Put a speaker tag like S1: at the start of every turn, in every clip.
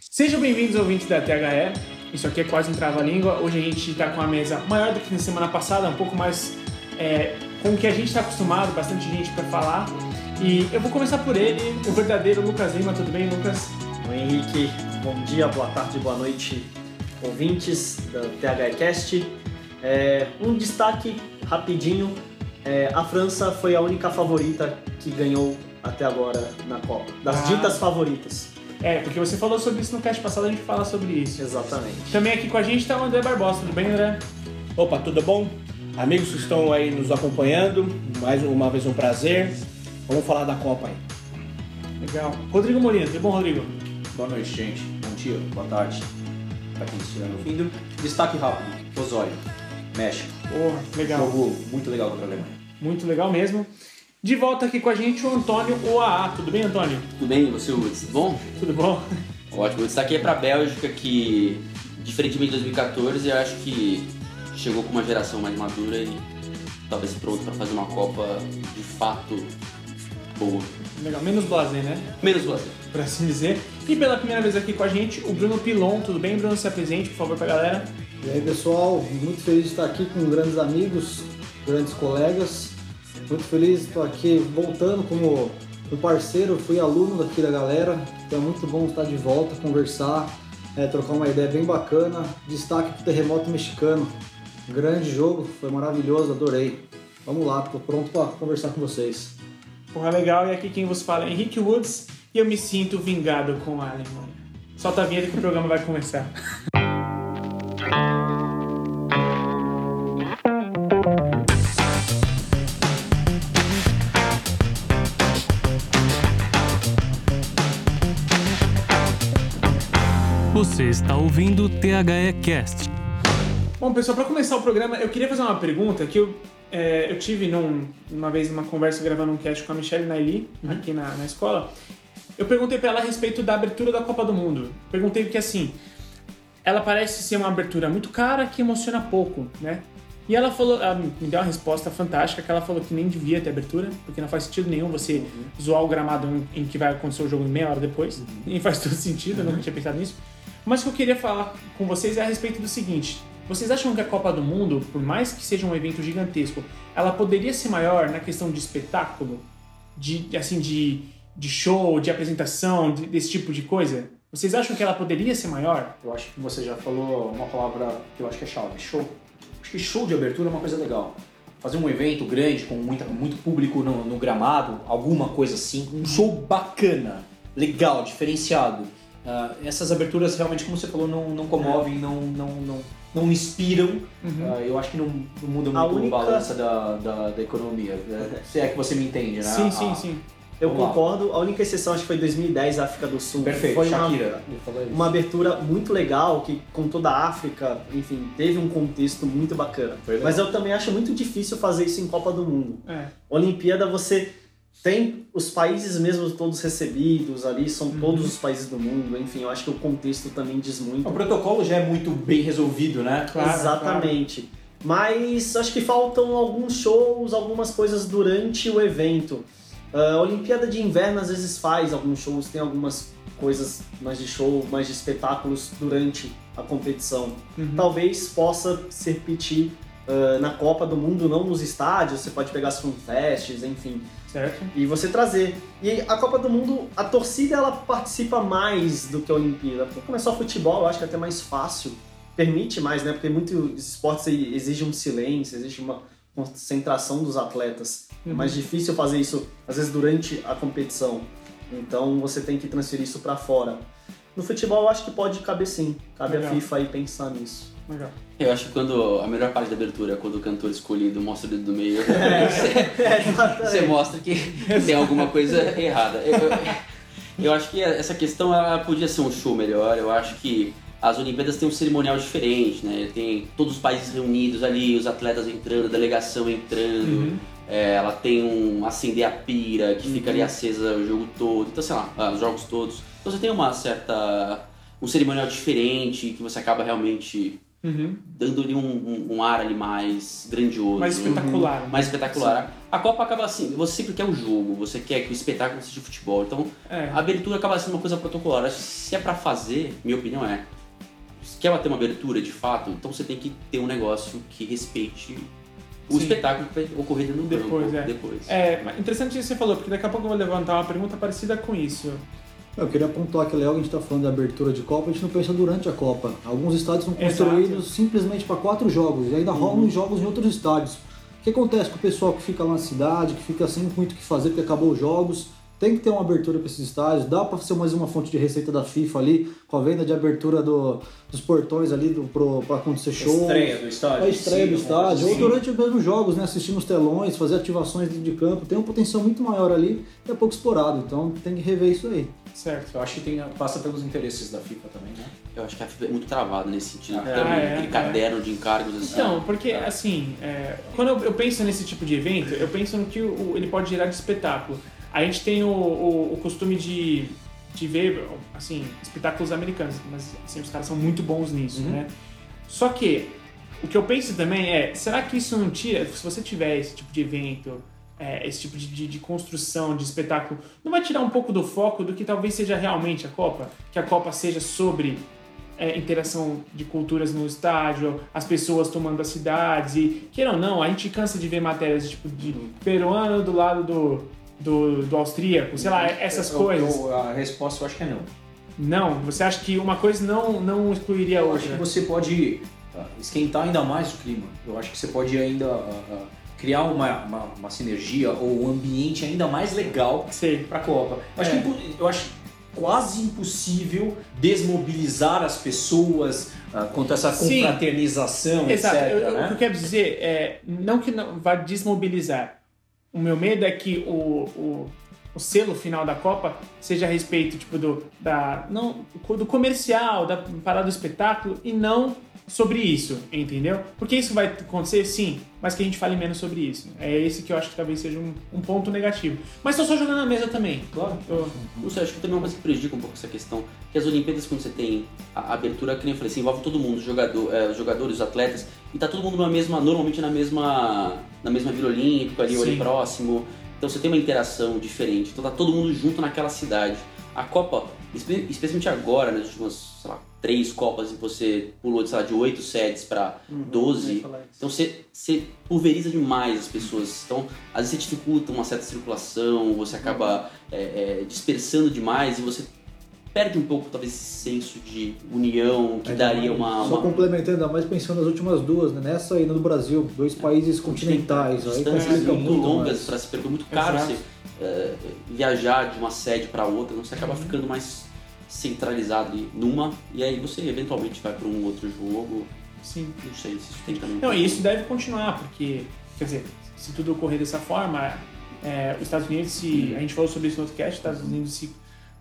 S1: Sejam bem-vindos, ouvintes da THE. Isso aqui é quase um trava-língua. Hoje a gente está com a mesa maior do que na semana passada, um pouco mais é, com o que a gente está acostumado, bastante gente para falar. E eu vou começar por ele, o verdadeiro Lucas Lima. Tudo bem, Lucas?
S2: Oi, Henrique. Bom dia, boa tarde, boa noite, ouvintes da THCast. É, um destaque rapidinho: é, a França foi a única favorita que ganhou até agora na Copa. Das
S1: Ah.
S2: ditas favoritas.
S1: É, porque você falou sobre isso no cast passado, a gente fala sobre isso.
S2: Exatamente.
S1: Também aqui com a gente está o André Barbosa. Tudo bem, André?
S3: Opa, tudo bom? Amigos que estão aí nos acompanhando, mais uma vez um prazer. Vamos falar da Copa aí.
S1: Legal. Rodrigo Molina. Tudo bom, Rodrigo?
S4: Boa noite, gente. Bom dia, boa tarde. Pra quem estiver me ouvindo. Destaque rápido: Osório, México.
S1: Oh, legal.
S4: Jogo muito legal contra a Alemanha.
S1: Muito legal mesmo. De volta aqui com a gente o Antônio Oaa. Tudo bem, Antônio?
S5: Tudo bem, e você, Woods? Tudo Bom?
S1: Tudo bom?
S5: Ótimo. O destaque é pra Bélgica, que, diferentemente de 2014, eu acho que chegou com uma geração mais madura e talvez pronto pra fazer uma Copa de fato boa.
S1: Legal. Menos blasé, né?
S5: Menos você.
S1: por assim dizer. E pela primeira vez aqui com a gente, o Bruno Pilon. Tudo bem, Bruno? Se apresente, por favor, pra galera.
S6: E aí, pessoal, muito feliz de estar aqui com grandes amigos, grandes colegas. Muito feliz, estou aqui voltando como um parceiro, fui aluno daqui da galera. Então é muito bom estar de volta, conversar, é, trocar uma ideia bem bacana. Destaque pro terremoto mexicano. Grande jogo, foi maravilhoso, adorei. Vamos lá, tô pronto para conversar com vocês.
S1: Porra, legal. E aqui quem vos fala é Henrique Woods e eu me sinto vingado com a Alemanha. Solta a vinheta que o programa vai começar.
S7: Você está ouvindo o THE Cast.
S1: Bom, pessoal, para começar o programa, eu queria fazer uma pergunta que eu, é, eu tive num- uma vez numa conversa gravando um cast com a Michelle Naili, aqui na, na escola. Eu perguntei para ela a respeito da abertura da Copa do Mundo. Perguntei que assim, ela parece ser uma abertura muito cara que emociona pouco, né? E ela falou, ela me deu uma resposta fantástica, que ela falou que nem devia ter abertura, porque não faz sentido nenhum você zoar o gramado em- em que vai acontecer o jogo em meia hora depois. Nem faz todo sentido, eu nunca tinha pensado nisso. Mas o que eu queria falar com vocês é a respeito do seguinte. Vocês acham que a Copa do Mundo, por mais que seja um evento gigantesco, ela poderia ser maior na questão de espetáculo? De, assim, de, de show, de apresentação, de- desse tipo de coisa? Vocês acham que ela poderia ser maior?
S4: Eu acho que você já falou uma palavra que eu acho que é chave: show. Acho que show de abertura é uma coisa legal. Fazer um evento grande com muita, muito público no, no gramado, alguma coisa assim, um show bacana, legal, diferenciado. Ah, essas aberturas realmente, como você falou, não, não comovem, não, não, não, não inspiram. Ah, eu acho que não, não muda muito
S2: A
S4: a
S2: única-
S4: balança da, da, da economia. né? Se é que você me entende, né?
S1: Sim, sim,
S4: A-
S1: sim.
S2: Eu
S4: Vamos lá.
S2: concordo, a única exceção acho que foi 2010, África do Sul.
S4: Perfeito,
S2: foi uma,
S4: Shakira. Ele falou isso.
S2: uma abertura muito legal que com toda a África, enfim, teve um contexto muito bacana.
S4: Foi legal.
S2: Mas eu também acho muito difícil fazer isso em Copa do Mundo.
S1: É.
S2: Olimpíada você tem os países mesmo todos recebidos ali, são todos os países do mundo, enfim, eu acho que o contexto também diz muito.
S4: O protocolo já é muito bem resolvido, né?
S1: Claro,
S2: Exatamente. Mas acho que faltam alguns shows, algumas coisas durante o evento. Ah, A Olimpíada de Inverno às vezes faz alguns shows, tem algumas coisas mais de show, mais de espetáculos durante a competição.
S1: Uhum.
S2: Talvez possa se repetir ah, na Copa do Mundo, não nos estádios, você pode pegar as fanfests, enfim
S1: Certo?
S2: e você trazer. E a Copa do Mundo, a torcida ela participa mais do que a Olimpíada. Porque como é só futebol, eu acho que é até mais fácil. Permite mais, né? Porque muito esporte exige um silêncio, exige uma concentração dos atletas. É mais difícil fazer isso, às vezes, durante a competição. Então você tem que transferir isso pra fora. No futebol, eu acho que pode caber sim. Cabe
S1: Legal.
S2: a FIFA aí pensar nisso.
S1: Legal.
S5: Eu acho que quando a melhor parte da abertura é quando o cantor escolhido mostra o dedo do meio,
S2: É,
S5: você mostra que tem alguma coisa errada. Eu, eu- eu acho que essa questão ela podia ser um show melhor. Eu acho que as Olimpíadas têm um cerimonial diferente, né? Tem todos os países reunidos ali, os atletas entrando, a delegação entrando.
S1: Uhum.
S5: É, ela tem um acender a pira que fica ali acesa o jogo todo. Então, sei lá, ah, os jogos todos. Então você tem uma certa. um cerimonial diferente que você acaba realmente
S1: Uhum.
S5: dando-lhe um, um- um ar ali mais grandioso.
S1: Mais espetacular. né?
S5: Mais espetacular. A Copa acaba assim, você sempre quer o jogo, você quer que o espetáculo seja o futebol. Então
S1: É.
S5: a abertura acaba sendo uma coisa protocolar. Acho que Se é pra fazer, minha opinião é. Se quer bater uma abertura de fato, então você tem que ter um negócio que respeite o
S1: Sim.
S5: espetáculo que vai ocorrer dentro do
S1: Depois,
S5: campo
S1: é.
S5: depois.
S1: É, mas interessante isso que você falou, porque daqui a pouco eu vou levantar uma pergunta parecida com isso.
S6: Eu queria pontuar que, Léo, a gente está falando de abertura de Copa, a gente não pensa durante a Copa. Alguns estádios são
S1: Exato.
S6: construídos simplesmente para quatro jogos e ainda
S2: Uhum.
S6: rolam jogos em outros estádios. O que acontece com o pessoal que fica lá na cidade, que fica sem muito o que fazer porque acabou os jogos? Tem que ter uma abertura para esses estádios, dá para ser mais uma fonte de receita da FIFA ali, com a venda de abertura do- dos portões ali para acontecer show.
S2: Estreia do estádio.
S6: A estreia do
S2: Sim, alguma coisa
S6: estádio, ou
S2: assim.
S6: durante os mesmos jogos, né? Assistindo os telões, fazer ativações dentro de campo, tem um potencial muito maior ali e é pouco explorado, então tem que rever isso aí.
S1: Certo.
S4: Eu acho que tem, passa pelos interesses da FIFA também, né?
S5: Eu acho que a FIFA é muito travada nesse sentido.
S4: Ah,
S5: Também,
S1: é,
S5: aquele
S1: é.
S5: caderno de encargos assim.
S1: Então, porque assim, é, quando eu, eu penso nesse tipo de evento, eu penso no que o- ele pode gerar de espetáculo. A gente tem o, o- o costume de, de ver, assim, espetáculos americanos, mas assim, os caras são muito bons nisso, né? Só que o que eu penso também é, será que isso não tira, se você tiver esse tipo de evento, é, esse tipo de, de- de construção, de espetáculo, não vai tirar um pouco do foco do que talvez seja realmente a Copa? Que a Copa seja sobre é, interação de culturas no estádio, as pessoas tomando as cidades, e queira ou não, a gente cansa de ver matérias tipo de peruano do lado do, do, do austríaco, sei
S4: Uhum.
S1: lá, essas
S4: Eu- eu-
S1: coisas.
S4: é eu- a resposta eu acho que é não.
S1: Não, você acha que uma coisa não, não excluiria a
S4: Eu acho que
S1: outra?
S4: você pode ah, esquentar ainda mais o clima. Eu acho que você pode ainda ah, ah, criar uma, uma, uma sinergia ou um ambiente ainda mais legal
S1: Sei.
S4: para a Copa. Eu
S1: É.
S4: acho, que impo- eu acho quase impossível desmobilizar as pessoas ah, quanto a essa
S1: Sim.
S4: confraternização,
S1: Exato.
S4: etc.
S1: Eu- eu-
S4: né?
S1: O que eu quero dizer é, não que não vá desmobilizar. O meu medo é que o, o, o selo final da Copa seja a respeito tipo, do, da, não, do comercial, da parada do espetáculo, e não sobre isso, entendeu? Porque isso vai acontecer, sim, mas que a gente fale menos sobre isso. É esse que eu acho que talvez seja um, um ponto negativo. Mas tô só jogando na mesa também. Claro.
S5: Não sei, acho que também é uma coisa que prejudica um pouco essa questão. Que as Olimpíadas, quando você tem a abertura, que nem eu falei, assim, envolve todo mundo, os jogador, eh, os jogadores, os atletas, e tá todo mundo na mesma, normalmente na mesma, na mesma Vila Olímpica, ali, ou ali
S1: Sim.
S5: próximo. Então você tem uma interação diferente, então tá todo mundo junto naquela cidade. A Copa, espe- especialmente agora, né, nas últimas, sei lá, três Copas, e você pulou, sei lá, de oito sets pra 12, então você, você pulveriza demais as pessoas. Então, às vezes você dificulta uma certa circulação, você acaba é, é, dispersando demais e você perde um pouco, talvez, esse senso de união
S6: É
S5: que daria uma.
S6: Só
S5: uma-
S6: complementando, ainda mais pensando nas últimas duas, né? Nessa e no do Brasil, dois países continentais. Aí
S5: É. distâncias
S6: complica
S5: muito
S6: muito
S5: longas
S6: mais.
S5: para se perder, muito caro
S1: Exato.
S5: você é, viajar de uma sede para outra, então você acaba
S1: Uhum.
S5: ficando mais centralizado ali numa e aí você eventualmente vai para um outro jogo.
S1: Sim.
S5: Não sei se isso tem também.
S1: Não, e isso deve continuar, porque, quer dizer, se tudo ocorrer dessa forma, é, os Estados Unidos se. A gente falou sobre isso no outro cast, os Estados Unidos se,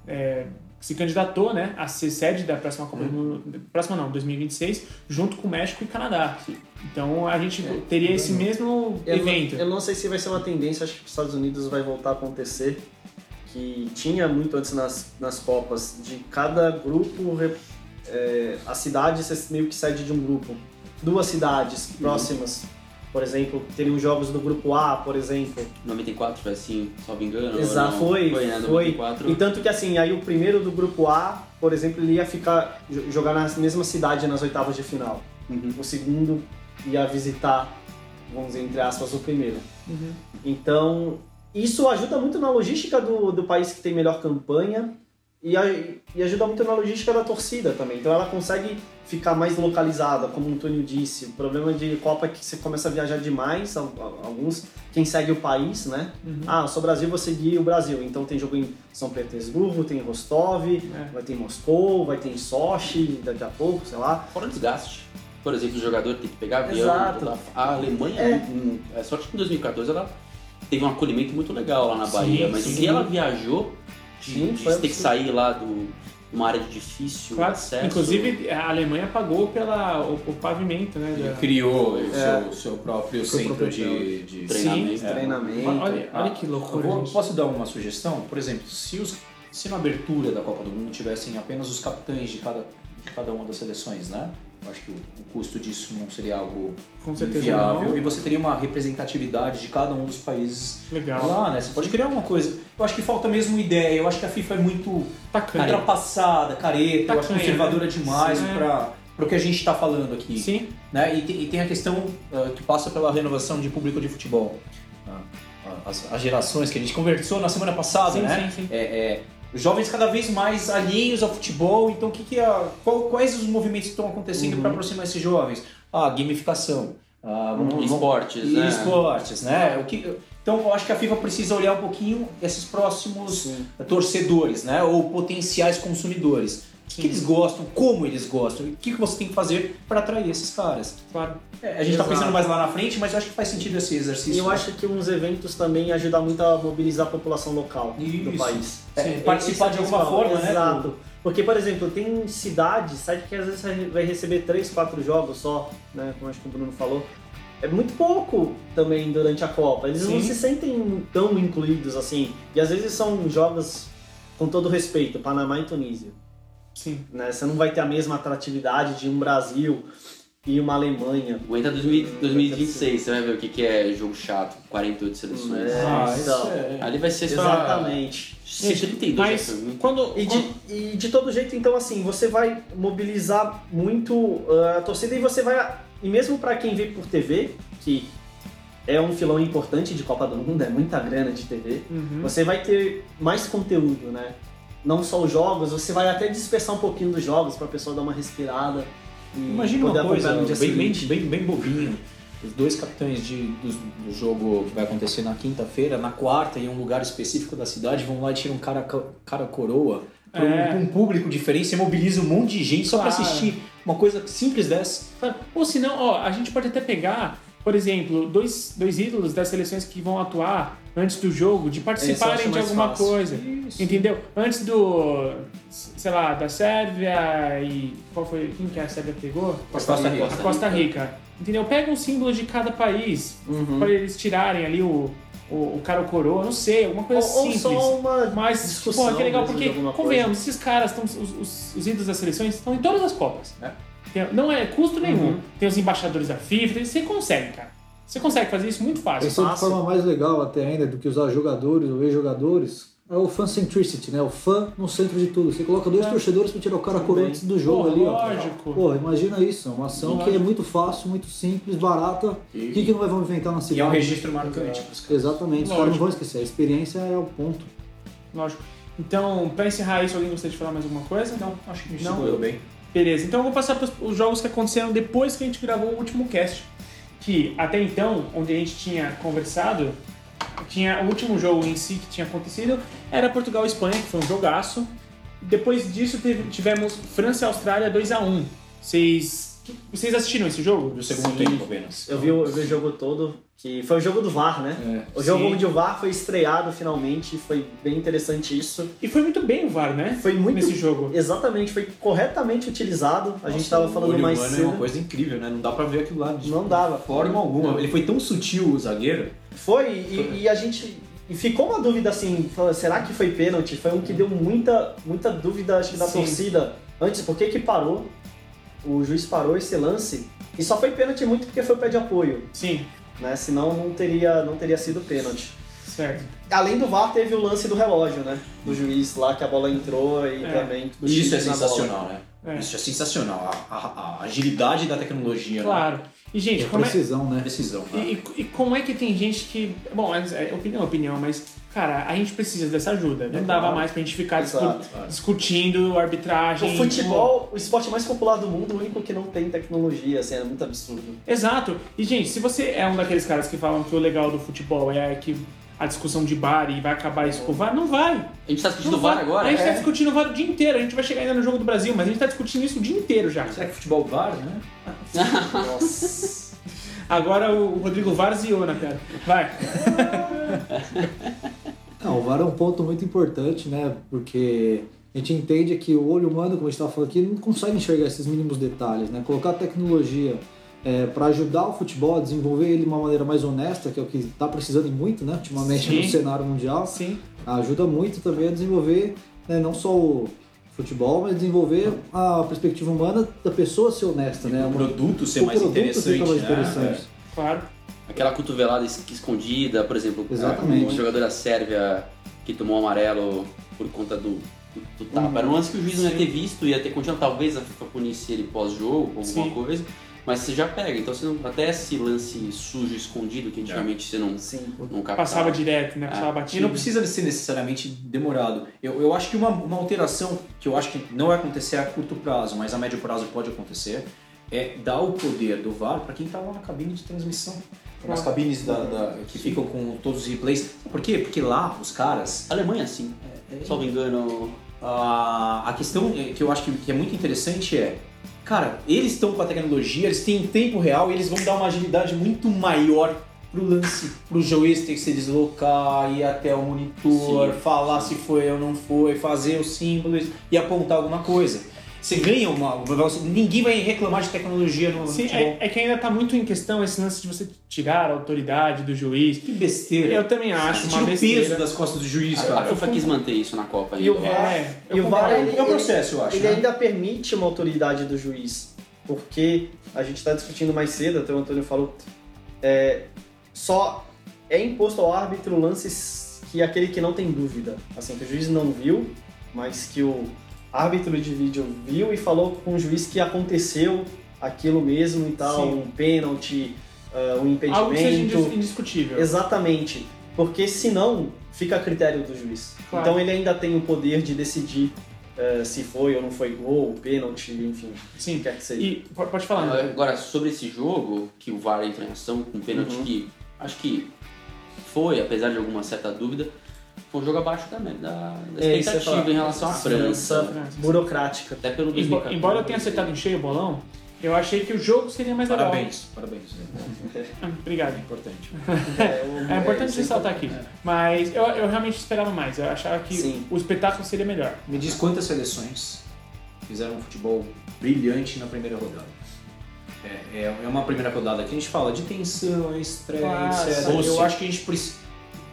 S1: é, se candidatou né, a ser sede da próxima Copa do Mundo. Próxima não, 2026, junto com o México e Canadá. Então a gente teria esse mesmo
S2: Eu não-
S1: evento.
S2: Eu não, sei se vai ser uma tendência, acho que os Estados Unidos vai voltar a acontecer, que tinha muito antes nas, nas Copas, de cada grupo, re- é, a cidade ser meio que sede de um grupo. Duas cidades próximas, por exemplo, teriam jogos do grupo A, por exemplo.
S5: 94 foi assim, só me engano.
S2: Exato,
S5: não,
S2: foi,
S5: Foi, né?
S2: foi.
S5: 94.
S2: E tanto que assim, aí o primeiro do grupo A, por exemplo, ele ia ficar jo- jogar na mesma cidade nas oitavas de final.
S5: Uhum.
S2: O segundo ia visitar, vamos dizer, entre aspas, o primeiro.
S1: Uhum,
S2: Então, isso ajuda muito na logística do, do país que tem melhor campanha e, a- e ajuda muito na logística da torcida também. Então ela consegue ficar mais localizada, como o Antônio disse. O problema de Copa é que você começa a viajar demais, al- al- alguns, quem segue o país, né?
S1: Uhum.
S2: Ah, eu sou Brasil, vou seguir o Brasil. Então tem jogo em São Petersburgo, tem em Rostov, vai ter em Moscou, vai ter em Sochi daqui a pouco, sei lá.
S5: Fora o desgaste. Por exemplo, o jogador tem que pegar avião.
S2: Exato.
S5: voltar. A Alemanha,
S2: É.
S5: em- é sorte que em 2014 ela teve um acolhimento muito legal lá na
S1: Sim,
S5: Bahia, mas o
S1: sim.
S5: que ela viajou de,
S2: Sim,
S5: de
S2: foi
S5: ter que
S2: absurdo.
S5: sair lá do, uma área de difícil
S1: Claro,
S5: acesso.
S1: Inclusive, a Alemanha pagou pela, o, o pavimento, né?
S8: Ele
S1: da-
S8: criou o
S4: É.
S8: seu, seu próprio
S6: Seu
S8: centro
S6: próprio
S8: de, de
S5: treinamento.
S8: É.
S2: treinamento.
S1: Olha, olha que
S8: Eu
S1: loucura.
S8: ah, vou-
S1: gente.
S8: posso dar uma sugestão? Por exemplo, se, os- se na abertura da Copa do Mundo tivessem apenas os capitães de cada, de cada uma das seleções, né? Eu acho que o, o custo disso não seria algo
S1: Com certeza
S8: viável.
S1: não.
S8: E você teria uma representatividade de cada um dos países
S1: Legal.
S8: lá, né? Você pode criar uma coisa. Eu acho que falta mesmo ideia. Eu acho que a FIFA é muito
S1: Bacana.
S8: ultrapassada, careta, eu acho
S1: Tacanha,
S8: conservadora demais
S1: Sim, é.
S8: para o que a gente está falando aqui
S1: Sim,
S8: né? E, te- e tem a questão ah, que passa pela renovação de público de futebol. Ah, ah, As, as gerações que a gente conversou na semana passada,
S1: sim,
S8: né?
S1: sim, sim.
S8: É, é, os jovens cada vez mais alheios ao futebol, então o que que a- qual- quais os movimentos que estão acontecendo
S1: Uhum.
S8: para aproximar esses jovens? Ah, gamificação. Ah, vamos-
S1: Uhum.
S8: vamos-
S5: Esportes,
S8: e
S5: né?
S1: é.
S8: esportes, né? O que, então eu acho que a FIFA precisa olhar um pouquinho esses próximos torcedores, né? Ou potenciais consumidores. O que que eles gostam, como eles gostam, e o que que você tem que fazer para atrair esses caras.
S1: Claro.
S8: É, a gente está
S2: Exato.
S8: pensando mais lá na frente, mas eu acho que faz sentido esse exercício.
S2: E
S8: né?
S2: eu acho que uns eventos também ia ajudar muito a mobilizar a população local
S8: Isso.
S2: do país.
S8: É,
S2: Sim,
S8: participar
S2: esse
S8: de alguma
S2: principal,
S8: forma, né,
S2: Exato. Porque, por exemplo, tem cidades, sabe que às vezes você vai receber três, quatro jogos só, né? Como acho que o Bruno falou. É muito pouco também durante a Copa. Eles não
S1: Sim.
S2: se sentem tão incluídos assim. E às vezes são jogos, com todo respeito, Panamá e Tunísia
S1: Sim.
S2: né? Você não vai ter a mesma atratividade de um Brasil e uma Alemanha.
S5: Aguenta 2000 2026, você vai ver o que, que é jogo chato, 48 seleções.
S2: É,
S8: Ah,
S2: então,
S5: Ali vai ser só.
S2: exatamente.
S5: Se 32
S1: Mas
S5: já foi muito.
S1: quando.
S2: E
S1: quando-
S2: de, e de todo jeito, então, assim, você vai mobilizar muito ah, a torcida e você vai. E mesmo para quem vê por TV, que é um filão importante de Copa do Mundo, é muita grana de TV,
S1: Uhum.
S2: você vai ter mais conteúdo, né? Não só os jogos, você vai até dispersar um pouquinho dos jogos para a pessoa dar uma respirada. e
S8: Imagina
S2: poder
S8: uma coisa assim-
S2: acompanhar no dia
S8: bem, bem,
S2: seguinte.
S8: bem, bem bobinho. Os dois capitães de, dos- do, jogo que vai acontecer na quinta-feira, na quarta, em um lugar específico da cidade, vão lá e tiram um cara, cara coroa para
S1: É.
S8: um, público diferente. Você mobiliza um monte de gente só para
S1: Claro.
S8: assistir uma coisa simples dessa.
S1: Sabe? Ou se não, ó, a gente pode até pegar, por exemplo, dois, dois ídolos das seleções que vão atuar antes do jogo, de
S2: Esse eu
S1: participarem
S2: acho
S1: de
S2: mais
S1: alguma
S2: fácil.
S1: coisa. Entendeu? Antes do. sei lá, da Sérvia e. Qual foi? Quem que a Sérvia pegou?
S8: Costa Rica.
S1: a Costa Rica. Entendeu? Pega um símbolo de cada país
S2: Uhum.
S1: para eles tirarem ali o, o, o cara ou coroa, não sei, alguma coisa
S2: Ou, ou
S1: simples.
S2: só uma
S1: Mas, pô,
S2: discussão
S1: que é legal,
S2: mesmo de
S1: porque,
S2: alguma coisa.
S1: convenhamos, esses caras, tão, os, os, os ídolos das seleções, estão em todas as Copas.
S8: É.
S1: Tem- não é custo nenhum. Tem os embaixadores da FIFA, tem- você consegue, cara. Você consegue fazer isso muito fácil.
S2: Isso.
S6: Pensando de
S2: fácil.
S6: forma mais legal até ainda do que usar jogadores ou ex-jogadores, é o fan centricity, né? O fã no centro de tudo. Você coloca dois torcedores pra tirar o cara a coroa
S2: Também.
S6: antes do jogo
S1: É. Pô,
S6: ali, ó.
S1: lógico.
S6: Pô, imagina isso, é uma ação que é muito fácil, muito simples, barata. O que, que não vai vamos inventar na
S8: E
S6: cidade?
S8: é um registro marcante.
S6: Exatamente, os caras não
S1: Lógico.
S6: vão esquecer. A experiência é o ponto.
S1: Lógico. Então, pra encerrar isso, alguém gostaria de falar mais alguma coisa? Não, acho que não.
S8: Segurou bem.
S1: Beleza, então eu vou passar para os jogos que aconteceram depois que a gente gravou o último cast. Que até então, onde a gente tinha conversado, tinha o último jogo em si que tinha acontecido era Portugal e Espanha, que foi um jogaço. Depois disso teve- tivemos França e Austrália 2x1. Vocês. Vocês assistiram esse jogo?
S8: Do segundo
S2: Sim.
S8: tempo apenas.
S2: Eu vi, o- eu vi o jogo todo, que foi o jogo do VAR, né? O jogo
S1: Sim.
S2: onde o VAR foi estreado finalmente, foi bem interessante isso.
S1: E foi muito bem o VAR, né?
S2: Foi muito.
S1: Nesse jogo.
S2: Exatamente, foi corretamente utilizado. A gente tava falando
S8: o olho
S2: mais
S8: humano
S2: cedo.
S8: é uma coisa incrível, né? Não dá pra ver aquilo lá de
S2: Não dava.
S8: forma alguma. Ele foi tão sutil, o zagueiro.
S2: Foi, e, e a gente. E ficou uma dúvida assim, falando, será que foi pênalti? Foi
S8: Uhum.
S2: um que deu muita, muita dúvida, acho que da
S1: Sim.
S2: torcida. Antes, por que que parou? O juiz parou esse lance. E só foi pênalti muito porque foi pé de apoio,
S1: Sim,
S2: né? Senão não teria, não teria sido pênalti.
S1: certo.
S2: Além do VAR, teve o lance do relógio, né? Do juiz lá, que a bola entrou e
S1: É.
S2: também... do
S8: Isso
S2: chute
S8: é
S2: na bola.
S8: sensacional, né?
S1: É,
S8: Isso é sensacional. A, a- a agilidade da tecnologia, né?
S1: claro. E, gente,
S6: É
S1: como é,
S6: precisão, né?
S8: Decisão,
S1: E,
S8: né?
S1: e- e como é que tem gente que. Bom, é é opinião, é opinião, mas, cara, a gente precisa dessa ajuda. Não dava mais pra gente ficar discu-
S2: É Exato.
S1: discutindo arbitragem.
S2: O futebol, o esporte mais popular do mundo, o único que não tem tecnologia, assim, é muito absurdo.
S1: Exato. E, gente, se você é um daqueles caras que falam que o legal do futebol é que a discussão de bar e vai acabar isso com o VAR, não vai.
S5: A gente tá assistindo
S1: Não
S5: o VAR
S1: vai.
S5: agora?
S1: A gente tá
S5: É.
S1: discutindo o VAR o dia inteiro. A gente vai chegar ainda no jogo do Brasil, mas a gente tá discutindo isso o dia inteiro já.
S8: Será que futebol VAR, né?
S2: Nossa.
S1: Agora o o Rodrigo varziou na piada. Vai.
S6: Não, o VAR é um ponto muito importante, né? Porque A gente entende que o olho humano, como a gente estava falando aqui, não consegue enxergar esses mínimos detalhes, né? Colocar tecnologia para ajudar o futebol a desenvolver ele de uma maneira mais honesta, que é o que está precisando e muito, né? Ultimamente
S1: Sim.
S6: no cenário mundial
S1: Sim.
S6: ajuda muito também a desenvolver né, não só o futebol, mas desenvolver a perspectiva humana da pessoa ser honesta, né?
S8: É um o
S6: Uma-
S8: produto ser
S6: o
S8: mais
S6: produto
S8: interessante,
S6: fica mais
S8: né?
S6: interessante.
S1: Claro.
S5: Aquela cotovelada es- escondida, por exemplo,
S6: Exatamente.
S5: o jogador da Sérvia que tomou amarelo por conta do, do, do tapa. Era um lance que o juiz não ia ter visto, ia ter continuado, talvez a FIFA punisse ele pós-jogo, alguma
S1: Sim.
S5: coisa, mas você já pega. Então você não, até esse lance sujo, escondido, que antigamente você não,
S8: Sim.
S5: não captava.
S1: Passava direto, né?
S5: Ah,
S1: Passava
S8: E
S1: batido.
S8: não precisa ser necessariamente demorado. Eu, eu acho que uma, uma alteração que eu acho que não vai acontecer a curto prazo, mas a médio prazo pode acontecer, é dar o poder do VAR para quem está lá na cabine de transmissão. Nas cabines da- da- que ficam com todos os replays. Por quê? Porque lá os caras
S5: A Alemanha, sim.
S1: É,
S5: Só me engano.
S8: a a questão é- que eu acho que, que é muito interessante é, cara, eles estão com a tecnologia, eles têm em tempo real e eles vão dar uma agilidade muito maior pro lance, pro juiz ter que se deslocar, ir até o monitor,
S5: Sim.
S8: falar se foi ou não foi, fazer os símbolos e apontar alguma coisa. Você ganha uma. você- Ninguém vai reclamar de tecnologia no
S1: Sim,
S8: futebol.
S1: é, é que ainda tá muito em questão esse lance de você tirar a autoridade do juiz.
S8: Que besteira.
S1: Eu também acho
S8: Você
S1: uma
S8: tira o peso
S1: besteira. Ah,
S8: das costas do juiz,
S5: A
S8: cara.
S5: FIFA quis manter isso na Copa
S1: E
S5: ainda.
S1: o é,
S2: E
S1: eu
S2: o VAR
S1: concordo.
S2: ele-
S8: É um processo, eu acho.
S2: Ele
S8: né?
S2: ainda permite uma autoridade do juiz, porque a gente está discutindo mais cedo, até o Antônio falou, é, só é imposto ao árbitro lances que aquele que não tem dúvida, assim, que o juiz não viu, mas que o árbitro de vídeo viu e falou com o juiz que aconteceu aquilo mesmo e tal,
S1: Sim.
S2: um pênalti, ah, um impedimento.
S1: Algo que seja indis- indiscutível.
S2: Exatamente. Porque senão fica a critério do juiz.
S1: Claro.
S2: Então ele ainda tem o poder de decidir eh, se foi ou não foi gol, pênalti, enfim, o que
S1: Sim.
S2: quer que seja.
S1: E po- pode falar, né?
S5: Agora, sobre esse jogo, que o VAR entra em ação com um pênalti
S2: Uhum.
S5: que acho que foi, apesar de alguma certa dúvida, foi um jogo abaixo da, me- da, da
S2: É, isso eu ia
S5: expectativa
S2: falar.
S5: em relação à França.
S2: Burocrática.
S5: Até pelo
S1: Embo-
S5: 2014.
S1: Embora eu tenha acertado em cheio o bolão, eu achei que o jogo seria mais legal. Ah,
S8: Parabéns, parabéns. né?
S1: Obrigado.
S8: É importante.
S2: né?
S1: É importante
S2: você
S1: ressaltar aqui. Mas eu, eu realmente esperava mais. Eu achava que
S2: Sim.
S1: o espetáculo seria melhor.
S8: Me diz quantas seleções fizeram um futebol brilhante na primeira rodada. É, é- é uma primeira rodada que a gente fala de tensão, é estresse,
S1: Claro,
S8: etc.
S1: Ah, sim.
S8: Eu acho que a gente precisa.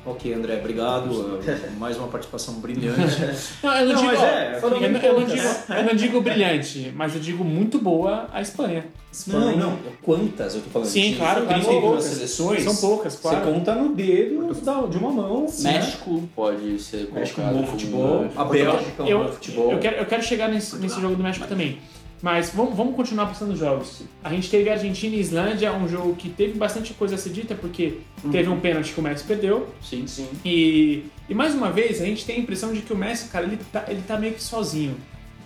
S8: Ok, André, obrigado. É, Mais uma participação brilhante.
S1: Não, eu não,
S2: Não,
S1: digo.
S2: mas
S1: ó,
S2: é, foram
S1: eu, não-
S2: bem
S1: eu não
S2: poucas.
S1: digo, eu não digo brilhante, mas eu digo muito boa a Espanha.
S8: não, não. Quantas eu tô falando?
S1: Sim, claro, claro, são
S8: 32
S1: poucas.
S8: seleções.
S1: São poucas,
S8: Você
S1: claro.
S8: conta no dedo da- de uma mão. Né?
S5: México pode ser
S8: México,
S5: colocado
S8: um bom
S5: como-
S8: futebol. A Bélgica, um bom futebol.
S1: Eu quero, eu quero chegar nesse, nesse jogo do México também. Mas vamos, vamos continuar passando os jogos. A gente teve Argentina e Islândia, um jogo que teve bastante coisa a ser dita, porque
S8: Uhum.
S1: teve um pênalti que o Messi perdeu.
S5: Sim, sim.
S1: E, e mais uma vez, a gente tem a impressão de que o Messi, cara, ele tá, ele tá meio que sozinho.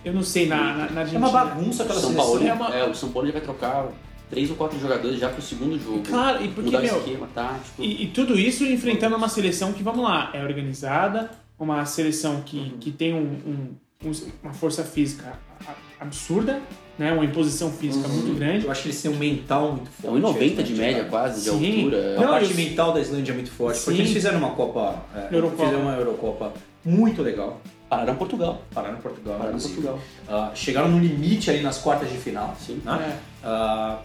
S1: Eu não sei, na, na, na
S8: É
S1: Argentina.
S8: uma bagunça aquela
S5: São
S8: seleção.
S5: Paulo,
S1: é uma-
S5: é, o São Paulo já vai trocar três ou quatro jogadores já pro segundo jogo.
S1: Claro, e porque,
S5: Mudar o
S1: meu,
S5: esquema tático.
S1: E, e tudo isso enfrentando uma seleção que, vamos lá, é organizada, uma seleção que,
S8: Uhum.
S1: que tem um- um- um- uma força física a- absurda, né? uma imposição física muito grande.
S8: Eu acho que eles têm um mental muito
S5: É
S8: forte.
S5: um 90 de
S8: né,
S5: média,
S8: cara?
S5: quase, de
S1: Sim.
S5: altura. é
S8: A
S1: Não,
S8: parte
S1: eu-
S8: mental da Islândia é muito forte,
S1: Sim.
S8: porque eles fizeram uma Copa, é,
S1: Eurocopa.
S8: fizeram uma Eurocopa muito legal,
S5: Pararam Portugal.
S8: pararam Portugal,
S5: Pararam
S8: inclusive.
S5: Portugal.
S8: Ah, chegaram no limite aí nas quartas de final,
S5: Sim.
S8: né? Ah,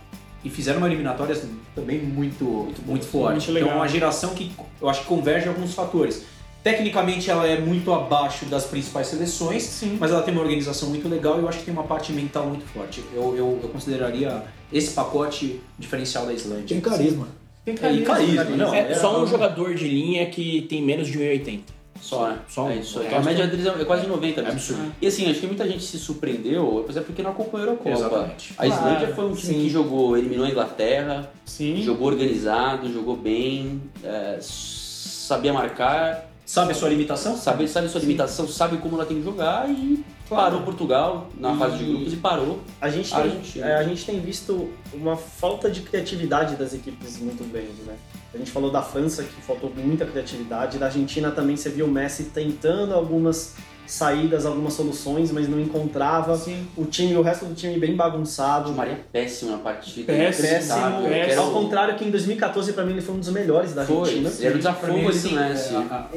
S8: e fizeram uma eliminatória assim, também muito, muito, forte.
S1: Muito legal.
S8: Então é uma geração que eu acho que converge em alguns fatores. Tecnicamente ela é muito abaixo das principais seleções,
S1: Sim.
S8: mas ela tem uma organização muito legal e eu acho que tem uma parte mental muito forte. Eu, eu, eu consideraria esse pacote diferencial da Islândia.
S6: Tem carisma.
S1: Tem
S8: É, e
S1: carisma.
S8: carisma, não.
S3: É
S8: é-
S3: só um jogador de linha que tem menos de 1,80.
S5: Só, né?
S3: Só um.
S5: É isso aí.
S3: O resto
S5: a média deles é é quase 90
S3: É
S5: mesmo.
S3: absurdo.
S5: E assim, acho que muita gente se surpreendeu, pois é porque não acompanhou a Copa.
S8: Exatamente.
S5: A Islândia
S1: Claro,
S5: foi um time
S2: sim.
S5: que jogou, eliminou a Inglaterra,
S1: Sim.
S5: jogou organizado, jogou bem, é, s- sabia marcar,
S8: Sabe a sua limitação?
S5: sabe, sabe sua limitação, sabe como ela tem que jogar e parou Portugal na
S2: E-
S5: fase de grupos e parou.
S2: A gente,
S5: A
S2: tem,
S5: Argentina.
S2: é, a gente tem visto uma falta de criatividade das equipes muito grande, né? A gente falou da França, que faltou muita criatividade, da Argentina também, você viu o Messi tentando algumas saídas, algumas soluções, mas não encontrava.
S1: Sim.
S2: O time, o resto do time bem bagunçado. né?
S5: O Maria péssimo na partida.
S1: Péssimo,
S5: inacreditável.
S1: péssimo.
S5: Era
S2: Ao
S5: o-
S2: contrário que em 2014 pra mim ele foi um dos melhores da
S5: Foi,
S2: Argentina.
S5: era um desafogo ali do Messi.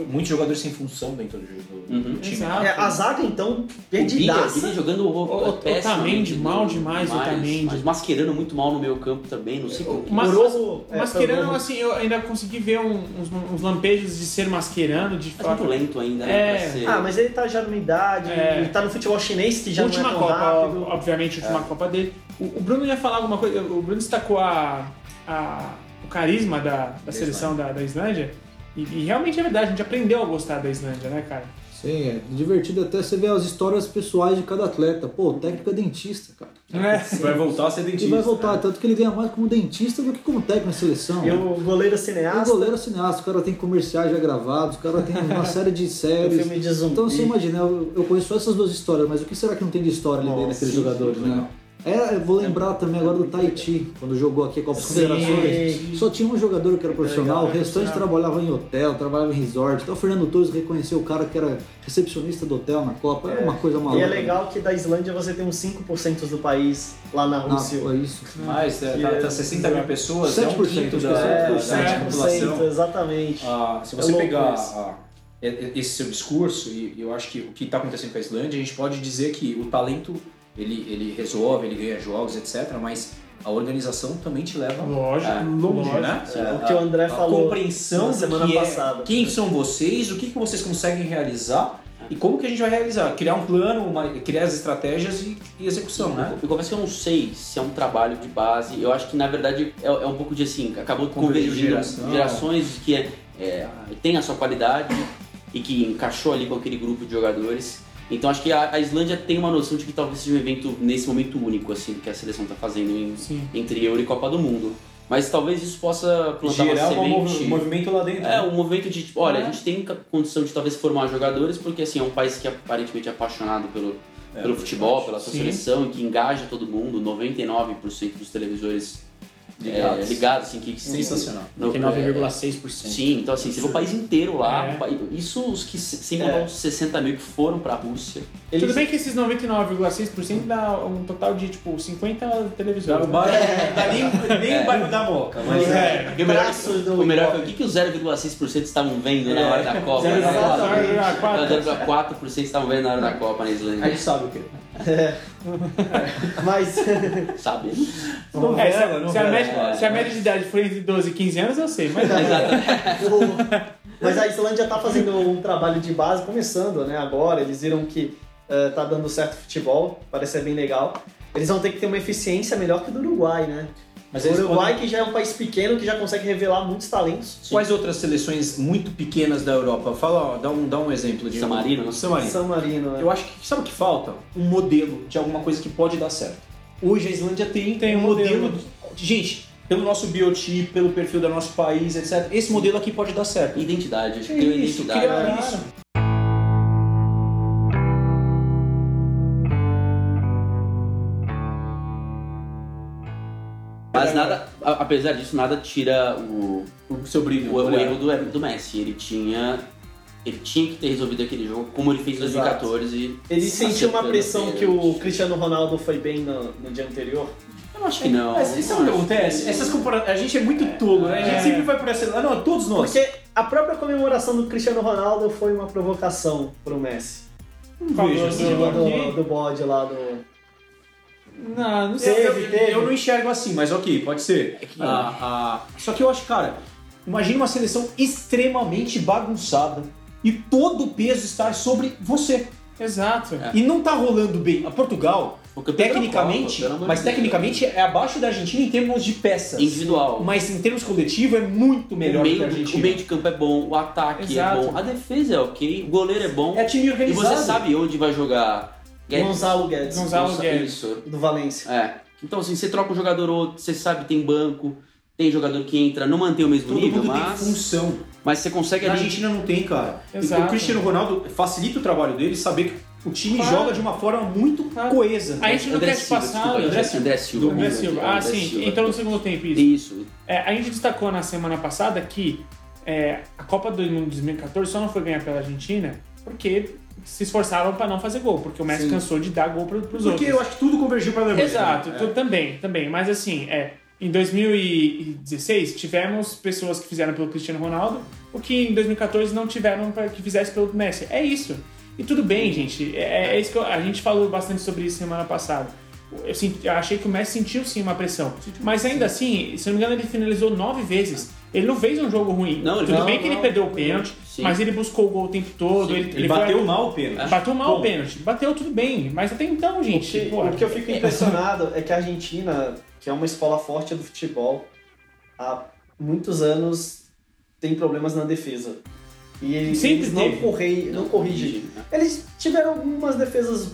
S8: muitos jogadores sem função dentro do, do- do
S5: Uhum.
S8: time.
S1: Exato.
S2: É, a zaga então
S5: O Bilha, o
S2: perdidaça.
S5: Bilha jogando
S1: O- o-
S5: péssimo.
S1: Otamendi, tá mal demais, Otamendi.
S5: Mas masquerando muito mal no meio campo também, não sei como.
S1: Mas-
S2: Moroso, é,
S1: Mascherano,
S2: foi
S1: assim, eu ainda consegui ver um- uns, uns lampejos de ser mascherano, de
S5: Mas Tá
S8: tipo,
S5: muito
S1: fato.
S5: lento ainda,
S1: É.
S5: né? pra ser-
S2: Ah, mas ele tá já numa idade,
S1: É.
S2: ele tá no futebol chinês que já
S1: Última
S2: não é tão
S1: Copa,
S2: rápido.
S1: obviamente, última Copa dele. O, o Bruno ia falar alguma coisa, o Bruno destacou a, a- o carisma da, da seleção da, da Islândia. E, e realmente é verdade, a gente aprendeu a gostar da Islândia, né, cara?
S6: Sim, é divertido até você ver as histórias pessoais de cada atleta. Pô, o técnico é dentista, cara.
S8: Né? Vai voltar a ser
S6: E
S8: dentista.
S6: vai voltar, tanto que ele ganha mais como dentista do que como técnico na seleção.
S2: E
S6: né?
S2: o goleiro
S6: O
S2: cineasta,
S6: goleiro é cineasta, o cara tem comerciais já gravados, o cara tem uma série de
S2: o
S6: séries.
S2: um filme de zumbi.
S6: Então você imagina, eu, eu conheço só essas duas histórias, mas o que será que não tem de história ali dentro
S2: Nossa,
S6: daqueles
S2: sim,
S6: jogadores, né? É, eu vou lembrar também agora do Tahiti, quando jogou aqui a Copa das
S2: Sim. É
S6: Confederações. Só tinha um jogador que era profissional, o restante trabalhava em hotel, trabalhava em resort. Então o Fernando Torres reconheceu o cara que era recepcionista do hotel na Copa. Era uma coisa maluca.
S2: E é legal que da Islândia você tem uns 5% do país lá na
S6: Ah,
S2: Rússia.
S6: pô, isso.
S8: Mas é, tá, tá 60 mil pessoas, é um
S6: 7%,
S8: quinto da,
S6: é,
S8: da- da
S2: 7%,
S8: população.
S2: exatamente.
S8: Ah, se
S2: É
S8: você
S2: louco
S8: pegar
S2: isso.
S8: ah, e- e- esse seu discurso, e e eu acho que o que está acontecendo com a Islândia, a gente pode dizer que o talento ele, ele resolve, ele ganha jogos, etc. Mas a organização também te leva
S1: Lógico,
S8: Tá longe, né?
S2: É, o que o André
S8: a
S2: falou
S8: compreensão
S2: na
S8: do
S2: semana
S8: que é-
S2: passada.
S8: quem são vocês, o que, que vocês conseguem realizar e como que a gente vai realizar. Criar um plano, uma- criar as estratégias e, e execução, né?
S5: Eu confesso que eu não sei se é um trabalho de base. Eu acho que, na verdade, é, é um pouco de assim, acabou
S8: Convergiu
S5: convergindo
S8: geração.
S5: gerações que é, é, tem a sua qualidade e que encaixou ali com aquele grupo de jogadores. Então acho que a, a Islândia tem uma noção de que talvez seja um evento nesse momento único, assim, que a seleção está fazendo em-
S1: Sim.
S5: entre Euro e Copa do Mundo. Mas talvez isso possa plantar
S8: Gerar
S5: uma
S8: um
S5: semente.
S8: mov- movimento lá dentro. né?
S5: É, um movimento de tipo, olha, a gente tem ca- condição de talvez formar jogadores, porque assim, é um país que é aparentemente apaixonado pelo,
S8: É.
S5: pelo futebol, pela sua
S1: Sim.
S5: seleção, e que engaja todo mundo, 99% dos televisores é, ligados, assim, que...
S8: Sensacional.
S5: no- é,
S3: 99,6%.
S5: Sim, então assim, você vê o país inteiro lá,
S1: É.
S5: o pa- isso os que, se- sem contar os 60 mil que foram pra Rússia.
S1: Tudo bem que esses 99,6% dá um total de, tipo, 50 televisores. né? É.
S8: nem, o barulho da boca, mas
S5: Porque É o melhor,
S2: Braços do
S5: o melhor foi o que, que os 0,6% estavam vendo na hora da Copa. né?
S1: 0,4%.
S5: 0,4% estavam vendo na hora da Copa na
S8: a
S5: Islândia,
S8: gente sabe o que.
S2: Mas
S5: sabe?
S1: É, se, a- se a média,
S5: novela.
S1: se a média de idade for entre 12 e 15 anos, eu sei, mas
S2: O- Mas a Islândia tá fazendo um trabalho de base, começando, né? Agora, eles viram que eh, tá dando certo futebol, parece ser bem legal. Eles vão ter que ter uma eficiência melhor que do Uruguai, né?
S8: Mas
S2: o
S8: eles
S2: Uruguai, que já é um país pequeno, que já consegue revelar muitos talentos.
S8: podem- Quais outras seleções muito pequenas da Europa? Fala, ó, dá um, dá um exemplo de.
S5: San Marino, não sei.
S8: San Marino.
S2: San Marino, né?
S8: Eu acho que sabe o que falta? Um modelo de alguma coisa que pode dar certo. Hoje a Islândia tem, tem um modelo. de- Gente, pelo nosso biotipo, pelo perfil do nosso país, etc. Esse modelo aqui pode dar certo.
S5: Identidade, acho que tem uma
S8: Isso, é
S5: identidade. né?
S8: criar isso.
S5: Mas nada, a- apesar disso, nada tira o,
S8: O seu brilho.
S5: o, o erro do, do Messi. Ele tinha. Ele tinha que ter resolvido aquele jogo como ele fez em
S2: Exato.
S5: 2014.
S2: Ele sentiu uma
S5: acertando
S2: pressão
S5: pênalti.
S2: que o Cristiano Ronaldo foi bem no, no dia anterior.
S5: Eu acho que não.
S8: Mas isso é o
S5: Eu
S8: que
S5: acho
S8: acontece.
S5: que-
S8: Essas compara... A gente é muito tolo, né? A gente
S1: É.
S8: sempre vai por essa. Ah, não, todos nós.
S2: Porque a própria comemoração do Cristiano Ronaldo foi uma provocação pro Messi.
S1: Qual
S8: vejo
S1: do-
S8: esse
S1: do-
S8: jogo
S1: do-
S2: Do, do bode lá do.
S1: Não, não sei.
S2: Teve, teve.
S8: Eu não enxergo assim, mas ok, pode ser.
S5: É
S8: Ah, ah, Só que eu acho, cara, imagina uma seleção extremamente bagunçada e todo o peso estar sobre você.
S1: Exato.
S5: É.
S8: E não tá rolando bem. A Portugal,
S5: O campeão da
S8: tecnicamente,
S5: Copa, pelo amor
S8: mas
S5: de Deus.
S8: tecnicamente é abaixo da Argentina em termos de peças.
S5: Individual.
S8: Mas em termos coletivo é muito melhor
S5: o,
S8: que a
S5: meio, o
S8: Argentina.
S5: meio de campo é bom, o ataque
S1: Exato.
S5: é bom, a defesa é ok, o goleiro é bom.
S8: É time
S5: e
S8: organizado.
S5: você sabe onde vai jogar. Guedes,
S2: Gonzalo Guedes,
S1: Gonzalo
S5: Gonça-
S1: Guedes.
S5: Isso,
S2: do Valência.
S5: É. Então, assim, você troca um jogador ou outro, você sabe, tem banco, tem jogador que entra, não mantém o mesmo
S8: Todo
S5: nível,
S8: mundo
S5: mas,
S8: tem função.
S5: mas você consegue
S8: A
S5: ali.
S8: Argentina não tem, cara. E
S1: Exato.
S8: O Cristiano Ronaldo facilita o trabalho dele saber que o time
S1: Claro.
S8: joga de uma forma muito
S1: Claro.
S8: coesa.
S1: A gente não
S5: André
S1: quer te
S5: Silva,
S1: passar.
S5: desculpa, André, André Silva.
S1: André Silva. Ah,
S5: André
S1: sim.
S5: Silva.
S1: Entrou no segundo tempo isso.
S5: Isso.
S1: É, a gente destacou na semana passada que é, a Copa do Mundo de 2014 só não foi ganha pela Argentina porque se esforçaram pra não fazer gol, porque o Messi cansou de dar gol pro, pros
S8: Porque
S1: outros.
S8: eu acho que tudo convergiu pra Alemanha.
S1: Exato, tu- também, também. Mas assim, é, em 2016 tivemos pessoas que fizeram pelo Cristiano Ronaldo, o que em 2014 não tiveram para que fizesse pelo Messi. É isso. E tudo bem, gente. É, é isso que eu- a gente falou bastante sobre isso semana passada. Eu, senti- eu achei que o Messi sentiu sim uma pressão. Mas ainda assim, se eu não me engano, ele finalizou nove vezes. Ele não fez um jogo ruim.
S5: Não, ele
S1: Tudo
S5: não,
S1: bem que ele
S5: não.
S1: perdeu o pênalti,
S5: Sim.
S1: mas ele buscou o gol o tempo todo.
S5: Sim.
S1: Ele,
S8: Ele
S1: ele foi- Ah.
S8: bateu mal o pênalti.
S1: Bateu mal
S8: Bom.
S1: o pênalti. Bateu tudo bem. Mas até então,
S2: O que,
S1: gente. pô,
S2: o que eu fico impressionado é que a Argentina, que é uma escola forte do futebol, há muitos anos tem problemas na defesa. E eles,
S1: Sempre
S2: eles não,
S1: teve.
S2: correi, não, corrigem. Eles tiveram algumas defesas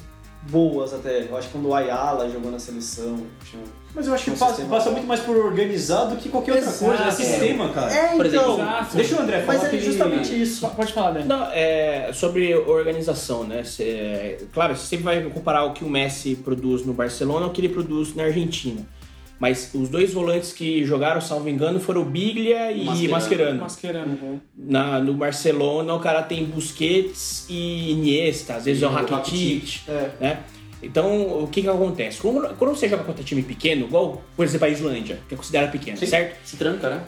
S2: boas até. Eu acho que quando o Ayala jogou na seleção. tinha um-
S8: Mas eu acho que
S2: Um
S8: passa,
S2: sistema.
S8: passa muito mais por organizado que qualquer outra
S1: Exato,
S8: coisa. É
S1: é.
S8: sistema, cara.
S2: É,
S5: Por exemplo,
S2: então.
S1: Exato.
S8: Deixa o André falar.
S2: Mas
S8: que
S2: é
S8: ele-
S2: justamente isso.
S1: Pode falar, Dani.
S3: Não, é, sobre organização, né? Cê- é, claro, você sempre vai comparar o que o Messi produz no Barcelona ao que ele produz na Argentina. Mas os dois volantes que jogaram, salvo engano, foram o Biglia e
S5: Mascherano.
S3: Mascherano.
S1: Mascherano.
S3: Na, no Barcelona, o cara tem Busquets e Iniesta, às vezes é o Rakitic, né? Então, o que que acontece? Quando, quando você joga contra time pequeno, igual, por exemplo, a Islândia, que é considerada pequena, certo?
S5: Se tranca, né?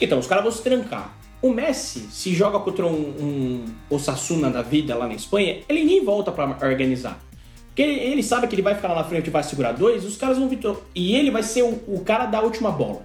S3: Então, os caras vão se trancar. O Messi, se joga contra um, um Osasuna da vida lá na Espanha, ele nem volta pra organizar. Porque ele, ele sabe que ele vai ficar lá na frente e vai segurar dois, os caras vão vitor. E ele vai ser o, o cara da última bola.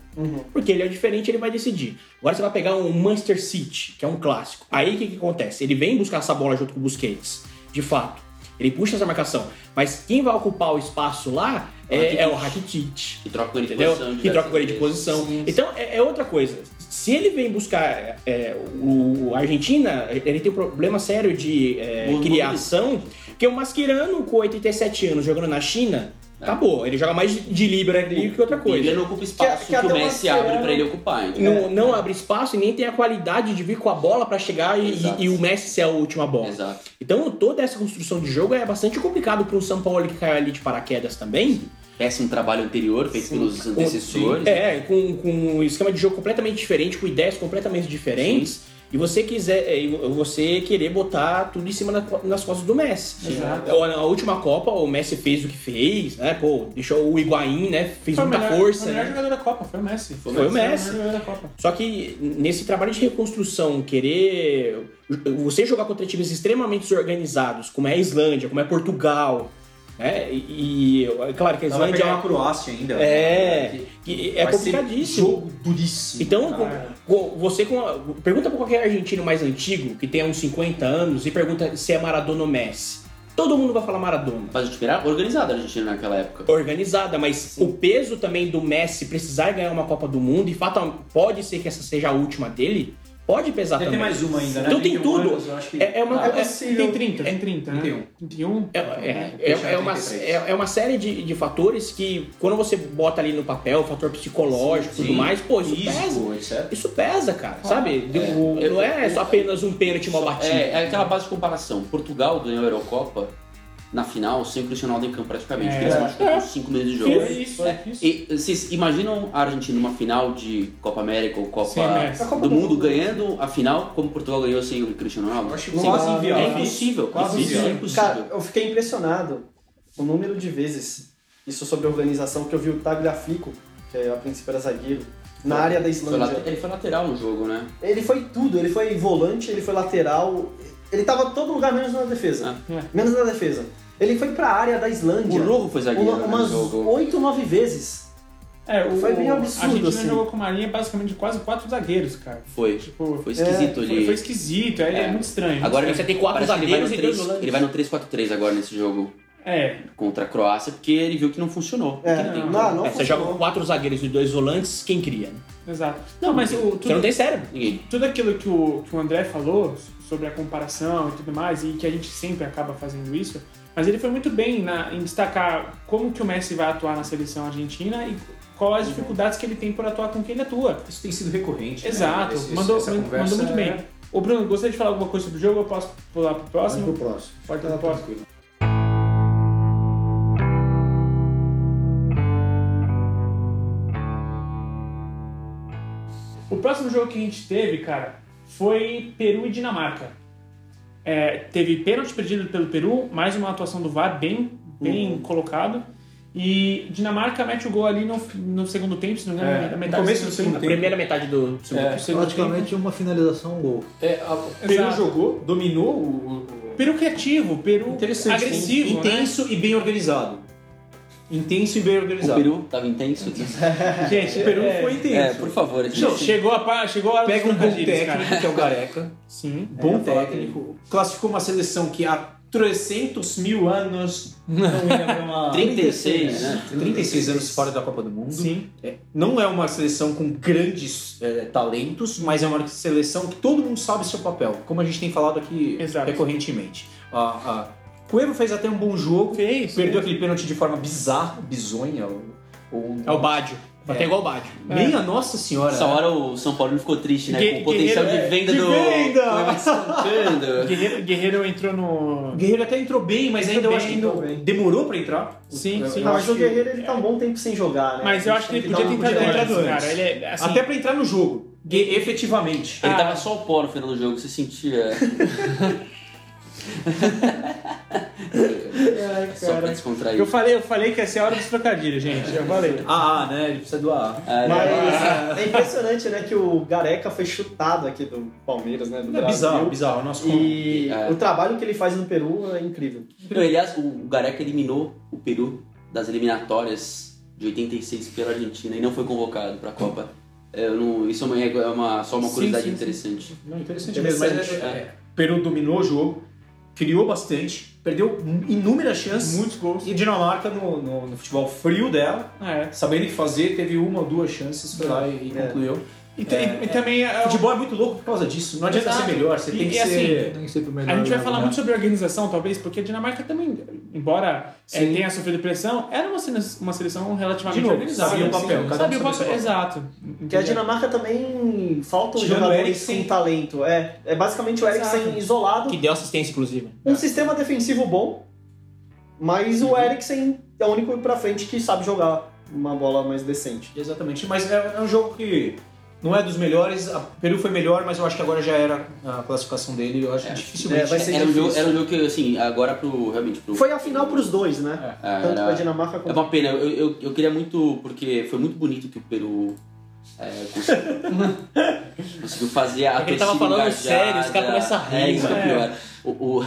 S3: Porque ele é diferente, ele vai decidir. Agora você vai pegar um Manchester City, que é um clássico. Aí o que, que acontece? Ele vem buscar essa bola junto com o Busquets, de fato. Ele puxa essa marcação. Mas quem vai ocupar o espaço lá é, é o Rakitic
S5: Que troca o ele de
S3: entendeu?
S5: posição.
S3: Que
S5: diversas
S3: troca com ele de
S5: vezes.
S3: posição. Então é, é outra coisa. Se ele vem buscar é, o a Argentina, ele tem um problema sério de é,
S5: Movimento.
S3: criação, que o Mascherano com 87 anos jogando na China,
S5: É.
S3: acabou. Ele joga mais de libra ali que outra
S5: Ele
S3: coisa.
S5: não ocupa espaço
S2: Que-
S5: que,
S2: que até
S5: o
S2: o
S5: Messi
S2: Mascherano-
S5: abre pra ele ocupar. entendeu?
S3: Não, não abre espaço e nem tem a qualidade de vir com a bola pra chegar e,
S5: Exato. É.
S3: e- e o Messi ser a última bola.
S5: Exato.
S3: Então toda essa construção de jogo é bastante complicado para um São Paulo que caiu ali de paraquedas também.
S5: Péssimo trabalho anterior feito pelos
S3: Com-
S5: antecessores.
S3: É, com, com um esquema de jogo completamente diferente, com ideias completamente diferentes. E você quiser, é, e você querer botar tudo em cima da co- nas costas do Messi.
S1: Exato.
S3: Ó, Na última Copa, o Messi fez o que fez, né? Pô, deixou o Higuaín, né? Fez
S1: Foi o
S3: muita
S1: melhor-
S3: força,
S1: Foi o melhor
S3: né?
S1: jogador da Copa, foi o Messi. Foi,
S3: o Messi.
S1: o melhor jogador da Copa.
S3: Só que nesse trabalho de reconstrução, querer. Você jogar contra times extremamente desorganizados, como é a Islândia, como é Portugal, né? E, e, é claro que a
S8: Ela vai
S3: Islândia
S8: pegar
S3: é
S8: a Croácia ainda. né?
S3: uma. É, que é
S8: Vai ser
S3: complicadíssimo.
S8: Jogo duríssimo.
S3: Então,
S8: cara.
S3: com- com- você com a- pergunta pra qualquer argentino mais antigo, que tenha uns 50 anos, e pergunta se é Maradona ou Messi. Todo mundo vai falar Maradona.
S5: Mas a gente era organizado a Argentina naquela época.
S3: Organizada, mas o peso também do Messi precisar ganhar uma Copa do Mundo, e fatal, pode ser que essa seja a última dele, pode pesar
S8: Deve ter
S3: também.
S8: mais uma ainda, né?
S3: Então tem
S8: 31
S3: tudo.
S8: anos, eu acho que-
S3: É, é uma,
S2: É
S3: é-
S1: Ah, Tem
S2: possível.
S1: 30, tem 30, né?
S8: 31.
S1: 31.
S3: É, é,
S1: né?
S3: é- é uma, é, é uma série de, de fatores que, quando você bota ali no papel, fator psicológico e tudo
S5: Sim.
S3: mais, pô, isso pesa.
S8: Físico, etc.
S3: Isso pesa, cara, sabe? O-
S5: É.
S3: não é só apenas um pênalti mal batido.
S5: É, é aquela base de comparação. Portugal ganhou a Eurocopa na final sem o Cristiano Ronaldo em campo praticamente. porque Eles se machucou com 5 meses de jogo.
S1: Foi isso,
S5: É,
S1: isso.
S5: E vocês imaginam a Argentina numa final de Copa América ou Copa
S1: Sem Messi.
S5: do, Mundo ganhando a final como Portugal ganhou sem o Cristiano Ronaldo?
S8: Eu acho
S5: Sim.
S8: quase
S5: é
S8: inviável.
S5: impossível.
S8: Quase
S5: isso é
S8: inviável.
S5: impossível.
S2: Cara, eu fiquei impressionado o número de vezes, isso sobre organização, que eu vi o Tagliafico, que é a princípio era zagueiro, na área da
S5: Foi late-
S2: Islândia.
S5: ele foi lateral no jogo, né?
S2: Ele foi tudo, ele foi volante, ele foi lateral, ele tava em todo lugar menos na defesa.
S5: Ah.
S1: É.
S2: Menos na defesa. Ele foi pra área da
S5: O
S2: Islândia
S5: Rojo foi zagueiro né,
S2: uma-
S5: no
S2: umas
S5: jogo.
S2: oito, nove vezes.
S1: É, o,
S2: Foi meio
S1: A
S2: absurdo,
S1: Argentina
S2: assim.
S1: jogou com uma linha basicamente de quase quatro zagueiros, cara.
S5: Foi.
S1: Tipo,
S5: Foi esquisito ali.
S1: foi, foi esquisito, é, é muito estranho.
S5: Agora
S3: Você tem quatro
S5: parece que ele vai no
S3: zagueiros e
S5: três-
S3: dois volantes.
S5: Ele vai no 3-4-3 agora nesse jogo
S1: É,
S5: contra a Croácia, porque ele viu que não funcionou.
S2: É,
S5: Porque ele
S2: não,
S5: tem-
S2: não,
S3: É, você joga com quatro zagueiros e dois volantes, quem cria? né?
S1: exato. Não, mas o,
S3: Você não
S1: tudo,
S3: tem cérebro.
S5: Ninguém.
S1: tudo aquilo que o, que o André falou sobre a comparação e tudo mais, e que a gente sempre acaba fazendo isso, mas ele foi muito bem na- em destacar como que o Messi vai atuar na seleção argentina e quais
S8: Uhum.
S1: as dificuldades que ele tem por atuar com quem ele atua.
S8: Isso tem sido recorrente. né?
S1: Exato,
S8: Esse- esse-
S1: mandou,
S8: essa
S1: mandou
S8: conversa
S1: muito bem.
S8: é-
S1: Ô Bruno, gostaria de falar alguma coisa sobre o jogo? Eu posso pular pro
S6: Vamos pro
S1: próximo?
S6: próximo.
S1: Pode pular pro
S6: Tá,
S1: próximo. O próximo jogo que a gente teve, cara, foi Peru e Dinamarca. É, teve pênalti perdido pelo Peru, mais uma atuação do VAR bem, bem
S8: Uhum.
S1: colocado. E Dinamarca mete o gol ali no, no segundo tempo, se não me engano, na metade
S8: É, começo do segundo
S3: A
S8: tempo.
S3: primeira metade do segundo
S1: do
S3: tempo.
S1: segundo
S6: Praticamente uma finalização, um gol.
S8: É, a- o Peru
S1: Exato.
S8: jogou, dominou o. o-
S1: Peru criativo, Peru
S8: Interessante,
S1: agressivo,
S8: in-
S1: né?
S8: intenso e bem organizado. Intenso e bem
S5: O
S8: organizado.
S5: Peru tava intenso.
S1: Gente,
S8: O Peru
S1: é,
S8: foi intenso.
S5: É, por favor. a gente-
S1: Não, chegou a, pa- chegou a hora
S8: Pega
S1: dos
S8: um bom
S1: trocadilhos,
S8: técnico,
S1: cara.
S8: que é o Gareca.
S1: Sim.
S8: Bom
S4: É,
S8: técnico. Classificou uma seleção que há 300 mil anos não ia ver uma...
S5: 36, né?
S8: 36 anos fora da Copa do Mundo.
S1: Sim.
S8: Não é uma seleção com grandes é, talentos, mas é uma seleção que todo mundo sabe seu papel, como a gente tem falado aqui
S1: Exato.
S8: recorrentemente. Ah, ah, Cuevo fez até um bom jogo,
S1: Fez.
S8: perdeu aquele pênalti de forma bizarra, bizonha. Ou, ou-
S3: É o Bádio. Até igual o Bádio.
S8: Minha Nossa Senhora!
S5: Essa hora o São Paulo ficou triste, né?
S1: Gue-
S5: Com o potencial
S1: Guerreiro,
S5: de venda
S8: de
S5: do.
S8: venda!
S5: do Everton Santana.
S1: Guerreiro, Guerreiro entrou no.
S8: O Guerreiro até entrou bem, mas
S1: Entrou
S8: ainda eu
S1: bem,
S8: acho que
S2: entrou
S8: não-
S2: bem.
S8: demorou pra entrar.
S1: Sim,
S8: Eu-
S1: sim.
S8: eu
S2: Ah,
S8: acho
S2: mas o
S8: que-
S2: Guerreiro ele tá um bom tempo sem jogar, né?
S1: Mas eu acho que ele podia
S2: Tem
S1: ter
S2: que dar
S1: entrado
S2: uma-
S1: antes,
S8: podia ter
S1: cara. Ele é, assim,
S8: Até pra entrar no jogo, e- efetivamente.
S5: Ele
S1: Ah.
S5: tava só o pó no final do jogo, você sentia. É Só pra descontrair.
S1: Eu falei, eu falei que essa é a hora dos trocadilhos, gente. Eu falei.
S8: Ah, né? Ele precisa do A.
S5: Ah, é.
S2: Mas é impressionante, né, que o Gareca foi chutado aqui do Palmeiras, né? Do
S8: É
S2: Brasil.
S8: bizarro, bizarro. Nossa, como-
S2: E
S5: É.
S2: o trabalho que ele faz no Peru é incrível.
S5: Não, aliás, o Gareca eliminou o Peru das eliminatórias de 86 pela Argentina e não foi convocado pra Copa. Eu não- isso é uma, é uma- só uma
S1: Sim,
S5: curiosidade
S1: sim, sim.
S5: interessante.
S8: Não, interessante,
S2: Interessante.
S8: mesmo. Mas, é, é, Peru dominou o jogo, criou bastante, perdeu inúmeras chances.
S1: Muitos gols.
S8: E Dinamarca, no, no- no futebol frio dela,
S1: Ah, é.
S8: sabendo o que fazer, teve uma ou duas chances, foi lá e, e
S2: É.
S8: concluiu.
S1: E, tem- e também é.
S8: O futebol é muito louco por causa disso. Não adianta
S1: Exato.
S8: ser melhor, você
S1: E-
S8: tem que
S1: e assim,
S8: ser.
S6: Tem que ser pro melhor
S1: A gente vai
S6: jogo,
S1: falar
S6: né?
S1: muito sobre organização, talvez, porque a Dinamarca também, embora é,
S6: Sim.
S1: tenha sofrido pressão, era uma seleção, uma seleção relativamente
S8: De novo,
S1: organizada.
S8: sabia o papel, cada um
S1: sabia o
S8: sabia o seu
S1: papel,
S8: papel.
S1: exato.
S2: Porque a Dinamarca também faltam
S8: É. Tirando o
S2: jogadores
S8: Eriksen.
S2: com talento. É, é basicamente o Eriksen
S1: Exato.
S2: isolado,
S3: Que deu assistência, inclusive.
S2: um sistema defensivo bom, mas
S8: Uhum.
S2: o Eriksen é o único pra frente que sabe jogar uma bola mais decente.
S8: Exatamente. Mas é, é um jogo que não é dos melhores. A Peru foi melhor, mas eu acho que agora já era a classificação dele. Eu acho que dificilmente.
S2: É, vai ser
S5: era, um jogo,
S2: difícil.
S5: era um jogo que, assim, agora pro. Realmente, pro.
S2: Foi a final pros dois, né?
S8: É.
S5: Ah,
S2: Tanto pra
S5: era-
S2: Dinamarca
S5: É
S2: quanto
S5: uma pena, eu, eu, eu queria muito, porque foi muito bonito que o Peru é, conseguiu, conseguiu fazer a
S3: Porque É ele
S5: torcida
S3: tava falando
S5: engajada.
S3: sério, os caras começam a rir,
S5: É, isso que é
S1: né?
S5: pior. O, o-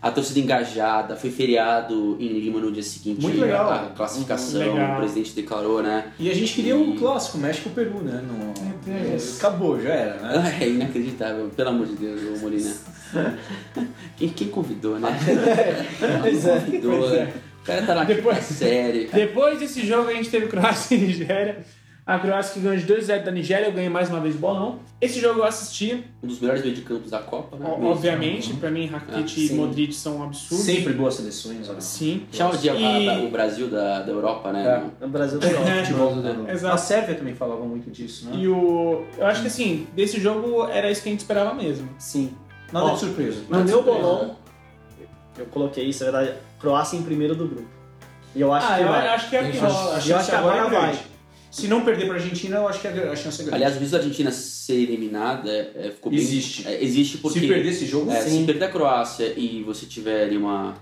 S5: a torcida engajada, foi feriado em Lima no dia seguinte.
S8: Muito legal.
S5: A classificação,
S1: Uhum, legal.
S5: o presidente declarou, né?
S8: E a gente queria um clássico, México-Peru, né? No... Acabou, já era, né?
S5: É inacreditável, pelo amor de Deus, ô Molina. Quem, quem convidou, né?
S2: Pois é,
S5: convidou.
S1: pois é.
S5: O cara tá na
S1: Depois-
S5: série.
S1: Depois desse jogo a gente teve Croácia e Nigéria. A Croácia que ganhou de 2x0 da Nigéria, eu ganhei mais uma vez bolão. Esse jogo eu assisti,
S5: Um dos melhores meio de campos da Copa, né?
S1: o- obviamente. Pra mim, Rakitic
S5: Ah,
S1: e
S5: sim.
S1: Modric são um absurdo.
S8: Sempre boas seleções, olha.
S1: Sim.
S5: Chama de, a-
S1: E-
S5: a- o Brasil da, da Europa, né?
S8: É.
S2: o Brasil foi ótimo.
S8: Futebol da Europa.
S1: Exato.
S8: A Sérvia também falava muito disso, né?
S1: E o. Eu acho que assim, desse jogo era isso que a gente esperava mesmo.
S2: Sim.
S8: Nada
S2: Ó,
S8: de surpresa.
S2: No meu bolão, eu coloquei isso, é verdade, Croácia em primeiro do grupo. E eu acho
S1: ah,
S2: que
S1: eu
S2: vai.
S1: acho que é o que rola.
S2: acho que agora
S8: é
S2: vai.
S8: grande. Se não perder pra Argentina, eu acho que a a chance é grande.
S5: Aliás, o risco da Argentina ser eliminada é, é, ficou bem...
S8: Existe.
S5: é, existe porque...
S8: se perder esse jogo,
S5: é,
S8: sim.
S5: se perder a Croácia e você tiver ali uma,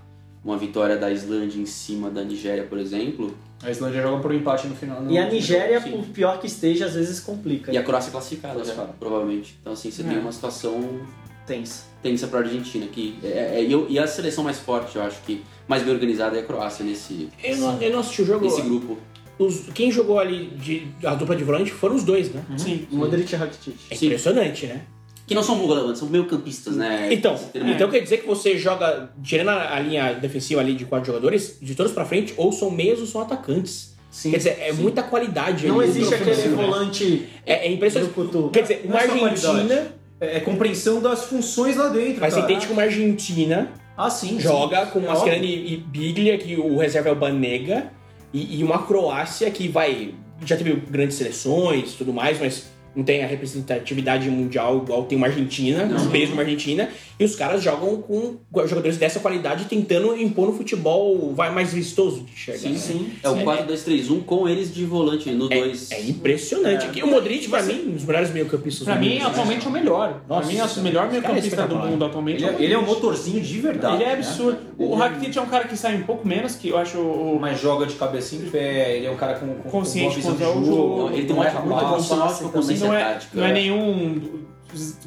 S5: uma vitória da Islândia em cima da Nigéria, por exemplo,
S8: A Islândia joga por um empate no final. no
S2: E a
S8: último
S2: Nigéria,
S8: jogo,
S2: por
S8: sim.
S2: pior que esteja, às vezes complica.
S5: e a Croácia é classificada, já,
S8: Classificada.
S5: provavelmente. Então, assim, você
S1: É.
S5: tem uma situação
S2: Tensa.
S5: tensa pra Argentina. Que é, é- e, eu- e a seleção mais forte, eu acho que, mais bem organizada é a Croácia nesse,
S3: Eu não, eu não assisti o jogo.
S5: nesse grupo.
S3: Os- quem jogou ali de, a dupla de volante foram os dois, né?
S1: Sim.
S2: Modric e Rakitic.
S3: É
S5: Sim.
S3: impressionante, né?
S5: Que não são volantes, são meio campistas, né?
S3: Então,
S5: Esse termo.
S3: então quer dizer que você joga, tirando a a linha defensiva ali de quatro jogadores, de todos pra frente, ou são meias ou são atacantes.
S2: Sim.
S3: Quer dizer, é muita qualidade.
S2: Não
S3: ali. Então,
S2: existe aquele volante
S3: É, é impressionante.
S2: Brucutu.
S3: Quer dizer,
S8: Não
S3: uma
S8: é só
S3: Argentina,
S8: qualidade. É, é compreensão das funções lá dentro.
S3: mas você
S8: cara.
S3: entende que uma Argentina
S8: Ah, sim. sim.
S3: joga com
S8: É
S3: Mascherano e, e Biglia, que o reserva é o Banega, e, e uma Croácia que vai. Já teve grandes seleções e tudo mais, mas não tem a representatividade mundial igual tem uma Argentina, um peso uma Argentina, e os caras jogam com jogadores dessa qualidade tentando impor no futebol vai mais vistoso de enxergar. né?
S5: É o 4-2-3-1 com eles de volante né, no
S3: É,
S5: 2.
S3: é impressionante. E O Modric, pra mim, um dos melhores meio-campistas
S1: Pra
S3: do
S1: mim,
S3: mundo, né?
S1: atualmente é o melhor. pra
S3: Nossa,
S1: mim, é o melhor meio campista
S3: esse cara é
S1: do
S3: espetacular.
S1: mundo atualmente.
S8: Ele é, ele é um motorzinho de verdade.
S1: Ele é
S8: né?
S1: absurdo. O
S8: Ele é-
S1: Rakitic é um cara que sai um pouco menos, que eu acho o
S8: Mas joga de cabeça em pé, ele é um cara com, com,
S1: Consciente
S8: com boa visão de
S1: contra o
S8: jogo.
S1: jogo.
S5: Não, ele tem
S8: não é
S5: um
S8: erra
S5: ótimo, muito
S8: passe.
S5: bom sinal de consciência
S1: não é,
S5: tática. né?
S1: não é nenhum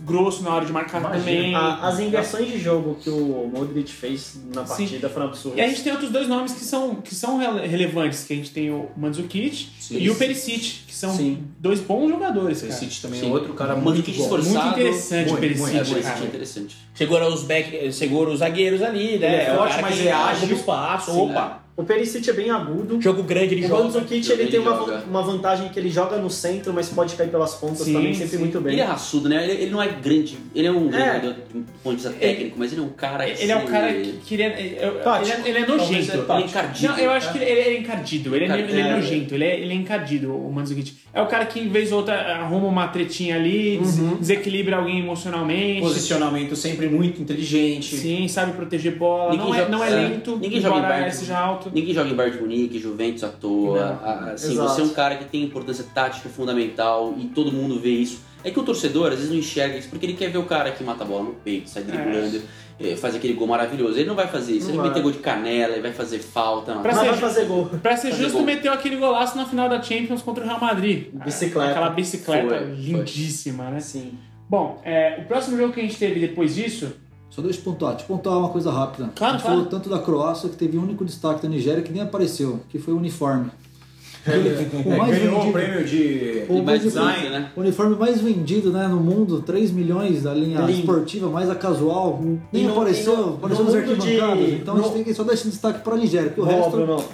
S1: grosso na hora de marcar
S8: Imagina.
S1: também.
S2: A- as inversões de jogo que o Modric fez na
S1: Sim.
S2: partida foram absurdas.
S1: E a gente tem outros dois nomes que são, que são rele- relevantes, que a gente tem o Mandzukic
S8: Sim.
S1: e o Perisic, que são
S8: Sim.
S1: dois bons jogadores, cara.
S8: Esse City também é
S5: Sim.
S8: outro cara
S5: Muito
S8: muito
S5: que
S8: bom.
S5: esforçado.
S1: Muito interessante o
S8: Muito,
S5: É,
S1: Perisic,
S5: mas isso
S1: cara.
S5: é interessante.
S3: Segura os, back, segura os zagueiros ali, né?
S2: um
S8: Ele é
S3: o
S8: forte,
S3: cara
S8: mas
S3: que
S8: ele é ágil.
S3: ocupa espaço,
S5: Sim,
S3: opa.
S2: O Perisic é bem agudo.
S3: Jogo grande ele
S8: é
S2: O
S3: joga.
S2: Mandzukic, ele
S5: Ele
S2: tem uma,
S5: joga.
S2: uma vantagem que ele joga no centro, mas pode cair pelas pontas
S1: Sim,
S2: também, sempre
S1: sim.
S2: muito bem.
S5: Ele é raçudo, né? Ele, ele não é grande. Ele é um
S2: É.
S5: grande jogador do ponto de vista técnico, mas ele é um cara que.
S1: Ele é um
S5: se-
S1: cara que que ele é, ele é-
S2: Tático.
S1: ele é- ele é
S2: Talvez
S1: nojento.
S2: seja
S5: Ele é encardido.
S1: Não, eu acho que ele ele é encardido, ele é,
S5: Encardido.
S1: ele é
S2: É.
S1: nojento, ele é, ele é encardido, o Mandzukic. É o cara que, vez ou outra, arruma uma tretinha ali, des-
S5: Uhum.
S1: desequilibra alguém emocionalmente.
S8: um Posicionamento sempre muito inteligente.
S1: Sim, sabe proteger bola,
S5: Ninguém
S1: não é,
S5: joga-
S1: não é
S5: é.
S1: lento,
S5: Ninguém joga em
S1: embora
S5: Bayern.
S1: seja alto.
S5: Ninguém joga em Bayern de Munique, Juventus à toa.
S1: Não.
S5: Ah, assim,
S2: Exato.
S5: você é um cara que tem importância tática fundamental e todo mundo vê isso. É que o torcedor às vezes não enxerga isso porque ele quer ver o cara que mata a bola no peito, sai driblando, eh, faz aquele gol maravilhoso. Ele não vai fazer isso.
S2: Não
S5: ele
S2: vai.
S5: vai meter gol de canela, ele vai fazer falta. Não.
S1: Pra
S2: Mas
S1: ser
S2: vai
S1: ju-
S2: fazer gol.
S1: Pra ser
S5: Fazer
S1: justo,
S5: gol.
S1: meteu aquele golaço na final da Champions contra o Real Madrid.
S2: Bicicleta.
S1: Aquela bicicleta
S5: Foi, foi.
S1: lindíssima, né?
S2: Sim.
S1: Bom, é, o próximo jogo que a gente teve depois disso
S6: Só deixa eu pontuar, deixa eu pontuar uma coisa rápida.
S1: Claro,
S6: a gente
S1: claro.
S6: falou tanto da Croácia que teve um único destaque da Nigéria que nem apareceu, que foi o uniforme. O
S8: É,
S6: mais
S8: ganhou o
S6: vendido-
S8: prêmio de
S6: o
S5: Ele vai
S6: mais
S5: design, né?
S6: O uniforme mais vendido né, no mundo, 3 milhões da linha
S2: Lindo.
S6: esportiva, mais a casual, nem
S2: E no-
S6: apareceu,
S2: e no-
S6: apareceu
S2: no
S6: nos
S2: mundo de-
S6: arquibancadas. Então a gente
S2: no-
S6: tem que só deixar destaque para a Nigéria, porque o
S2: Boa,
S6: resto
S2: Bruno.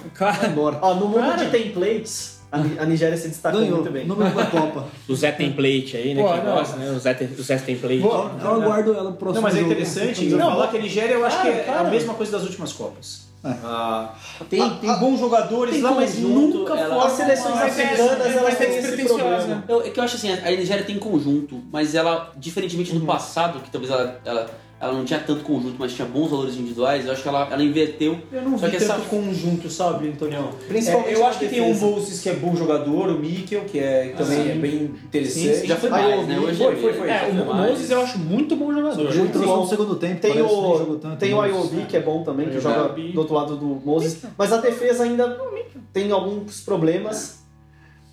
S6: vai embora.
S2: Ó, no mundo
S1: Cara.
S2: de templates, a, Ni- a Nigéria se destacou
S6: Ganhou,
S2: Tá, muito bem.
S6: número da Copa.
S3: O Zé Template aí, né?
S1: Pô,
S3: que
S1: não.
S3: gosta, né? O Zé, Tem- o Zé Template.
S6: Eu, eu aguardo ela pro próximo
S8: Não, mas é
S6: jogo.
S8: interessante
S2: né?
S6: Não,
S8: eu falar que a Nigéria eu acho
S1: Claro,
S8: que é
S1: claro.
S8: a mesma coisa das últimas Copas.
S6: É.
S8: Ah, tem tem bons jogadores
S5: tem
S8: lá, mas
S5: conjunto,
S8: nunca
S5: ela-
S8: foram
S2: As seleções
S1: Mas é-
S2: africanas,
S1: mas
S2: elas
S1: é
S2: têm esse
S1: despretensiosa,
S2: problema.
S1: né?
S5: Eu, é que eu acho assim, a Nigéria tem conjunto, mas ela, diferentemente do passado, que talvez ela, ela, ela não tinha tanto conjunto, mas tinha bons valores individuais, eu acho que ela, ela inverteu.
S8: Eu não
S5: Só
S8: vi
S5: que
S8: tanto
S5: essa-
S8: conjunto, sabe, Antonião?
S2: Principalmente
S8: É, eu
S2: na
S8: acho que tem um
S2: defesa.
S8: Moses que é bom jogador, o Mikkel, que é, também é bem interessante.
S5: Já foi
S8: Aí
S5: mais,
S8: eu
S5: né?
S8: vi-
S5: Hoje
S8: foi, foi, foi.
S1: É, o
S5: Foi mais.
S1: Moses eu acho muito bom jogador.
S6: Ele entrou só
S2: bom.
S6: no segundo tempo,
S2: Tem
S6: parece, nem
S2: o,
S6: jogou tanto,
S2: tem o
S6: mas-
S2: IOB, que é bom também, que
S1: Tem o
S2: joga
S1: Gabi.
S2: do outro lado do Moses.
S6: Então.
S2: Mas a defesa ainda tem alguns problemas.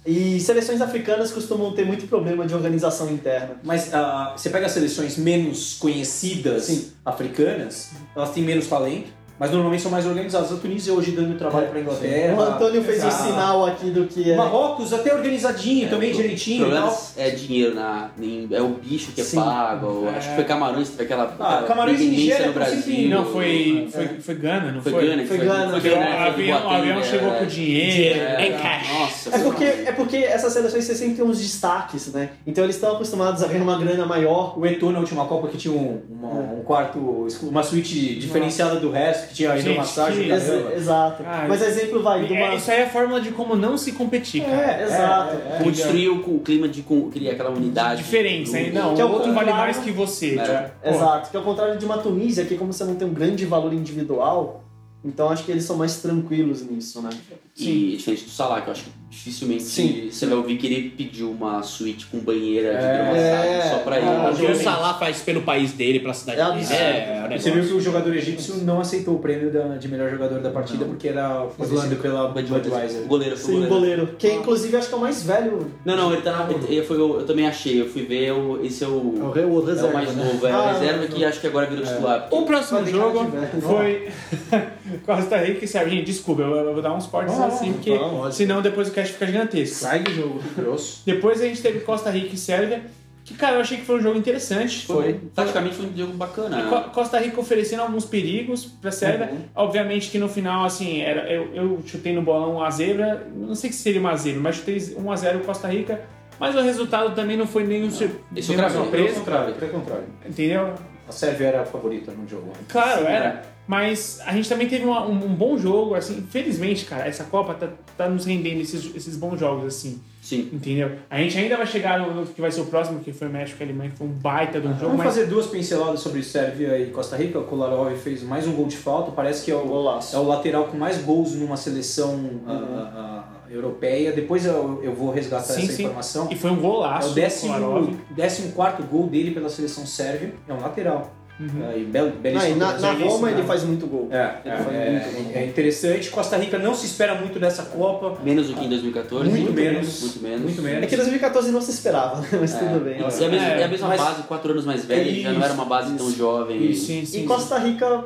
S2: E seleções africanas costumam ter muito problema de organização interna.
S8: Mas ah, você pega as seleções menos conhecidas
S2: Sim.
S8: africanas, elas têm menos talento, mas normalmente são mais organizadas. A Tunísia hoje dando trabalho para a Inglaterra.
S2: o Antônio fez um
S8: Ah,
S2: sinal aqui do que é.
S8: Marrocos até organizadinho,
S5: É,
S8: também
S5: o O
S8: direitinho e
S5: problema
S8: tal.
S5: é dinheiro, na, em- é o bicho que é
S8: Sim.
S5: pago, ou acho que foi Camarões que teve aquela,
S8: Ah,
S5: aquela
S8: Camarões e
S5: independência
S8: Nigéria,
S5: no
S8: com
S5: Brasil. É.
S8: certeza.
S1: Não, foi, foi, foi Gana, não foi?
S5: Foi Gana, que
S2: Foi
S5: foi
S2: Gana.
S5: foi
S1: Porque o
S5: Gana, foi
S1: avião, o
S5: Boateng,
S1: avião
S5: é,
S1: chegou com dinheiro. né?
S3: Dinheiro.
S5: É,
S3: Em cash.
S5: Nossa,
S2: É
S5: foi
S2: porque,
S5: horrível.
S2: é porque essas seleções você sempre tem uns destaques, né? Então eles estão acostumados a ganhar uma grana maior.
S8: O Eto'o na última Copa que tinha
S2: É.
S8: um, uma- um quarto, uma suíte diferenciada do resto, que tinha
S1: Gente,
S8: hidromassagem.
S1: que-
S8: caramba.
S2: Ex- exato.
S1: Ah,
S2: Mas exemplo vai de uma.
S1: É, isso aí é a fórmula de como não se competir, cara.
S2: É, exato.
S5: Como destruiu o clima de com- criar aquela unidade.
S1: Diferença, hein?
S5: Do-
S1: Não,
S2: Que é
S1: o
S2: o
S1: outro vale
S2: contrário.
S1: mais que você.
S5: É.
S1: tipo, pô.
S2: Exato, que é o contrário de uma Tunísia, que como você não tem um grande valor individual, então acho que eles são mais tranquilos nisso, né?
S5: E diferente do Salah, que eu acho que dificilmente
S2: Sim.
S5: você vai ouvir que ele pediu uma suíte com banheira de
S8: É.
S5: hidromassagem só pra ele.
S2: Ah,
S3: O que o
S2: obviamente.
S3: Salah faz pelo país dele, pela cidade
S2: É
S3: dele.
S2: absurdo.
S3: É, é um
S8: Você
S3: negócio.
S8: viu que o jogador egípcio não aceitou o prêmio da- de melhor jogador da partida porque era fornecido pela
S5: O
S8: Budweiser.
S5: goleiro foi o
S2: Sim,
S5: goleiro.
S2: goleiro. Que inclusive acho que é o mais velho.
S5: Não, não, ele tá na. ele- ele foi, eu, eu também achei, eu fui ver, eu- esse é
S6: É o
S5: o.
S6: re- o outro
S5: É o
S6: reserva,
S5: mais
S6: né?
S5: novo, é
S2: Ah,
S5: a reserva
S2: não,
S5: que acho que agora virou titular.
S1: O próximo
S2: Pode ficar
S1: jogo
S2: de
S5: né?
S2: velho.
S1: foi Costa Rica e Serginho. Desculpa, eu, eu vou dar uns cortes assim, porque senão depois o cast fica gigantesco.
S8: Sai do jogo, grosso.
S1: Depois a gente teve Costa Rica e Sérvia, que, cara, eu achei que foi um jogo interessante.
S5: Foi. Taticamente foi um jogo bacana.
S1: Co- Costa Rica oferecendo alguns perigos pra Sérvia.
S5: Uhum.
S1: Obviamente que no final, assim, era, eu, eu chutei no bolão um a zebra. Não sei se seria uma zebra, mas chutei 1x0 Costa Rica. Mas o resultado também não foi nenhum sur-
S5: Esse eu
S1: nenhuma
S5: cravei.
S1: surpresa.
S5: Esse eu cravei.
S8: Pelo contrário.
S1: Entendeu?
S8: A Sérvia era a favorita no jogo.
S1: Claro, era.
S8: né?
S1: Mas a gente também teve uma- um, um bom jogo, assim. Felizmente, cara, essa Copa tá, tá nos rendendo esses, esses bons jogos, assim.
S5: Sim.
S1: Entendeu? A gente ainda vai chegar no, no que vai ser o próximo, que foi México e Alemanha, que foi um baita de um jogo,
S8: Vamos
S1: mas.
S8: fazer duas pinceladas sobre Sérvia e Costa Rica. O Kolarov fez mais um gol de falta. Parece que é o,
S2: Golaço.
S8: é o lateral com mais gols numa seleção ah, ah, ah, europeia. Depois eu, eu vou resgatar
S1: Sim,
S8: essa
S1: sim.
S8: informação.
S1: E foi um
S8: É
S1: golaço.
S8: o
S1: do Kolarov.
S8: 14 quarto gol dele pela seleção sérvia. É um lateral.
S1: Uhum.
S8: É, e belo,
S2: Não, Ah, e
S8: belíssimo
S2: na, na
S8: belíssimo,
S2: Roma
S8: né?
S2: ele faz muito gol.
S8: É, é,
S2: ele faz
S8: é,
S2: muito gol.
S8: é interessante. Costa Rica não se espera muito dessa Copa.
S5: Menos do que em 2014.
S8: Muito menos.
S5: Muito menos.
S8: Muito
S2: É
S8: menos.
S2: que 2014 não se esperava, né? mas tudo bem.
S5: Ela- E a mesma,
S1: É,
S5: e a mesma
S8: mas-
S5: base, quatro anos mais velha, já não
S8: Isso,
S5: era uma base tão
S8: isso,
S5: jovem.
S1: Isso, sim, sim.
S2: E Costa Rica,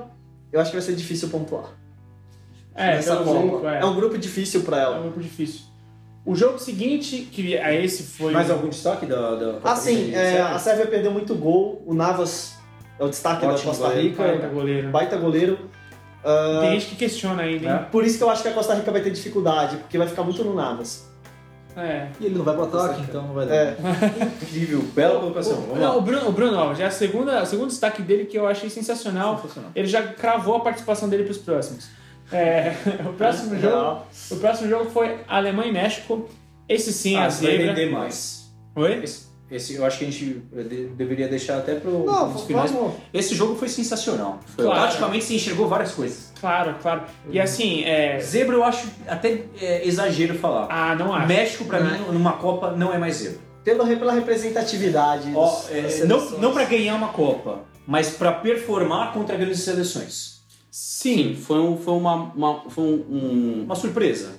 S2: eu acho que vai ser difícil pontuar.
S1: É,
S2: nessa
S1: pelo
S2: Copa.
S1: grupo, é.
S2: É um grupo difícil pra
S1: É um
S2: ela.
S1: grupo difícil. O jogo seguinte, que a esse foi. um
S8: Mais algum destaque da, da Copa
S2: Assim,
S8: Rica?
S2: é, a Sérvia perdeu muito gol, o Navas é o destaque da
S8: Ótimo
S2: Costa
S8: goleiro,
S2: Rica, É um
S1: Baita goleiro.
S2: baita goleiro.
S1: Tem gente que questiona ainda, hein?
S2: Por isso que eu acho que a Costa Rica vai ter dificuldade, porque vai ficar muito no Navas. Né?
S1: É.
S6: E ele não vai pro ataque, então não vai dar.
S2: É,
S8: Incrível, bela colocação. Assim, Vamos lá.
S1: Não, o Bruno, o Bruno Alves, é a segunda, o segundo destaque dele que eu achei sensacional. Ele já cravou a participação dele para os próximos. É, o, próximo jogo, o próximo jogo foi Alemanha e México. Esse sim,
S8: Ah,
S1: a
S8: você vai
S1: zebra.
S8: vender mais.
S1: Oi?
S8: Esse, esse eu acho que a gente eh, de- deveria deixar até para
S2: não,
S8: os finais.
S2: vamos.
S8: Esse jogo foi sensacional.
S1: Claro.
S8: Praticamente se enxergou várias coisas.
S1: Claro, claro. E assim, é...
S8: Zebra eu acho até é, exagero falar.
S1: ah, não acho.
S8: México, pra mim, numa Copa, não é mais zebra.
S2: Pela, pela representatividade.
S8: Ó,
S2: dos-
S8: é,
S2: das
S8: não
S2: seleções.
S8: não para ganhar uma Copa, mas pra performar contra grandes seleções.
S5: Sim, foi um, foi uma, uma- foi um, um,
S8: Uma surpresa.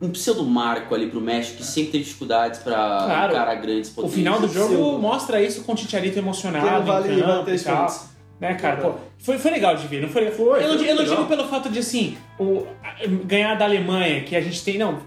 S5: um pseudo marco ali pro México que sempre teve dificuldades pra um
S1: Claro.
S5: encarar grandes
S1: O
S5: potências.
S1: final do jogo
S2: Sim.
S1: mostra isso com o Titiarito emocionado.
S2: Que não vale
S1: em campo
S2: levantar
S1: e tal.
S2: espantos.
S1: Né, cara? Pô, foi, foi legal de ver, não foi? eu não,
S8: foi
S1: eu não
S8: legal.
S1: digo pelo fato de, assim, o, a- ganhar da Alemanha, que a gente tem. Não,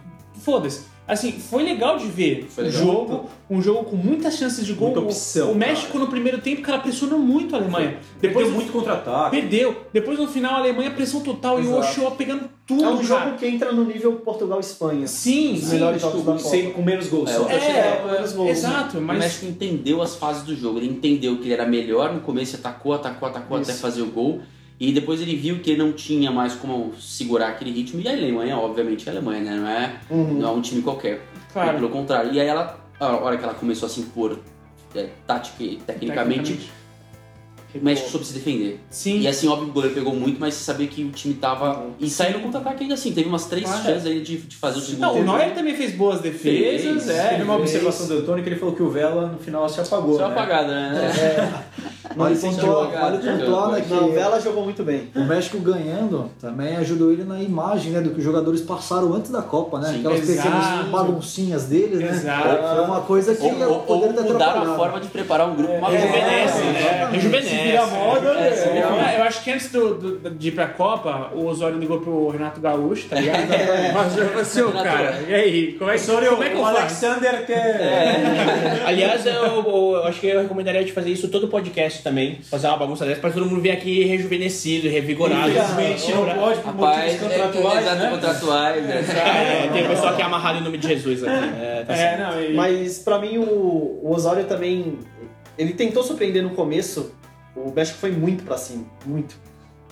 S1: foda-se. Assim, foi legal de ver
S5: Foi
S1: o
S5: legal.
S1: jogo, um jogo com muitas chances de gol.
S8: Muita
S1: O-
S8: opção,
S1: o México no primeiro tempo, cara, pressionou muito a Alemanha.
S8: Depois
S1: Depois
S8: Perdeu muito contra-ataque.
S1: Perdeu. Depois no final a Alemanha pressão total e o
S8: Exato.
S1: Ochoa pegando tudo,
S2: É um
S1: cara.
S2: jogo que entra no nível Portugal-Espanha.
S1: Sim,
S2: Os
S1: sim.
S2: melhores jogos da Copa.
S8: Sem, com menos gols.
S5: É,
S8: só.
S5: eu acho que
S1: É,
S2: menos gols, né?
S1: exato,
S5: O
S1: mas
S5: México entendeu as fases do jogo. Ele entendeu que ele era melhor no começo, atacou, atacou, atacou até fazer o gol. E depois ele viu que ele não tinha mais como segurar aquele ritmo. E a Alemanha, obviamente, é a Alemanha, né? Não é, não é um time qualquer.
S1: Uhum. Claro.
S5: E pelo contrário. E aí ela, a hora que ela começou a se impor é, tática e tecnicamente, o México soube se defender.
S1: Sim. Uhum.
S5: E assim, óbvio que o goleiro pegou muito, mas você sabia que o time tava. E saiu no contra-ataque ainda assim. Teve umas três
S1: Claro.
S5: chances aí de, de fazer o segundo
S1: Não, o
S5: gol.
S1: Neuer também um- fez boas defesas,
S5: Fez,
S1: é.
S8: Teve uma
S1: fez.
S8: observação do Antônio que ele falou que o Vela no final se apagou.
S5: Só
S8: né?
S5: apagada,
S1: É,
S5: né?
S6: Vale
S5: Sim,
S6: pontuar,
S5: jogar,
S6: vale
S5: jogar.
S6: pontuar né, que
S2: Não, o Vela jogou muito bem.
S6: o México ganhando também ajudou ele na imagem né, do que os jogadores passaram antes da Copa, né?
S5: Sim,
S6: Aquelas
S1: exato.
S6: pequenas baguncinhas deles, né?
S1: Exato.
S6: Foi uma coisa
S1: é,
S6: que
S5: Ou, ou,
S6: poderia
S1: tá
S6: ter
S5: ou mudaram a
S6: atrapalhado.
S5: forma de preparar um grupo. uma
S1: Rejuvenesce,
S5: vez.
S1: né? Rejuvenesce.
S8: Se vira moda,
S1: É, se
S8: é.
S1: vira moda. Eu acho que antes do- do- de ir pra Copa, o Osório ligou pro Renato Gaúcho, tá ligado? Mas eu falei assim, ô,
S5: Renato,
S1: cara, e aí? Como é, que- como é que eu
S8: o
S1: faço?
S8: Alexander quer.
S3: Aliás, eu, eu- eu acho que eu recomendaria de fazer isso todo podcast também. Fazer uma bagunça dessa pra todo mundo vir aqui rejuvenescido, revigorado.
S8: Infelizmente não pode por motivos
S5: Rapaz, é,
S8: contratuais.
S5: exato,
S8: né?
S5: contratuais. né?
S3: É, tem pessoal que é amarrado em nome de Jesus aqui. É, tá
S1: É,
S3: certo.
S1: não, e-
S2: Mas pra mim o, o Osório também. Ele tentou surpreender no começo. O México foi muito pra cima. Muito.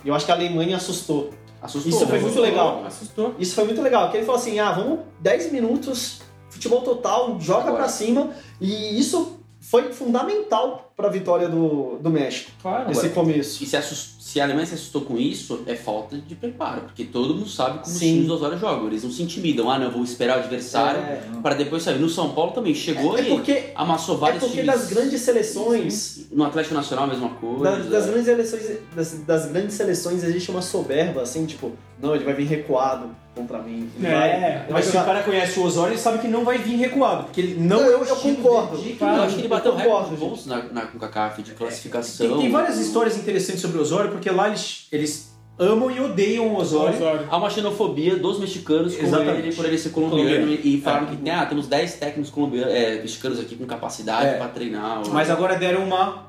S2: E eu acho que a Alemanha assustou.
S5: Assustou. né?
S2: Isso foi muito legal.
S1: assustou.
S2: Isso foi muito legal. Porque ele falou assim: ah, vamos 10 minutos, futebol total, joga
S5: Agora.
S2: pra cima. E isso foi fundamental pra vitória do, do México,
S1: Claro.
S2: esse começo.
S5: E se, assus- se a Alemanha se assustou com isso, é falta de preparo, porque todo mundo sabe como os
S2: Sim.
S5: times do Osório jogam. Eles não se intimidam, ah, não, eu vou esperar o adversário
S2: É.
S5: para depois sair. No São Paulo também chegou
S2: É
S5: e
S2: porque,
S5: amassou
S2: é
S5: vários
S2: porque
S5: times.
S2: das grandes seleções.
S5: No Atlético Nacional, a mesma coisa.
S2: Das,
S8: é.
S2: das grandes seleções, das, das grandes seleções existe uma soberba, assim, tipo, não, ele vai vir recuado contra mim. ele vai-
S1: É.
S2: ele vai
S8: Mas se o
S2: jogar-
S8: cara conhece o Osório, ele sabe que não vai vir recuado, porque ele não
S2: Não,
S8: é
S2: eu-
S8: o
S2: eu
S8: estilo
S2: concordo.
S8: dele.
S5: Eu acho que ele bateu
S2: Eu
S5: recorde
S2: concordo, É,
S5: de gols na, na CONCACAF, de classificação.
S8: Tem, tem várias histórias interessantes sobre o Osório, porque lá eles, eles amam e odeiam o Osório.
S1: Osório.
S5: Há uma xenofobia dos mexicanos com
S8: Exatamente.
S5: ele por ele ser colombiano e e falaram
S8: É.
S5: que tem, ah, temos 10 técnicos colombianos, é, mexicanos aqui com capacidade
S8: É.
S5: pra treinar.
S8: Mas agora deram uma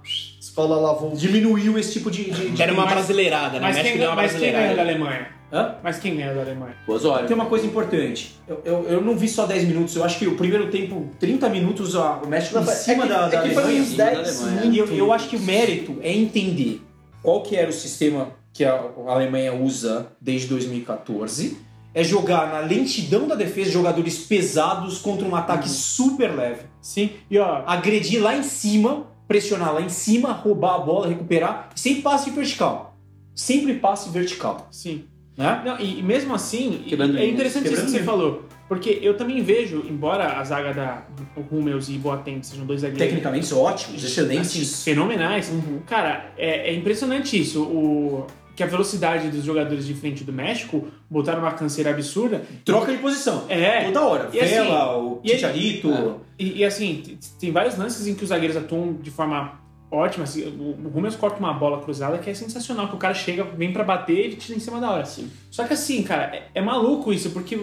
S6: fala lá, vou.
S8: Diminuiu esse tipo de. de- de-
S3: Era uma brasileirada, né?
S1: Mas
S3: México
S1: quem,
S3: deu uma
S1: mas quem ganhou da
S3: brasileirada.
S1: Alemanha?
S8: Hã?
S1: Mas quem ganhou da Alemanha?
S5: Boas horas.
S8: Tem uma coisa importante. Eu, eu, eu não vi só 10 minutos, eu acho que o primeiro tempo, 30 minutos, a- o México
S2: Não,
S8: em
S2: é
S8: cima
S2: que-
S8: da, da
S2: é que foi
S8: Alemanha.
S2: uns
S5: da
S2: 10
S5: Alemanha.
S8: E eu, eu acho que o mérito é entender qual que era o sistema que a a Alemanha usa desde 2014. É jogar na lentidão da defesa jogadores pesados contra um ataque
S2: Uhum.
S8: super leve.
S1: Sim. E ó,
S8: Agredir lá em cima, pressionar lá em cima, roubar a bola, recuperar, sem passe vertical. Sempre passe vertical,
S1: sim.
S8: né?
S1: Não, e, e mesmo assim, e-
S5: Quebrando
S1: é
S5: linhas.
S1: interessante isso
S8: Quebrando
S1: que você
S8: linhas.
S1: falou. Porque eu também vejo, embora a zaga da o Hummels e Boateng sejam dois zagueiros
S8: Tecnicamente é ótimos, excelentes.
S1: fenomenais,
S8: Uhum.
S1: cara, é, é impressionante isso. O, que a velocidade dos jogadores de frente do México botaram uma canseira absurda.
S8: Troca de posição.
S1: É,
S8: Toda hora.
S1: E assim,
S8: Vela, o
S1: e ele-
S8: Chicharito.
S1: E, e, assim, t- tem vários lances em que os zagueiros atuam de forma ótima. assim, o o Hummels corta uma bola cruzada que é sensacional, que o cara chega, vem pra bater e ele tira em cima da hora. Só que assim, cara, é, é maluco isso, porque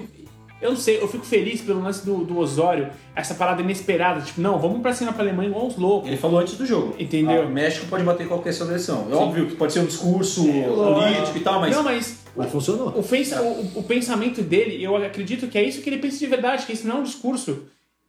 S1: eu não sei, eu fico feliz pelo lance do, do Osório, essa parada inesperada, tipo, não, vamos pra cima pra Alemanha igual uns loucos.
S8: Ele falou antes do jogo.
S1: Entendeu?
S8: Ah, o México pode bater qualquer seleção. É
S1: Sim.
S8: óbvio que pode ser um discurso
S1: lógico.
S8: político e tal, Ah, mas.
S1: Não, mas
S6: Mas funcionou.
S1: o, pensa- o- o pensamento dele, eu acredito que é isso que ele pensa de verdade, que isso não é um discurso.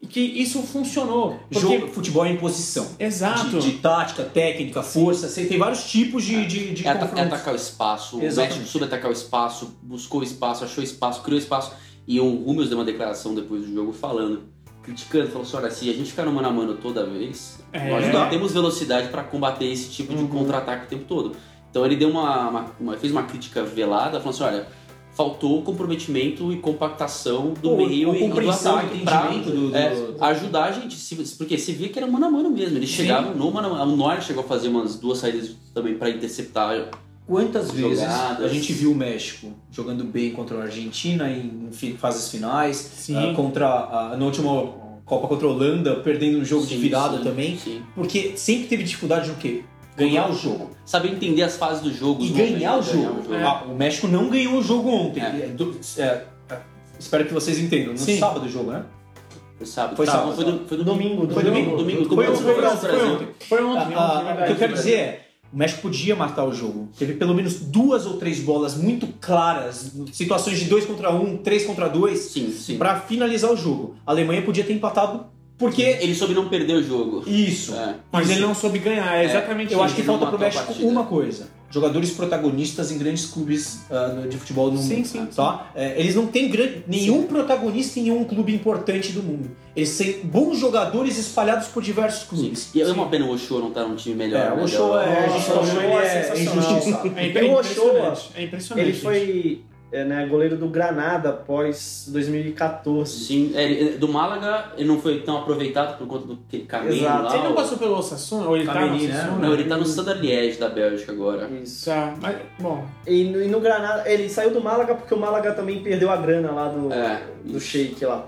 S1: E que isso funcionou. Porque...
S8: Jogo, futebol é imposição.
S1: Exato.
S8: De, de tática, técnica, força. Você tem vários tipos de, de, de
S5: É, ata- é
S8: confrontos.
S5: atacar o espaço,
S8: Exatamente.
S5: o México soube atacar o espaço, buscou o espaço, achou espaço, criou espaço. E o Rúmeus deu uma declaração depois do jogo falando, criticando, falou assim, olha, se a gente ficar no mano a mano toda vez,
S1: É.
S5: nós não temos velocidade para combater esse tipo
S8: Uhum.
S5: de contra-ataque o tempo todo. Então ele deu uma, uma- uma- fez uma crítica velada, falando assim, olha, faltou comprometimento e compactação do
S8: Ou-
S5: meio
S8: ou
S5: e do
S8: compreensão, um
S5: ataque pra
S8: entendimento do- do-
S5: é,
S8: do-
S5: ajudar a gente. se- porque você via que era mano a mano mesmo. Eles chegavam no mano a mano. O Neuer chegou a fazer umas duas saídas também para interceptar
S8: Quantas vezes
S5: Jogadas.
S8: a gente viu o México jogando bem contra a Argentina em fi- fases finais,
S1: Sim.
S8: ah, contra a, na última Copa contra a Holanda, perdendo um jogo de
S5: Sim,
S8: virada
S5: sim,
S8: também.
S5: sim.
S8: Porque sempre teve dificuldade no quê? Ganhar o jogo.
S5: Saber entender as fases do jogo.
S8: e
S5: os
S8: ganhar o
S5: momentos,
S8: jogo.
S5: ganhar
S8: Ah, o México não ganhou o jogo ontem.
S5: É.
S8: É, do- é, é, espero que vocês entendam. No
S1: Sim.
S8: sábado o jogo, né?
S5: Foi sábado.
S8: Foi
S5: Tá,
S8: sábado.
S5: não, Foi, do- foi domingo.
S2: Domingo,
S5: Foi domingo. Domingo.
S8: Foi
S5: domingo,
S8: ontem, foi
S5: domingo,
S8: ontem, foi
S5: Brasil.
S8: ontem.
S1: Foi um- ontem,
S8: Ah,
S1: ontem,
S8: ah,
S1: verdade.
S8: o que eu quero dizer é, o México podia matar o jogo. Teve pelo menos duas ou três bolas muito claras, situações de dois contra um, três contra dois,
S5: Sim, sim.
S8: pra finalizar o jogo. A Alemanha podia ter empatado porque
S5: Ele soube não perder o jogo.
S8: isso.
S5: É.
S1: Mas ele não soube ganhar, é exatamente
S8: Eu
S1: isso.
S8: acho que
S5: Ele não
S8: falta pro
S5: matou a
S8: México
S5: partida.
S8: uma coisa: jogadores protagonistas em grandes clubes ah, de futebol no
S1: Sim,
S8: mundo.
S1: sim,
S8: tá? É, eles não têm gran- nenhum protagonista em nenhum clube importante do mundo. Eles têm bons jogadores espalhados por diversos clubes.
S5: E é uma pena o Oshua não estar num time melhor.
S8: É,
S5: né,
S8: o show
S5: da-
S8: é,
S2: Nossa,
S8: o
S2: o
S8: show
S2: Ochoa
S8: ele
S2: é
S8: é
S2: sensacional.
S8: injustiçado.
S1: É
S2: Tem o Ochoa.
S1: impressionante. É impressionante.
S2: Ele foi é, né, goleiro do Granada após 2014.
S5: Sim, é, ele- do Málaga ele não foi tão aproveitado por conta do que- caminho
S2: Exato.
S5: lá.
S1: Ele não
S5: o-
S1: passou pelo Osasuna? Ou ele tá no
S8: Cameri, né?
S1: Osasuna?
S5: Não, ele tá no Standard Liège da Bélgica agora.
S2: Isso.
S1: Tá, mas, bom,
S2: E no, e no Granada, ele saiu do Málaga porque o Málaga também perdeu a grana lá do,
S5: É,
S2: do
S5: isso.
S2: Sheik lá.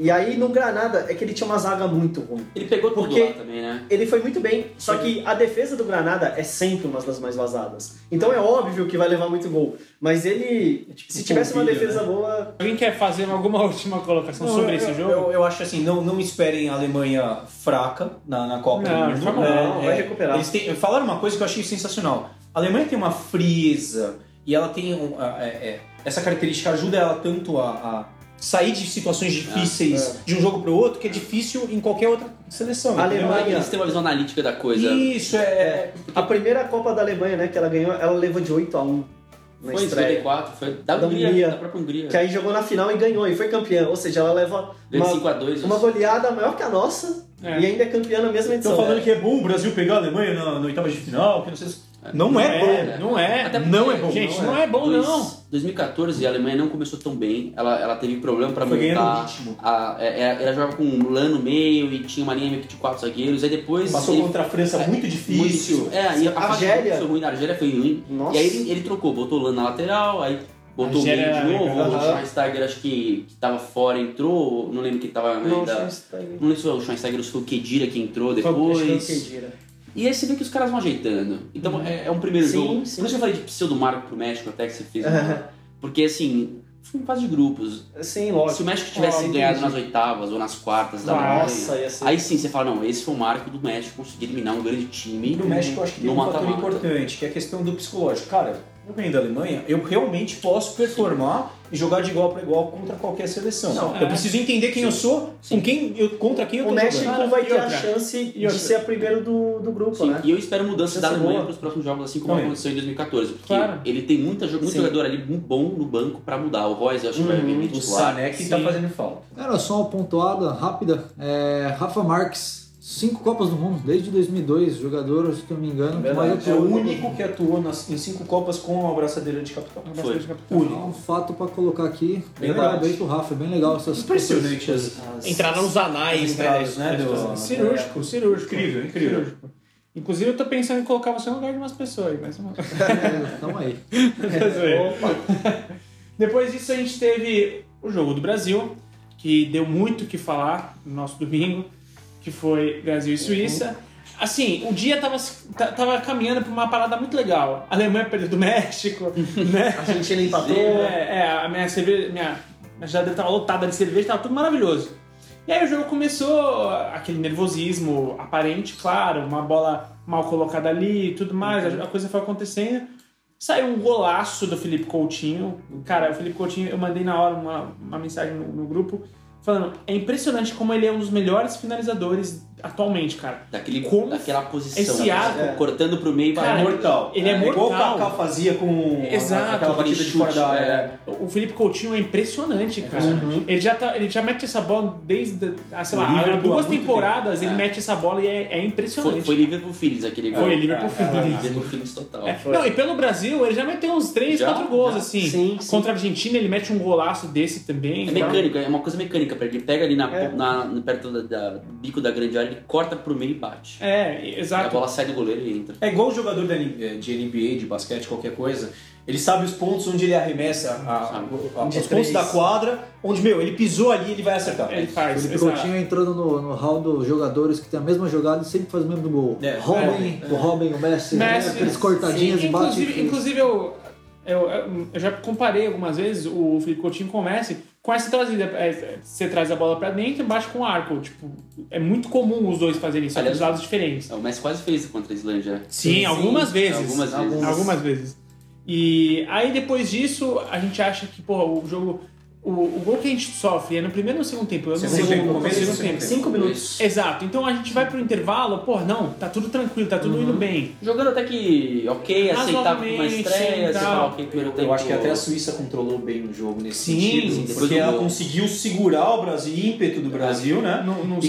S2: E aí no Granada é que ele tinha uma zaga muito ruim.
S5: Ele pegou tudo
S2: Porque-
S5: lá também, né?
S2: Ele foi muito bem, só que a defesa do Granada é sempre uma das mais vazadas. Então é óbvio que vai levar muito gol. Mas ele, se tivesse uma
S8: polvilho,
S2: defesa boa,
S1: alguém quer fazer alguma última colocação
S8: Não,
S1: sobre
S8: eu-
S1: esse
S8: eu-
S1: jogo?
S8: Eu, eu acho assim, não, não esperem a Alemanha fraca na, na Copa
S1: Não,
S8: do
S1: de
S8: Mundo.
S1: forma
S8: É,
S2: alguma, vai
S8: é.
S2: recuperar.
S8: Eles têm- falaram uma coisa que eu achei sensacional. A Alemanha tem uma frieza e ela tem um- a- é- é. essa característica ajuda ela tanto a, a sair de situações difíceis de um jogo para o outro que é difícil em qualquer outra seleção.
S2: A
S8: entendeu?
S2: Alemanha-
S5: Eles têm uma visão analítica da coisa.
S8: Isso é,
S2: a primeira Copa da Alemanha, né, que ela ganhou, ela levou de 8 a 1 na
S5: Foi em
S2: estreia.
S5: 54, foi da,
S2: Da
S5: Hungria,
S2: Hungria.
S5: da própria Hungria.
S2: Que aí jogou na final e ganhou, e foi campeã. Ou seja, ela leva
S5: Deu de
S2: uma,
S5: 5x2.
S2: uma goleada maior que a nossa
S1: É.
S2: e ainda é campeã na mesma edição.
S8: Estão falando que é bom o Brasil pegar a Alemanha na, na oitava de final, que não sei se... Não é bom.
S5: né?
S1: Não é.
S5: Até porque,
S8: Não é bom.
S1: Gente,
S8: não é.
S1: não é bom,
S5: Dois-
S1: não.
S5: 2014 a Alemanha não começou tão bem. Ela, ela teve problema pra
S8: Foi ganhando
S5: montar.
S8: ritmo.
S5: a- é- é- ela jogava com um Lan no meio e tinha uma linha meio que de quatro zagueiros. Aí depois.
S8: Passou
S5: ele-
S8: contra a França muito é, difícil.
S5: muito difícil. É, e a fase
S2: Argélia.
S5: foi ruim na Argélia, foi ruim.
S2: Nossa.
S5: E aí ele, ele trocou, botou o Lan na lateral, aí botou
S1: Argélia
S5: o meio de
S1: era
S5: novo. O
S1: legal.
S5: Schweinsteiger acho que, que tava fora, entrou. Não lembro quem tava
S2: Não,
S5: ainda.
S2: acho que tá aí.
S5: Não lembro se foi o Schweinsteiger ou se foi o Kedira que entrou
S2: Foi- acho que foi o
S5: depois.
S2: Kedira.
S5: E aí você vê que os caras vão ajeitando. Então é, é um primeiro
S2: Uhum. Sim,
S5: jogo.
S2: sim. Uhum.
S5: Por isso que eu falei de pseudo-marco pro México até que você fez. né? Porque assim, Foi em fase de grupos.
S2: Sim, lógico.
S5: Se o México tivesse
S2: Ó,
S5: ganhado
S2: entendi.
S5: nas oitavas ou nas quartas da
S2: Nossa,
S5: Alemanha,
S2: ia ser.
S5: aí sim você fala, não, esse foi o marco do México conseguir eliminar um grande time.
S8: E no México eu acho que tem
S5: no
S8: um fator
S5: mata-mata.
S8: importante, que é a questão do psicológico. Cara, eu venho da Alemanha, eu realmente posso performar e jogar de igual para igual contra qualquer seleção. eu preciso entender quem eu sou, com quem eu, contra quem eu
S2: o
S8: tô
S2: México
S8: jogando.
S2: vai ter a
S1: outra?
S2: chance de
S1: outra?
S2: ser a primeira do, do grupo,
S5: Sim,
S2: né?
S5: e eu espero mudança da
S2: Essa é
S5: Alemanha
S2: boa.
S5: para os próximos jogos, assim como
S8: Também.
S5: aconteceu em 2014. Porque
S1: Claro.
S5: ele tem muita, jo- muito
S2: Sim.
S5: jogador ali bom no banco para mudar. O Royce eu acho que
S1: Uhum.
S5: vai vir bem
S8: O
S5: titular.
S8: Sané que tá fazendo falta.
S6: Era só uma pontuada rápida. É, Rafa Marques, cinco Copas do Mundo, desde 2002, jogador, se eu não me engano, que um. mais
S8: É o
S6: atuou.
S8: único que atuou nas- em cinco Copas com a abraçadeira de capitão.
S5: Foi.
S6: Único. Um fato pra colocar aqui.
S8: Bem
S6: Parabéns pro Rafa, é bem legal essas
S8: Impressionante as, as
S3: Entraram nos anais, né?
S8: entradas, né? do-
S1: é assim. Cirúrgico, cirúrgico.
S8: Incrível, incrível.
S1: Cirúrgico. Inclusive, eu tô pensando em colocar você no lugar de umas pessoas aí, mas...
S6: É, Tamo aí.
S1: Depois disso, a gente teve o jogo do Brasil, que deu muito o que falar no nosso domingo, que foi Brasil e Suíça. Assim, o dia tava, ta- tava caminhando pra uma parada muito legal. A Alemanha perdeu do México, né?
S2: A Argentina empatou.
S1: É, é, a minha cerveja, minha, minha geladeira tava lotada de cerveja, tava tudo maravilhoso. E aí o jogo começou, aquele nervosismo aparente, claro, uma bola mal colocada ali e tudo mais, a- a coisa foi acontecendo. Saiu um golaço do Felipe Coutinho. Cara, o Felipe Coutinho, eu mandei na hora uma, uma mensagem no, no grupo falando: é impressionante como ele é um dos melhores finalizadores atualmente, cara.
S5: Daquele,
S1: Como
S5: daquela posição.
S1: esse
S5: né?
S1: arco-
S5: cortando pro meio
S1: Cara,
S5: vai morto.
S8: mortal.
S1: ele é
S8: Igual o
S1: mortal.
S8: Kaká fazia com
S1: Exato,
S8: aquela
S5: aquele
S8: batida de
S5: chute,
S8: fora da área.
S5: é.
S1: O Felipe Coutinho é impressionante, cara. Ele, já tá- ele já mete essa bola desde, ah, sei
S8: O
S1: lá,
S8: Liverpool
S1: há duas
S8: há muito
S1: temporadas, ele
S5: É.
S1: mete essa bola e é, é
S5: Foi,
S1: impressionante.
S5: foi Liverpool Phillies aquele gol.
S1: Foi Liverpool Phillies.
S5: Liverpool Phillies total.
S1: É, Não, e pelo Brasil, ele já meteu uns 3,
S5: Já,
S1: 4 gols,
S5: já.
S1: assim.
S2: Sim, sim.
S1: Contra a Argentina, ele mete um golaço desse também.
S5: É
S1: tá?
S5: mecânico, é uma coisa mecânica. pra Ele Ele pega ali na,
S2: É.
S5: na- no- perto da, da- do bico da grande área, ele corta pro meio e bate.
S1: É,
S5: Aí a
S1: exato.
S5: bola sai do goleiro e entra.
S8: É igual o jogador da N- de NBA, de basquete, qualquer coisa. Ele sabe os pontos onde ele arremessa, a- a- os
S2: De
S8: pontos
S2: três.
S8: da quadra, onde, meu, ele pisou ali ele vai acertar.
S1: Ele faz.
S6: Felipe
S1: exato.
S6: Coutinho entrando no, no hall dos jogadores que tem a mesma jogada e sempre faz o mesmo gol.
S8: É,
S6: Robin, o Robin, o Messi,
S1: Messi,
S6: né, aqueles cortadinhas
S1: sim,
S6: e bate.
S1: Inclusive, inclusive eu, eu, eu já comparei algumas vezes o Felipe Coutinho com o Messi com essa trazida. é, Você traz a bola pra dentro e bate com o arco. Tipo, é muito comum os dois fazerem isso,
S5: Aliás,
S1: dos lados diferentes.
S5: É, O Messi quase fez contra a Islândia. né?
S1: Sim, algumas vezes.
S5: Algumas vezes.
S1: Algumas. vezes. E aí depois disso, a gente acha que, porra, o jogo. O, o gol que a gente sofre é no primeiro ou no segundo tempo? Eu não
S8: Segundo
S1: sei
S8: tempo,
S1: o
S8: começo do
S1: segundo
S8: segundo
S1: tempo.
S2: Cinco minutos.
S1: Exato, então a gente vai pro intervalo, pô, não, tá tudo tranquilo, tá tudo indo bem.
S5: Jogando até que ok, aceitável com uma
S1: Razoavelmente,
S5: estreia,
S1: tal.
S5: sei lá, ok, primeiro tempo.
S8: Eu acho que até a Suíça controlou bem o jogo nesse
S1: Sim,
S8: sentido,
S5: sim, depois
S8: porque
S5: do
S8: ela
S5: gol.
S8: conseguiu segurar o Brasil, o ímpeto do Brasil, né?
S1: Não- não
S8: e
S1: se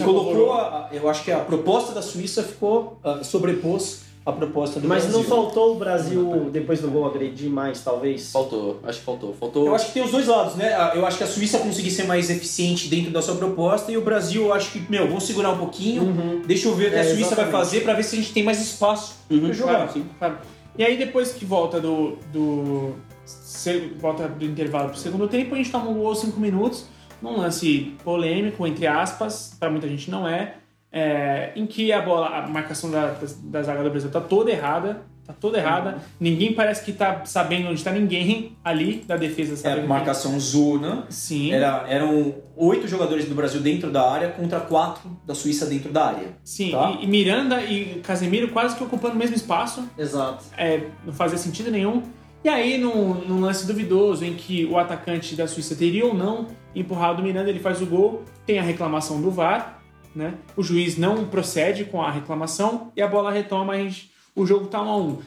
S1: apavorou.
S8: colocou, a- a- eu acho que a proposta da Suíça ficou, ah, sobrepôs a proposta do
S2: Mas
S8: Brasil.
S2: não faltou o Brasil, depois do gol, agredir mais, talvez?
S5: Faltou, acho que faltou. Faltou.
S8: Eu acho que tem os dois lados, né? Ah, Eu acho que a Suíça conseguiu ser mais eficiente dentro da sua proposta e o Brasil, eu acho que, meu, vamos segurar um pouquinho, deixa eu ver o que
S2: É,
S8: a Suíça vai
S2: exatamente.
S8: fazer pra ver se a gente tem mais espaço pra jogar.
S1: Claro, sim, claro. E aí depois que volta do. do se- volta do intervalo pro segundo tempo, a gente toma um gol aos 5 minutos, num lance polêmico, entre aspas, pra muita gente não é, é, em que a bola, a marcação da, da, da zaga do Brasil tá toda errada. Tá toda errada. Ninguém parece que tá sabendo onde tá ninguém ali da defesa.
S8: Era
S1: Sabe?
S8: É, marcação zona.
S1: Sim,
S8: Era, eram oito jogadores do Brasil dentro da área contra quatro da Suíça dentro da área.
S1: sim.
S8: tá.
S1: E, e Miranda e Casemiro quase que ocupando o mesmo espaço.
S2: Exato.
S1: é, não fazia sentido nenhum. E aí, num, num lance duvidoso em que o atacante da Suíça teria ou não empurrado o Miranda, ele faz o gol, tem a reclamação do VAR, né? O juiz não procede com a reclamação e a bola retoma, a gente, o jogo tá 1 a 1.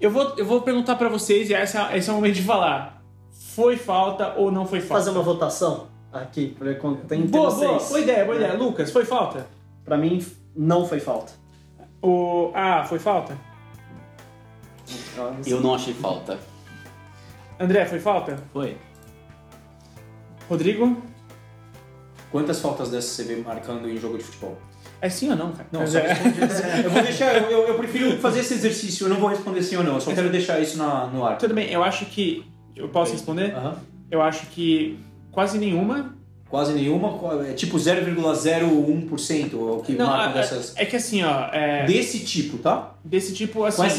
S1: Eu vou, eu vou perguntar pra vocês, e essa, esse é o momento de falar. Foi falta ou não foi falta?
S2: Fazer uma né? votação aqui, pra ver quanto tem entre
S1: boa,
S2: vocês.
S1: boa, boa ideia, boa
S2: É.
S1: ideia. Lucas, foi falta?
S2: Pra mim, não foi falta.
S1: O, ah, foi falta?
S5: Eu não achei falta.
S1: André, foi falta?
S3: Foi.
S1: Rodrigo?
S8: Quantas faltas dessas você vê marcando em jogo de futebol?
S1: É sim ou não, cara?
S8: Não,
S1: Mas
S8: só
S1: é.
S8: responde. eu vou deixar, eu, eu- eu prefiro fazer esse exercício, eu não vou responder sim ou não, eu só quero deixar isso na- no ar.
S1: Tudo bem, eu acho que. Eu posso responder?
S8: Aham.
S1: Eu acho que quase nenhuma.
S8: Quase nenhuma, é tipo 0,01% o que
S1: Não,
S8: marca
S1: é-
S8: dessas.
S1: É que assim, ó, é,
S8: Desse tipo, tá?
S1: desse tipo, assim...
S8: Com essa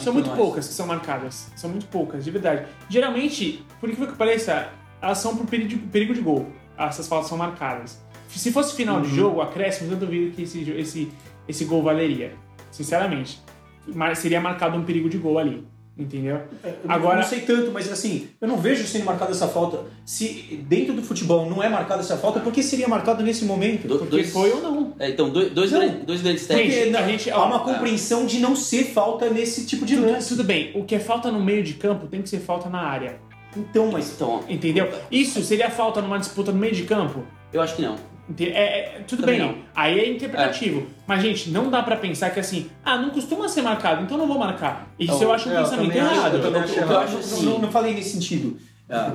S1: São
S8: e tudo
S1: muito
S8: mais.
S1: poucas que são marcadas. São muito poucas, de verdade. Geralmente, por incrível que pareça, elas são por perigo de, perigo de gol. Essas faltas são marcadas. Se fosse final de jogo, acréscimo, eu duvido que esse, jo- esse, esse gol valeria. Sinceramente. Mar- seria marcado um perigo de gol ali. Entendeu?
S8: Eu
S1: Agora-
S8: não sei tanto, mas assim, eu não vejo sendo marcada essa falta. Se dentro do futebol não é marcada essa falta, por que seria marcado nesse momento?
S5: Do-
S1: Porque
S5: dois-
S1: foi ou não.
S5: É, então, dois, dois,
S8: Não.
S5: grandes, dois grandes
S1: Gente,
S5: técnicos.
S1: a gente,
S8: Há
S1: ó,
S8: uma compreensão de não ser falta nesse tipo de
S1: tudo,
S8: lance.
S1: tudo bem, o que é falta no meio de campo tem que ser falta na área.
S8: Então, mas
S5: Então,
S1: Entendeu? Isso seria falta numa disputa no meio de campo?
S5: eu acho que não.
S1: Ente- É, é- tudo
S5: Também
S1: bem,
S5: não.
S1: aí é interpretativo. Mas, gente, não dá pra pensar que assim, ah, não costuma ser marcado, então não vou marcar. Isso eu acho um
S6: é, eu
S1: pensamento
S6: também acho-
S1: errado.
S6: eu também
S8: O que
S6: acho
S8: eu
S6: errado.
S8: acho-
S5: Sim.
S8: não, não falei nesse sentido. Ah,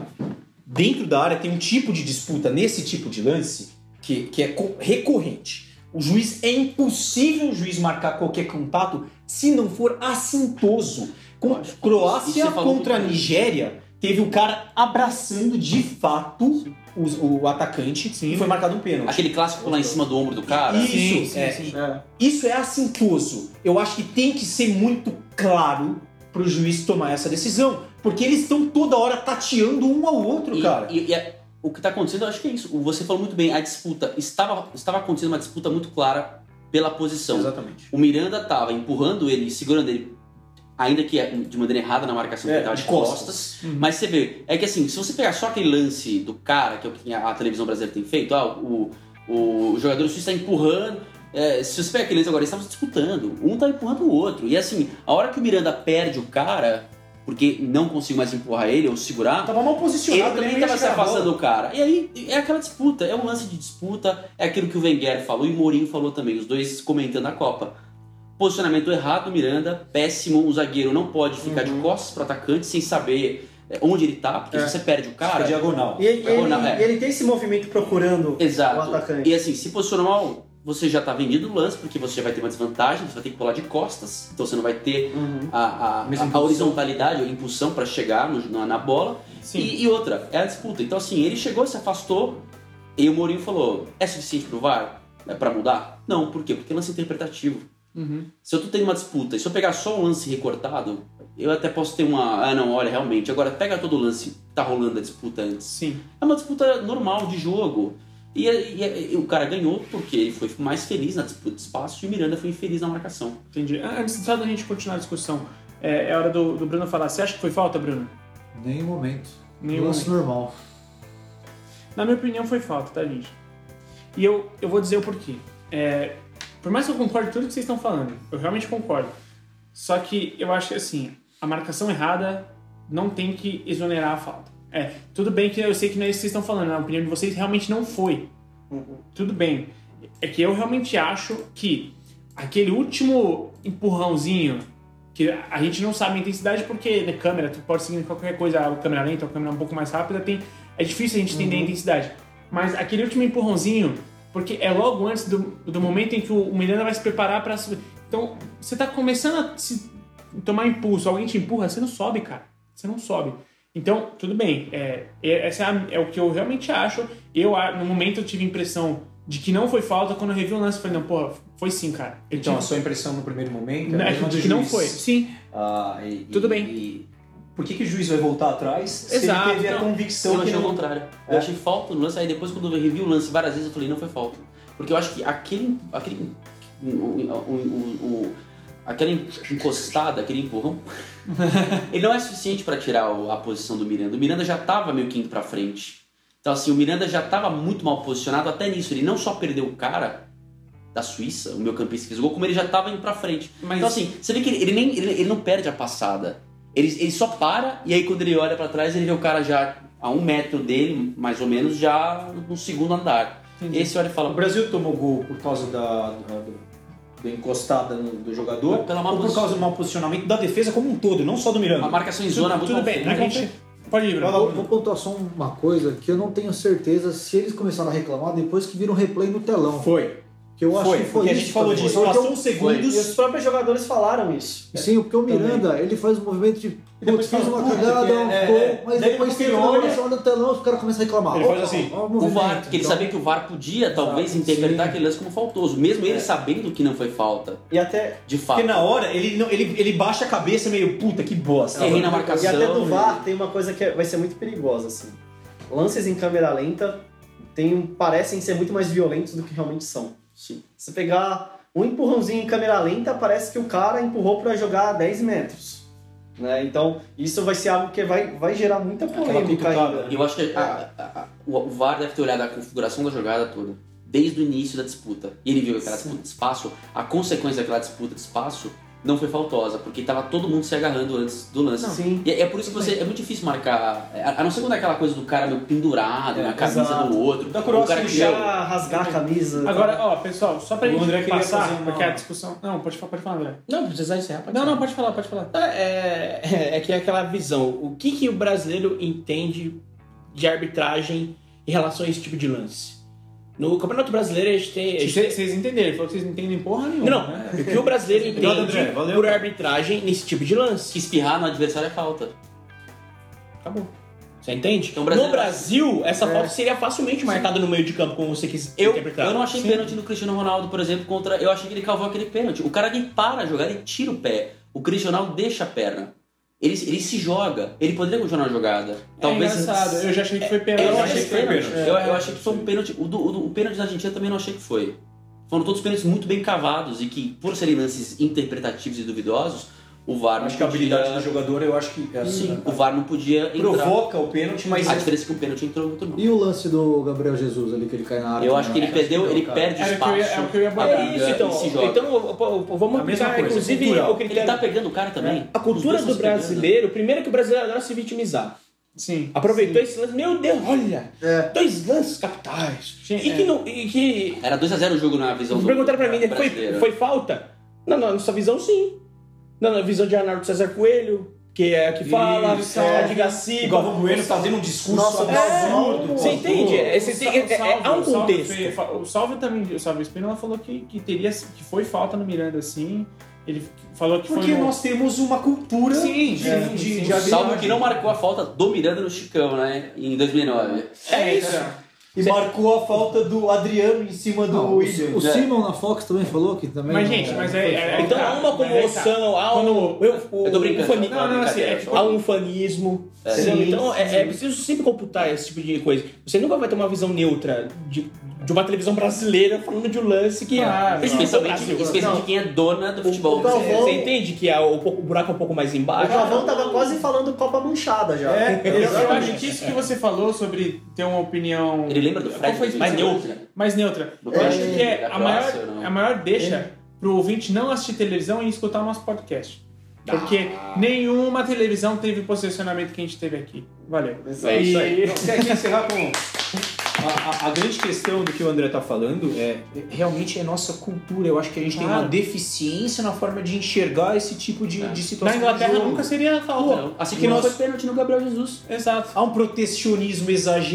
S8: dentro da área tem um tipo de disputa nesse tipo de lance que, que é co- recorrente. O juiz é impossível o juiz marcar qualquer contato se não for assintoso. Com
S5: Isso
S8: Croácia
S5: você falou
S8: contra a
S5: muito bem.
S8: Nigéria, teve o cara abraçando de fato os- o atacante
S1: Sim.
S8: e foi marcado um pênalti.
S5: Aquele clássico lá em cima do ombro do cara.
S8: Isso,
S1: Sim, sim,
S8: é,
S1: sim.
S2: É.
S8: isso é assintoso. Eu acho que tem que ser muito claro pro juiz tomar essa decisão. Porque eles estão toda hora tateando um ao outro,
S5: E-
S8: cara.
S5: E, e é- o que tá acontecendo, eu acho que é isso. O- Você falou muito bem, a disputa. Estava, estava acontecendo uma disputa muito clara pela posição.
S8: Exatamente.
S5: O Miranda tava empurrando ele, segurando ele, ainda que é de maneira errada na marcação
S8: É,
S5: que ele tava de
S8: de
S5: costas.
S8: costas.
S1: Uhum.
S5: Mas você vê, é que assim, se você pegar só aquele lance do cara, que é o que a televisão brasileira tem feito, ah, o, o jogador suíço tá empurrando. é, se você pegar aquele lance agora, eles estavam se disputando. Um tá empurrando o outro. E assim, a hora que o Miranda perde o cara, porque não consigo mais empurrar ele ou segurar,
S8: Tava mal
S5: ele
S8: posicionado.
S5: também
S8: nem
S5: tava
S8: ia
S5: se
S8: chegar na bola.
S5: afastando do cara. E aí é aquela disputa, é um lance de disputa, é aquilo que o Wenger falou e o Mourinho falou também, os dois comentando a Copa. Posicionamento errado, Miranda, péssimo, o zagueiro não pode ficar de costas pro atacante sem saber é, onde ele tá, porque se você perde o
S8: Fica
S5: cara.
S8: diagonal.
S2: E ele,
S5: Ou não, é.
S2: ele tem esse movimento procurando o
S5: Exato.
S2: atacante.
S5: E assim, se posicionar mal, você já tá vendido o lance, porque você já vai ter uma desvantagem, você vai ter que pular de costas, então você não vai ter
S2: Uhum.
S5: a, a,
S8: Mesma
S5: a- a
S8: impulsão.
S5: horizontalidade ou impulsão para chegar no- na, na bola.
S1: Sim.
S5: E, e outra, é a disputa. Então, assim, ele chegou, se afastou e o Mourinho falou: é suficiente pro VAR? É pra mudar? Não, por quê? Porque é lance interpretativo.
S1: Uhum.
S5: Se eu tô tendo uma disputa e se eu pegar só um lance recortado, eu até posso ter uma. Ah, não, olha, realmente. Agora, pega todo o lance que tá rolando a disputa antes.
S1: Sim.
S5: É uma disputa normal de jogo. E, e- e o cara ganhou porque ele foi mais feliz na disputa de espaço e o Miranda foi infeliz na marcação.
S1: Entendi. Ah, Antes só da gente continuar a discussão, é, é hora do, do Bruno falar. Você acha que foi falta, Bruno?
S6: Nem momento.
S1: Nenhum.
S6: Lance normal.
S1: Na minha opinião, foi falta, tá, gente? E eu, eu vou dizer o porquê. É, por mais que eu concorde com tudo que vocês estão falando, eu realmente concordo. Só que eu acho que, assim, a marcação errada não tem que exonerar a falta. É, tudo bem que eu sei que não é isso que vocês estão falando, na opinião de vocês realmente não foi. Tudo bem. É que eu realmente acho que aquele último empurrãozinho, que a gente não sabe a intensidade porque na câmera, tu pode seguir qualquer coisa, a câmera lenta, a câmera um pouco mais rápida, tem é difícil a gente entender a intensidade. Mas aquele último empurrãozinho, porque é logo antes do, do momento em que o Miranda vai se preparar pra subir. Então, você tá começando a se tomar impulso, alguém te empurra, você não sobe, cara. Você não sobe. Então, tudo bem. É, é- essa é, a- é o que eu realmente acho. Eu, a- no momento, eu tive a impressão de que não foi falta. Quando eu revi o lance, eu falei, não, porra, foi sim, cara. Eu
S8: Então, a
S1: tive-
S8: sua impressão no primeiro momento
S1: Não,
S8: é a
S1: é
S8: mesma do
S1: de que não
S8: juiz.
S1: foi. Sim,
S8: Ah, e-
S1: Tudo
S8: e-
S1: bem.
S8: e por que, que o juiz vai voltar atrás se
S1: Exato,
S8: ele teve
S1: não.
S8: a
S5: Eu
S8: convicção Então, que
S5: achei o
S8: não...
S5: contrário. Eu
S8: É.
S5: achei falta no lance, aí depois quando eu revi o lance várias vezes eu falei, não foi falta. Porque eu acho que aquele. aquele o, o- o- o- aquela encostada, aquele empurrão, ele não é suficiente pra tirar o- a posição do Miranda. O Miranda já tava meio que indo pra frente. Então assim, o Miranda já tava muito mal posicionado até nisso. Ele não só perdeu o cara da Suíça, o meu campista que fez o gol, como ele já tava indo pra frente.
S1: mas
S5: Então assim, você vê que ele, ele nem, ele, ele não perde a passada. Ele, ele só para e aí quando ele olha pra trás, ele vê o cara já a um metro dele, mais ou menos, já no segundo andar.
S1: entendi.
S5: Esse olha e
S8: O
S5: fala,
S8: Brasil tomou gol por causa da, da- da encostada no- do jogador
S5: Pela má
S8: ou por
S5: posição.
S8: causa do mau posicionamento da defesa como um todo, não só do
S5: a
S8: Miranda.
S5: marcação em
S1: tudo,
S5: zona é muito
S1: tudo
S5: mal
S1: bem. né?
S5: feita."
S1: A gente... Pode ir, Bruno.
S6: Vou, vou pontuar só uma coisa que eu não tenho certeza se eles começaram a reclamar depois que viram um replay no telão.
S8: Foi.
S6: Que eu acho
S4: Foi,
S6: que
S4: porque
S6: foi
S4: a
S6: isso.
S4: gente falou
S6: também.
S4: disso, passou uns
S2: E os
S4: segundos.
S2: próprios jogadores falaram isso.
S6: Sim, porque o Miranda, ele faz um movimento de. Putz,
S4: depois
S6: fez
S4: fala,
S6: uma
S4: "Puta,
S6: cagada,
S4: que-
S6: um
S4: é,
S6: gol",
S4: é.
S6: mas
S4: Daí
S6: depois
S4: depois
S6: que
S4: ele
S6: ele olha
S4: olha-
S6: só no telão, os caras começam a reclamar.
S4: Ele faz
S6: Opa,
S4: assim,
S6: ó o
S5: O
S6: movimento.
S5: VAR, porque ele
S6: Então,
S5: sabia que o VAR podia talvez
S6: Sim.
S5: interpretar aquele lance como faltoso, mesmo ele sabendo que não foi falta,
S2: E até,
S5: de fato.
S4: Porque na hora ele, não- ele, ele baixa a cabeça meio, puta, que bosta.
S5: Errei na
S2: e
S5: marcação. né?
S2: até do VAR tem uma coisa que é, vai ser muito perigosa, assim. Lances em câmera lenta tem, parecem ser muito mais violentos do que realmente são.
S5: Sim.
S2: Se pegar um empurrãozinho em câmera lenta, parece que o cara empurrou pra jogar a 10 metros. Né? Então, isso vai ser algo que vai, vai gerar muita polêmica
S4: cutucada,
S2: ainda.
S5: Eu acho que a- a- a- o, o VAR deve ter olhado a configuração da jogada toda, desde o início da disputa. E ele viu que aquela disputa de espaço, a consequência daquela disputa de espaço não foi faltosa, porque estava todo mundo se agarrando antes do lance.
S2: Sim.
S5: E é é por isso que você é muito difícil marcar, a a não ser quando é aquela coisa do cara meio pendurado na camisa
S2: exato. Então,
S5: do outro,
S4: Da
S5: o cara que
S4: Croácia,
S5: meu,
S2: Já rasgar a camisa.
S1: Agora, ó, pessoal, só pra
S4: O André
S1: gente
S4: queria
S1: passar,
S4: fazer uma-
S1: porque a discussão... Não, pode, fa- pode falar, André.
S3: Não, precisa encerrar. pode
S1: Não,
S3: encerrar.
S1: não, pode falar, pode falar.
S3: É, é, é que é aquela visão. O que, que o brasileiro entende de arbitragem em relação a esse tipo de lance? No Campeonato Brasileiro a gente tem. a gente
S1: Vocês vocês entenderam, ele falou que vocês não entendem porra nenhuma,
S3: Não,
S1: né?
S3: O que o brasileiro
S4: Obrigado,
S1: é,
S3: entende
S4: André. Valeu.
S3: por arbitragem nesse tipo de
S5: que
S3: lance.
S5: espirrar no adversário é falta.
S3: Acabou. Você entende?
S5: Então, o brasileiro-
S3: No Brasil, essa falta seria facilmente marcada no meio de campo, como você quis
S5: Eu,
S3: interpretar.
S5: eu não achei
S3: Sim.
S5: pênalti no Cristiano Ronaldo, por exemplo, contra. Eu achei que ele cavou aquele pênalti. O cara que para a jogada, ele tira o pé. O Cristiano Ronaldo deixa a perna. Ele, ele se joga. Ele poderia continuar a jogada. Talvez.
S1: É engraçado, eu já achei que foi
S5: Eu,
S1: penal.
S5: não
S4: já
S5: achei
S4: achei
S5: que
S4: que foi
S5: pênalti.
S4: pênalti.
S5: Eu, eu achei que foi um pênalti. O, do- o do- o pênalti da Argentina também não achei que foi. Foram todos pênaltis muito bem cavados e que, por serem lances interpretativos e duvidosos, o VAR não
S4: Acho que a
S5: podia.
S4: habilidade do jogador, eu acho que. é,
S5: Sim, o VAR não podia entrar.
S4: provoca o pênalti, mas.
S3: Ah,
S5: A diferença é que um pênalti entrou e outro não.
S6: E o lance do Gabriel Jesus ali, que ele cai na área?
S5: Eu acho que ele
S6: né?
S5: perdeu, ele
S6: cara.
S5: perde
S1: Era o que eu ia-
S5: espaço.
S1: é o que eu ia
S5: a
S1: abordar.
S5: briga,
S3: Isso, então,
S5: ele se joga.
S3: então ó, ó, ó, vamos
S4: é A mesma
S3: aplicar,
S4: coisa,
S3: inclusive,
S4: cultural.
S3: o
S5: Ele
S3: critério.
S5: tá pegando o cara também?
S3: A cultura
S5: Os dois
S3: do
S5: estão se pegando.
S3: brasileiro, primeiro que o brasileiro adora se vitimizar.
S1: Sim.
S3: Aproveitou esse lance, meu Deus, olha, dois lances capitais.
S1: Gente,
S3: e, que
S1: é.
S3: não, e que
S5: Era 2x0 o jogo na visão do
S3: Perguntaram pra mim, né, foi,
S5: brasileiro.
S3: foi falta? Não, na nossa visão, sim. Na na visão de Arnaldo César Coelho, que é a que fala,
S4: Isso,
S3: é,
S4: é.
S3: de
S4: O
S3: Gaciba.
S4: Galvão Bueno fazendo um discurso
S2: Nossa,
S4: absurdo.
S2: é,
S4: pô.
S3: Você entende? É, você tem- é- é- há um
S1: o Salve
S3: contexto.
S1: fez- o Salve também, o Salve Espinola falou que, que teria, que foi falta no Miranda, sim. Ele falou que
S4: Porque
S1: foi um-
S4: nós temos uma cultura
S1: Sim,
S4: de,
S1: é,
S4: de,
S1: sim.
S4: de habilidade.
S5: Salvo que não marcou a falta do Miranda no Chicão, né? Em 2009.
S3: É isso.
S4: E marcou a falta do Adriano em cima do
S6: Não, o
S4: William.
S6: o Simon na Fox também falou que também.
S1: Mas,
S6: não-
S1: gente, mas é- é-
S3: Então há uma
S1: Mas aí tá.
S3: comoção, há um.
S1: Quando-
S3: eu- o-
S5: Eu tô brincando.
S3: o fani-
S5: não, não, assim, é tipo-
S3: Há um fanismo.
S5: É.
S3: entendeu?
S2: Sim,
S3: então é, é
S1: sim.
S3: preciso sempre computar esse tipo de coisa. Você nunca vai ter uma visão neutra de, de uma televisão brasileira falando de um lance que
S1: Claro,
S3: Esse é o
S5: Especialmente,
S3: Brasil.
S5: especialmente quem é dona do futebol.
S2: o Galvão-
S3: Você entende que a- o, pouco- o buraco é um pouco mais
S2: O
S3: embaixo?
S2: Galvão tava quase falando Copa Manchada já.
S4: É,
S1: Eu, eu acho que isso que você falou sobre ter uma opinião
S5: Ele lembra do
S1: Qual
S5: Fred?
S1: foi
S5: do
S1: mais
S5: 2008?
S1: neutra? mais neutra.
S5: Do
S1: Eu acho
S5: Fred,
S1: que é
S5: da
S1: a
S5: Croácia,
S1: maior,
S5: não.
S1: a maior deixa pro ouvinte não assistir televisão e escutar o nosso podcast. Porque nenhuma televisão teve o posicionamento que a gente teve aqui. Valeu.
S5: É isso
S1: aí.
S4: Não, Quer quer encerrar com. A, a- a grande questão do que o André está falando é realmente é nossa cultura. Eu acho que a gente tem
S1: Claro.
S4: uma deficiência na forma de enxergar esse tipo de,
S5: É.
S4: de
S1: Na
S4: situação. de
S1: Inglaterra
S4: jogo.
S1: nunca seria falta.
S5: Não, Assim
S4: E
S5: que não
S4: nós-
S5: foi pênalti no Gabriel Jesus.
S1: Exato.
S4: Há um protecionismo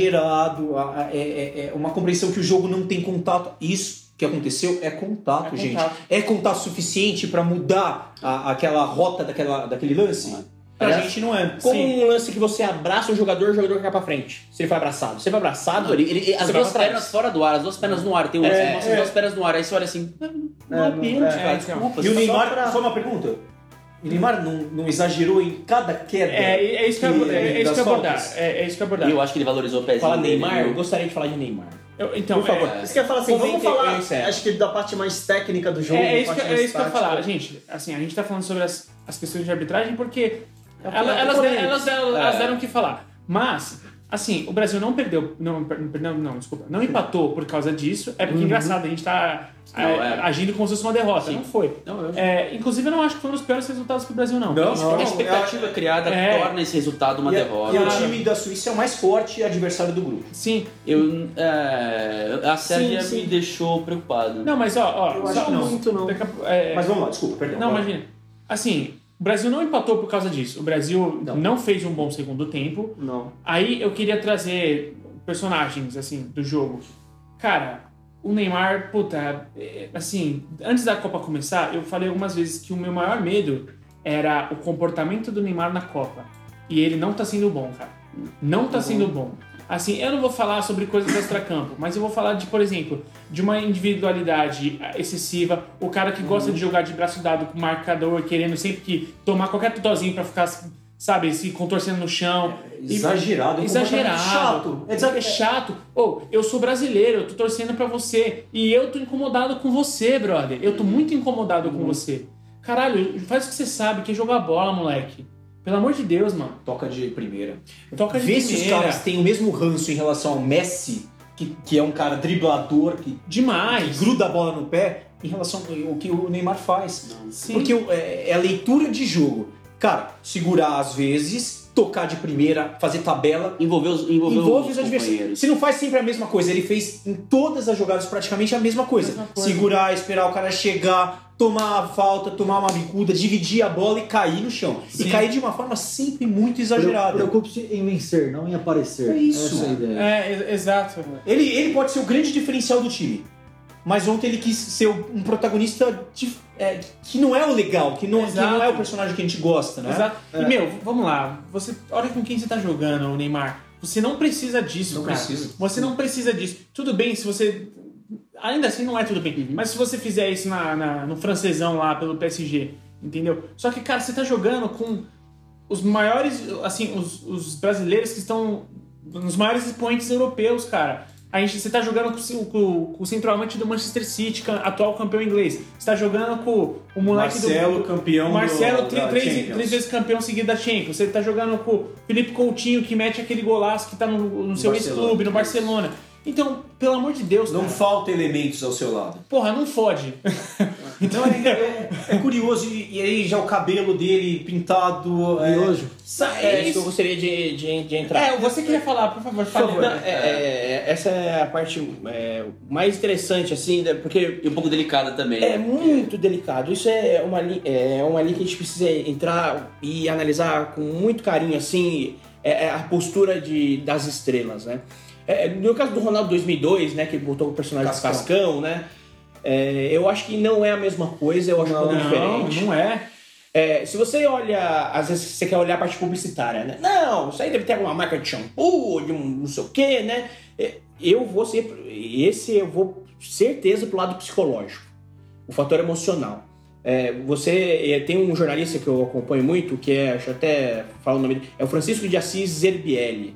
S4: exagerado, há- há- é, é- é uma compreensão que o jogo não tem contato. Isso que aconteceu é contato,
S1: É
S4: gente.
S1: contato.
S4: É contato suficiente para mudar a- aquela rota daquela, daquele lance? Pra
S3: Aliás,
S4: gente não é.
S3: Como
S4: Sim.
S3: um lance que você abraça o jogador, o jogador cai pra frente. Se ele foi abraçado. Se ele foi abraçado,
S5: Não, ele- ele- as duas
S3: Você vai pra
S5: pernas
S3: trás.
S5: fora do ar, as duas pernas no ar. Tem um
S3: É,
S5: lance, nossa,
S3: é. Tá.
S5: as duas pernas no ar. Aí você olha assim, não, não é
S2: não-
S5: pênalti,
S1: é,
S5: cara,
S1: então.
S5: desculpa.
S4: E o
S5: Só-
S4: Neymar,
S2: pra-
S4: tá só uma pergunta. O Neymar não, não exagerou em cada queda?
S1: É, é isso que eu, é, é isso que eu
S4: das
S1: abordar.
S4: faltas?
S1: É, é isso que eu abordar.
S5: Eu acho que ele valorizou o pezinho
S3: fala
S5: dele,
S3: Neymar, eu
S5: viu?
S3: gostaria de falar de Neymar.
S1: Eu- então,
S3: Por favor.
S1: é-
S2: Isso que eu ia falar assim,
S3: Comente, eu
S2: vamos falar,
S3: encerro.
S2: acho que da parte mais técnica do jogo.
S1: É, é isso,
S2: da
S1: que,
S2: parte
S1: é
S2: mais
S1: isso que eu ia
S2: tática.
S3: né?
S1: falar, gente. Assim, a gente tá falando sobre as, as questões de arbitragem porque
S3: É o
S1: ela-
S3: que-
S1: elas,
S3: é o
S1: deram,
S3: que-
S1: elas, deram, elas
S5: é.
S1: deram o que falar. Mas, assim, o Brasil não perdeu. Não, per- perdão, não, desculpa. Não empatou por causa disso. É
S3: Uhum.
S1: porque engraçado, a gente tá
S5: Não,
S1: é,
S5: é.
S1: agindo como se fosse uma derrota. Não foi.
S5: Não, eu-
S1: É, inclusive, eu não acho que foi um dos piores resultados pro Brasil, não.
S4: Não, não.
S5: A expectativa criada
S1: É.
S5: torna esse resultado uma
S4: E a-
S5: derrota.
S4: E o time da Suíça é o mais forte adversário do grupo.
S1: Sim.
S5: Eu, é, a Sérvia
S1: Sim, sim.
S5: me deixou preocupado.
S1: Não, mas ó, ó.
S2: Eu
S1: só-
S2: acho que não. muito não.
S1: daqui a- é,
S4: Mas vamos lá, desculpa, perdão.
S1: Não,
S4: Vai.
S1: imagina. Assim, o Brasil não empatou por causa disso. O Brasil não, fez um bom segundo tempo.
S2: Não.
S1: Aí eu queria trazer personagens, assim, do jogo. Cara, o o Neymar, puta, é, assim, antes da Copa começar, eu falei algumas vezes que o meu maior medo era o comportamento do Neymar na Copa. E ele não tá sendo bom, cara. Não tá sendo bom. Assim, eu não vou falar sobre coisas extra-campo, mas eu vou falar de, por exemplo, de uma individualidade ah, excessiva, o cara que gosta de jogar de braço dado com marcador, querendo sempre que tomar qualquer tutozinho pra ficar, sabe, se contorcendo no chão. E-
S8: Exagerado. é um
S1: Exagerado.
S8: comportamento Chato. É
S1: É
S8: desagradável.
S1: chato. Ou, eu sou brasileiro, eu tô torcendo pra você. E eu tô incomodado com você, brother. Eu tô muito incomodado com você. Caralho, faz o que você sabe, que é jogar bola, moleque. Pelo amor de Deus, mano.
S8: Toca de primeira.
S1: Toca de
S4: Vê se os
S1: primeira.
S4: caras têm o mesmo ranço em relação ao Messi, que, que é um cara driblador, que
S1: Demais.
S4: Ah, gruda a bola no pé, em relação ao que o Neymar faz.
S1: Sim.
S4: Porque o- é, é a leitura de jogo. Cara, segurar às vezes, tocar de primeira, fazer tabela,
S5: Envolveu os, envolveu
S4: envolve os adversários.
S5: companheiros.
S4: Se não faz sempre a mesma coisa, ele fez em todas as jogadas praticamente a mesma coisa.
S1: Mesma coisa.
S4: Segurar, esperar o cara chegar, tomar a falta, tomar uma bicuda, dividir a bola e cair no chão. E cair de uma forma sempre muito exagerada.
S6: Preocupe-se em vencer, não em aparecer.
S4: É isso.
S6: Essa é a ideia.
S1: É, ex- exato.
S4: Ele, ele pode ser o grande diferencial do time. Mas ontem ele quis ser um protagonista de- é, que não é o legal, que não, que
S1: Exato.
S4: não é o personagem que a gente gosta, né?
S1: Exato.
S8: É.
S1: E, meu, vamos lá. Você, olha com quem você tá jogando, o Neymar. Você não precisa disso,
S8: Não
S1: cara.
S8: precisa.
S1: Você não precisa disso. Tudo bem se você. Ainda assim, não é tudo bem.
S8: Uhum.
S1: Mas se você fizer isso na, na- no francesão lá pelo PSG, entendeu? Só que, cara, você tá jogando com os maiores. Assim, os, os brasileiros que estão. Nos maiores expoentes europeus, cara. A gente, você tá jogando com, o- com, o centroavante do Manchester City, ca- atual campeão inglês. Você tá jogando com o moleque do.
S8: Marcelo, campeão
S1: O Marcelo,
S8: do,
S1: tri-
S8: Então, da
S1: três,
S8: Champions.
S1: três vezes campeão seguido da Champions. Você tá jogando com o Felipe Coutinho, que mete aquele golaço que tá no, no seu
S8: Barcelona.
S1: ex-clube, no Barcelona. Então, pelo amor de Deus,
S8: Não
S1: cara.
S8: falta elementos ao seu lado.
S1: porra, não fode.
S4: Então é, é- é curioso, e, e aí já o cabelo dele pintado. é-
S6: Miojo.
S1: Sa-
S3: É
S1: é,
S3: isso que eu
S1: isso.
S3: gostaria de, de, de entrar.
S1: é, você queria falar, por favor, fale.
S3: Não, é, é, é, essa é a parte é, mais interessante, assim, né, porque
S5: E um pouco delicada também.
S3: é
S5: né?
S3: muito delicado. Isso é uma, li- é uma linha que a gente precisa entrar e analisar com muito carinho, assim, é, é a postura de, das estrelas, né? É, no caso do Ronaldo 2002, né, que ele botou o personagem Cascão, Cascão né? É, eu acho que não é a mesma coisa, eu acho um pouco
S1: Não,
S3: diferente.
S1: não é.
S3: É, se você olha, às vezes você quer olhar a parte publicitária, né? Não, isso aí deve ter alguma marca de shampoo, de um não sei o quê, né? É, Eu vou ser, esse eu vou certeza pro lado psicológico, o fator emocional. É, você é, tem um jornalista que eu acompanho muito, que é, deixa eu até falar o nome dele, é o Francisco de Assis Zerbielli.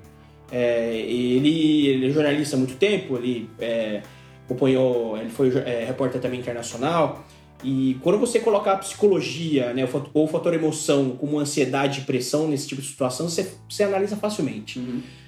S3: É, ele, ele é jornalista há muito tempo, ele é, acompanhou, ele foi é, repórter também internacional. E quando você colocar a psicologia, né, o fat- ou o fator emoção, como ansiedade e pressão nesse tipo de situação, você, você analisa facilmente.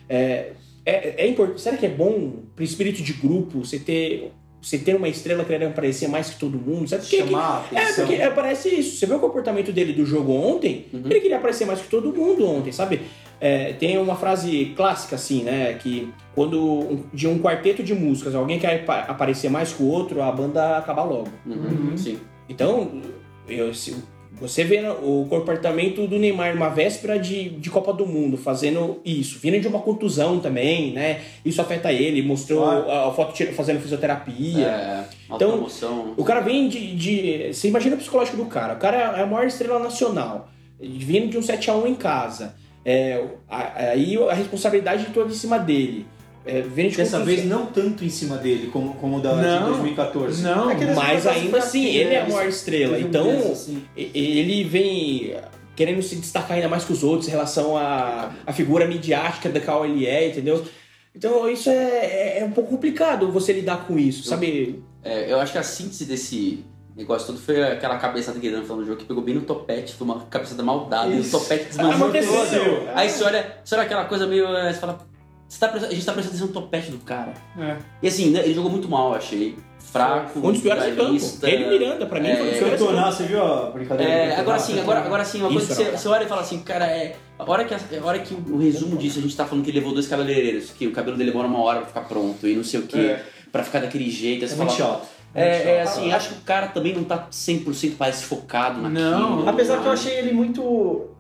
S3: É, é, é importante. Será que é bom para espírito de grupo você ter, você ter uma estrela querendo aparecer mais que todo mundo? Sabe por quê?
S8: Chamar a
S3: É,
S8: atenção. Uhum.
S3: porque é, parece isso. Você viu o comportamento dele do jogo ontem? Ele queria aparecer mais que todo mundo ontem, sabe? É, tem uma frase clássica assim, né? Que quando um- de um quarteto de músicas alguém quer apa- aparecer mais que o outro, a banda acaba logo.
S5: Uhum, Sim.
S3: Então, eu- se- você vê o comportamento do Neymar numa véspera de, de Copa do Mundo, fazendo isso, vindo de uma contusão também, né? Isso afeta ele, mostrou
S8: Claro.
S3: a, a foto tira- fazendo fisioterapia.
S5: É,
S3: Então,
S5: autopromoção.
S3: O cara vem de, de. Você imagina o psicológico do cara. O cara é a maior estrela nacional. Vindo de um 7x1 em casa. É, a- aí a responsabilidade é toda em cima dele. É, vindo de
S8: Dessa
S3: contusão.
S8: vez não tanto em cima dele, como, como da
S1: Não.
S8: de 2014.
S1: Não,
S8: É que eles-
S3: Mas ainda assim, ele é a maior estrela.
S2: Teve um
S3: Então,
S2: peso, assim.
S3: e- ele vem querendo se destacar ainda mais que os outros em relação à, à figura midiática da qual ele é, entendeu? Então isso é, é- é um pouco complicado você lidar com isso, sabe?
S5: É, eu acho que a síntese desse negócio todo foi aquela cabeçada que ele dando no jogo que pegou bem no topete, foi uma cabeçada mal dada, e o topete
S2: é
S5: desmanchou
S3: Amorteceu.
S5: todo. Aí você olha, você olha aquela coisa meio. eh, Você fala. Você tá prestando- a gente tá prestando atenção no topete do cara.
S1: É.
S5: E assim, né, ele jogou muito mal, eu achei. Fraco,
S3: Um dos piores em campo.
S5: realista.
S3: Ele e Miranda, pra mim, foi um dos
S5: É,
S3: piores. em campo.
S8: Cantona, você viu a brincadeira? do
S5: É,
S8: Cantona?
S5: agora sim, agora, agora sim, uma coisa
S3: Isso
S5: que você,
S3: era bom.
S5: você olha e fala assim, cara, é. A hora que, a, a hora que o resumo disso, a gente tá falando que ele levou dois cabeleireiros, que o cabelo dele demora uma hora pra ficar pronto e não sei o quê, pra ficar daquele jeito, aí
S8: É
S5: você
S8: muito
S5: fala.
S8: chato.
S5: É, é, assim, acho que o cara também não tá 100% parece focado naquilo.
S1: Não,
S5: né?
S2: Apesar que eu achei ele muito.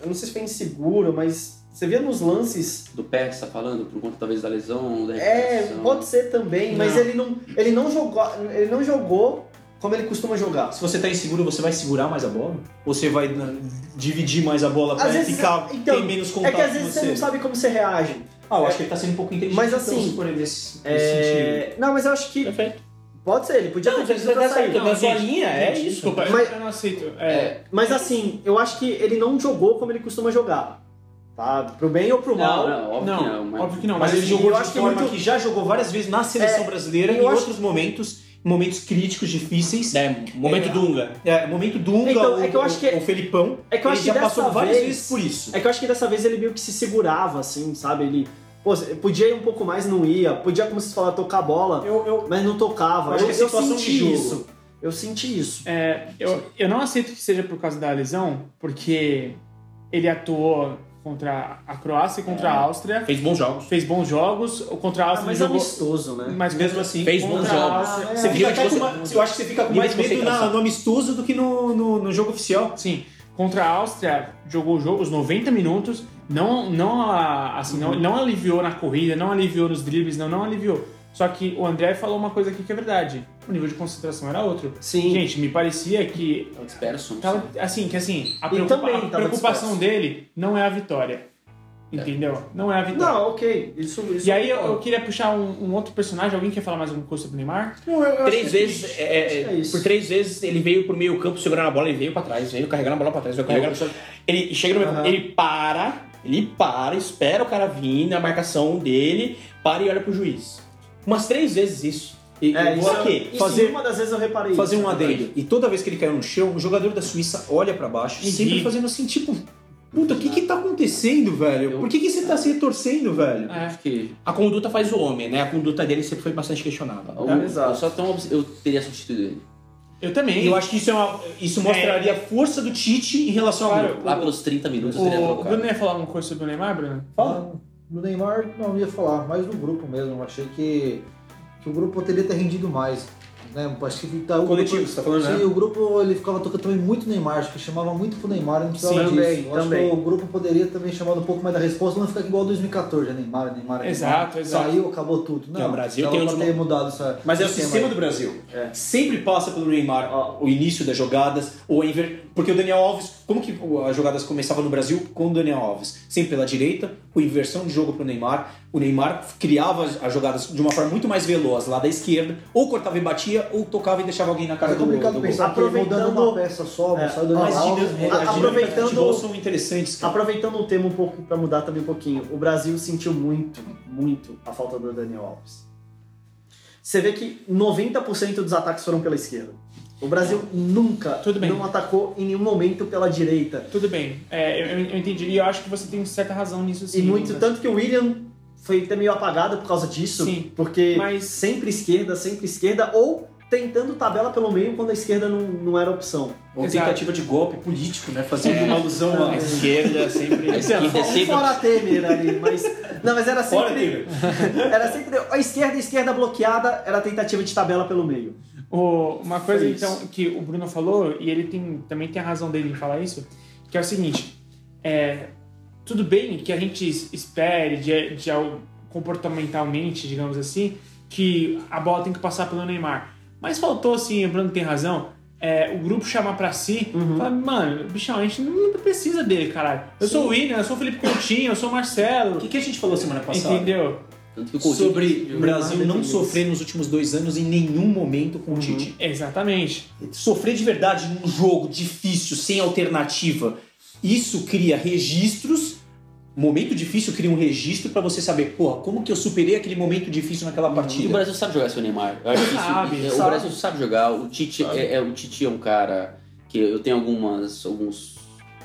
S2: Eu não sei se foi inseguro, mas você via nos lances.
S5: Do pé que você tá falando, por conta talvez da lesão, da
S2: É,
S5: recuperação.
S2: pode ser também, mas ele não, ele não jogou. Ele não jogou como ele costuma jogar.
S8: Se você tá inseguro, você vai segurar mais a bola? Ou você vai né, dividir mais a bola pra
S2: Às
S8: ele
S2: vezes-
S8: ficar
S2: então,
S8: tem menos
S2: É
S8: contato
S2: que às
S8: com
S2: vezes
S8: você?
S2: você não sabe como você reage.
S8: Ah, eu acho que ele tá sendo um pouco inteligente.
S2: Mas
S8: então,
S2: assim,
S8: se for nesse, nesse sentido.
S2: É, Não, mas eu acho que.
S3: Perfeito.
S2: Pode ser, ele podia ter feito outra saída.
S3: Mas
S1: gente,
S3: a linha é isso.
S1: Desculpa,
S2: Mas-
S1: eu não aceito. É,
S2: Mas assim, eu acho que ele não jogou como ele costuma jogar. Tá? Pro bem ou pro mal.
S5: Não, não, óbvio
S1: não,
S5: que não. Mas...
S1: óbvio que não.
S8: Mas ele
S1: assim,
S8: jogou
S2: eu
S8: de
S2: acho que
S8: forma
S2: muito-
S8: que já jogou várias vezes na seleção brasileira
S2: É, eu
S8: em
S2: acho-
S8: outros momentos, momentos críticos, difíceis.
S3: É, momento Dunga.
S8: É, momento Dunga,
S2: Então,
S8: o,
S2: é que eu acho que-
S8: o Felipão,
S2: é que eu
S8: ele
S2: acho que
S8: já
S2: dessa
S8: passou várias
S2: vez-
S8: vezes por isso.
S2: É que eu acho que dessa vez ele meio que se segurava, assim, sabe? Ele. Pô, podia ir um pouco mais, não ia. Podia, como vocês falaram, tocar a bola,
S8: Eu, eu,
S2: mas não tocava.
S8: Acho
S2: Eu,
S8: que é
S2: eu
S8: situação de
S2: senti
S8: jogo.
S2: isso. Eu senti isso.
S1: é, eu, eu não aceito que seja por causa da lesão, porque ele atuou contra a Croácia e contra a Áustria,
S3: Fez bons jogos.
S1: fez bons jogos, contra a
S2: Ah,
S1: Áustria
S2: mas é
S1: ele jogou...
S2: amistoso, né?
S1: Mas é
S8: mesmo assim,
S3: Fez
S1: contra
S3: bons
S1: a
S3: jogos.
S1: Áustria-
S2: É,
S8: você fica até
S3: você-
S8: com uma- eu acho que você fica com
S3: nível
S8: mais
S3: de
S8: medo na,
S3: concentração.
S8: no amistoso do que no, no, no jogo oficial.
S1: Sim, contra a Áustria jogou o jogo os 90 minutos, não não a- assim, não, não aliviou na corrida, não aliviou nos dribles, não não aliviou. Só que o André falou uma coisa aqui que é verdade. O nível de concentração era outro.
S2: Sim.
S1: Gente, me parecia que
S5: Eu disperso. não
S1: tava
S5: sei.
S1: assim, que assim, a,
S2: E
S1: preocupa-
S2: também
S1: a
S2: tava
S1: preocupação
S2: disperso.
S1: dele não é a vitória. Entendeu? Não é a vitória.
S2: Não, ok. Isso, isso
S1: E aí eu, eu queria puxar um, um outro personagem, alguém quer falar mais alguma coisa sobre o Neymar?
S3: Três vezes, é, é,
S2: É isso.
S3: por três vezes ele veio pro meio campo segurando a bola, ele veio pra trás, veio carregando a bola pra trás, veio carregando. Ele chega no meio campo,
S2: Aham.
S3: ele para, ele para, espera o cara vir na marcação dele, para e olha pro juiz. Umas três vezes isso. um E,
S2: É, isso,
S3: por quê?
S2: isso
S8: Fazer-
S2: uma das vezes eu reparei
S8: Fazer
S3: né?
S2: isso,
S8: um
S2: na verdade.
S8: adendo. E toda vez que ele caiu no chão, o jogador da Suíça olha pra baixo,
S1: E
S8: sempre
S1: ri.
S8: fazendo assim, tipo, puta, o que que tá acontecendo, velho? Por que que você tá se retorcendo, velho?
S2: É.
S5: Acho que
S3: A conduta faz o homem, né? A conduta dele sempre foi bastante questionada.
S5: eu, eu só tão obs- eu teria substituído ele.
S1: Eu também.
S8: E eu acho que isso, é uma- isso mostraria a força do Tite em relação ao
S1: Claro,
S8: grupo.
S5: Lá pelos 30 minutos eu teria
S1: o, o
S5: trocado.
S1: Bruno ia falar alguma coisa sobre o Neymar, Bruno?
S6: Fala. Do Neymar não ia falar, mas do grupo mesmo. Achei que, que o grupo poderia ter rendido mais. Né? Acho que tá, o
S8: Coletivo,
S6: grupo-
S8: você tá falando, né?
S6: Sim, o grupo ele ficava tocando também muito Neymar, acho que chamava muito pro Neymar e não precisava
S2: Sim,
S6: disso.
S2: também,
S6: Eu acho
S2: também.
S6: que o grupo poderia também chamar um pouco mais da resposta, não ficar igual 2014, né? Neymar, Neymar, Neymar.
S1: Exato, exato.
S6: Saiu, acabou tudo. Não,
S3: É, o Brasil
S6: dava
S3: tem
S6: pra
S3: um-
S6: ter mudado essa,
S8: Mas é o
S6: esse
S8: sistema
S6: aí.
S8: do Brasil. Sempre passa pelo Neymar ó, o início das jogadas, ou a inver... porque o Daniel Alves, como que o- as jogadas começavam no Brasil com o Daniel Alves? Sempre pela direita, com inversão de jogo pro Neymar. O Neymar criava as as jogadas de uma forma muito mais veloz lá da esquerda, ou cortava e batia, ou tocava e deixava alguém na cara
S6: Mas é
S8: do, do
S6: complicado
S8: gol.
S6: pensar que mudando
S2: Aproveitando-
S6: uma peça só,
S2: É,
S6: saiu do
S8: Mas
S6: Neymar.
S8: as dinâmicas-
S6: Alves,
S8: as dinâmicas do
S2: aproveitando-
S8: futebol são interessantes, cara.
S2: Aproveitando o tema um pouco pra mudar também um pouquinho, o Brasil sentiu muito, muito a falta do Daniel Alves. Você vê que 90% dos ataques foram pela esquerda. O Brasil nunca
S1: É. Tudo bem.
S2: não atacou em nenhum momento pela direita.
S1: Tudo bem, É, eu, eu entendi. E eu acho que você tem certa razão nisso sim.
S2: e muito
S1: Lucas.
S2: tanto que o William foi até meio apagado por causa disso,
S1: Sim,
S2: porque
S1: mas-
S2: sempre esquerda, sempre esquerda ou tentando tabela pelo meio quando a esquerda não, não era opção.
S8: Ou
S1: Exato.
S8: tentativa de golpe político, né? Fazendo uma alusão
S3: A
S8: a.
S3: esquerda sempre.
S5: A esquerda é
S2: Um
S5: sempre
S2: fora Temer ali, mas não, mas era
S8: Fora,
S2: sempre
S8: Taylor.
S2: Era sempre a esquerda, a esquerda bloqueada, era tentativa de tabela pelo meio.
S1: O- uma coisa
S2: Foi
S1: então que o Bruno falou e ele tem também tem a razão dele em falar isso, que é o seguinte: é, tudo bem que a gente es- espere de, de al- comportamentalmente, digamos assim, que a bola tem que passar pelo Neymar, mas faltou assim, o Bruno tem razão. é, o grupo chamar pra si,
S2: Uhum.
S1: falar, mano, bichão, a gente não precisa dele, caralho. Eu sou o William, eu sou o Felipe Coutinho, eu sou o Marcelo.
S8: O que, que a gente falou semana passada?
S1: Entendeu?
S5: Tanto que o Coutinho-
S8: sobre o Brasil não
S2: Neymar,
S8: sofrer nos últimos dois anos em nenhum momento com o Tite.
S1: Exatamente.
S2: Uhum.
S8: Sofrer de verdade num jogo difícil, sem alternativa, isso cria registros. Momento difícil cria um registro pra você saber, porra, como que eu superei aquele momento difícil naquela
S5: E o
S8: partida.
S5: Brasil sabe jogar seu Neymar. Eu acho que isso-
S1: Sabe,
S5: é,
S1: sabe.
S5: O Brasil sabe jogar. O Tite é, é- o Tite é um cara que eu tenho algumas alguns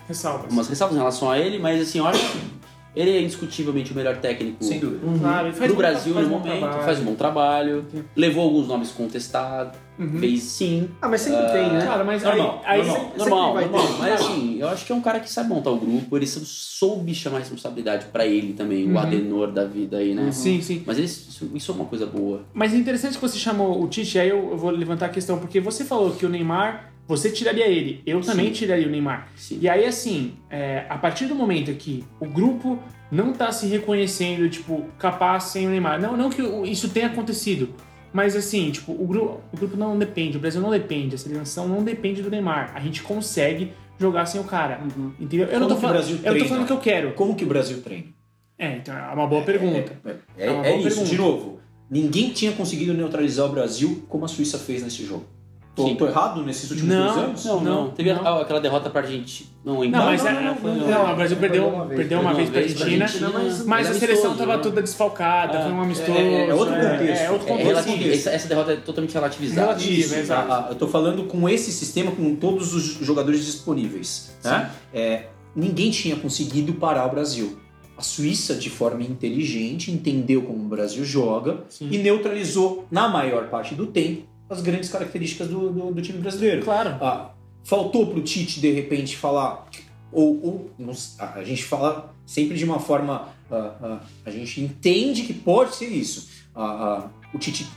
S1: Ressalvas.
S5: algumas ressalvas em relação a ele, mas assim, eu acho que Ele é indiscutivelmente o melhor técnico
S8: Sem dúvida.
S1: Claro, ele faz
S5: do
S1: um-
S5: Brasil
S1: faz
S5: no
S1: um bom
S5: momento.
S1: trabalho.
S5: Faz um bom trabalho. Levou alguns nomes contestados. Fez sim.
S2: Ah, mas sempre tem, né?
S1: Uhum. Cara, mas
S8: Normal,
S1: aí, aí
S8: normal.
S1: você-
S5: Normal,
S2: vai
S5: normal.
S2: ter.
S5: Mas assim, eu acho que é um cara que sabe montar o grupo. Ele sou- soube chamar responsabilidade pra ele também, o Adenor da vida aí, né?
S1: Uhum. Sim, sim.
S5: Mas ele- isso, isso é uma coisa boa.
S1: Mas é interessante que você chamou o Tite, aí eu, eu vou levantar a questão, porque você falou que o Neymar, você tiraria ele, eu também
S5: Sim.
S1: tiraria o Neymar.
S5: Sim.
S1: E aí, assim, é, a partir do momento que o grupo não tá se reconhecendo, tipo, capaz sem o Neymar. Não, não que o- isso tenha acontecido, mas assim, tipo, o, gru, o grupo não depende, o Brasil não depende, a seleção não depende do Neymar. A gente consegue jogar sem o cara. Entendeu? Eu não
S8: Como
S1: tô
S8: que o
S1: falando.
S8: Brasil
S1: É, Eu tô
S8: treina?
S1: falando que eu quero.
S8: Como que o Brasil treina?
S1: É, então é uma boa pergunta.
S8: É,
S1: É uma
S8: é
S1: boa
S8: isso,
S1: pergunta.
S8: de novo. Ninguém tinha conseguido neutralizar o Brasil como a Suíça fez nesse jogo. Tô,
S5: Sim.
S8: tô errado nesses últimos
S1: Não,
S8: dois anos?
S1: não, não.
S5: Teve a- aquela derrota pra Argentina. Não, em
S1: Não, mas
S5: Bali,
S1: é-
S5: né? Foi-
S1: não, o Brasil perdeu, perdeu uma vez, pra Argentina, mas, a seleção tava toda desfalcada, foi um amistoso.
S8: né? é- é outro contexto.
S1: É, é outro
S5: É,
S1: contexto.
S5: relativo. Essa, essa derrota é totalmente relativizada.
S1: Relativo. Isso, exato.
S8: Ah, ah, eu tô falando com esse sistema, com todos os jogadores disponíveis. Né? É, ninguém tinha conseguido parar o Brasil. A Suíça, de forma inteligente, entendeu como o Brasil joga
S1: Sim.
S8: e neutralizou, na maior parte do tempo, as grandes características do, do- do time brasileiro.
S1: Claro.
S8: Ah, faltou pro Tite, de repente, falar. Ou, ou- não s- a a gente fala sempre de uma forma. ah, ah, a gente entende que pode ser isso. Ah, ah, o Tite,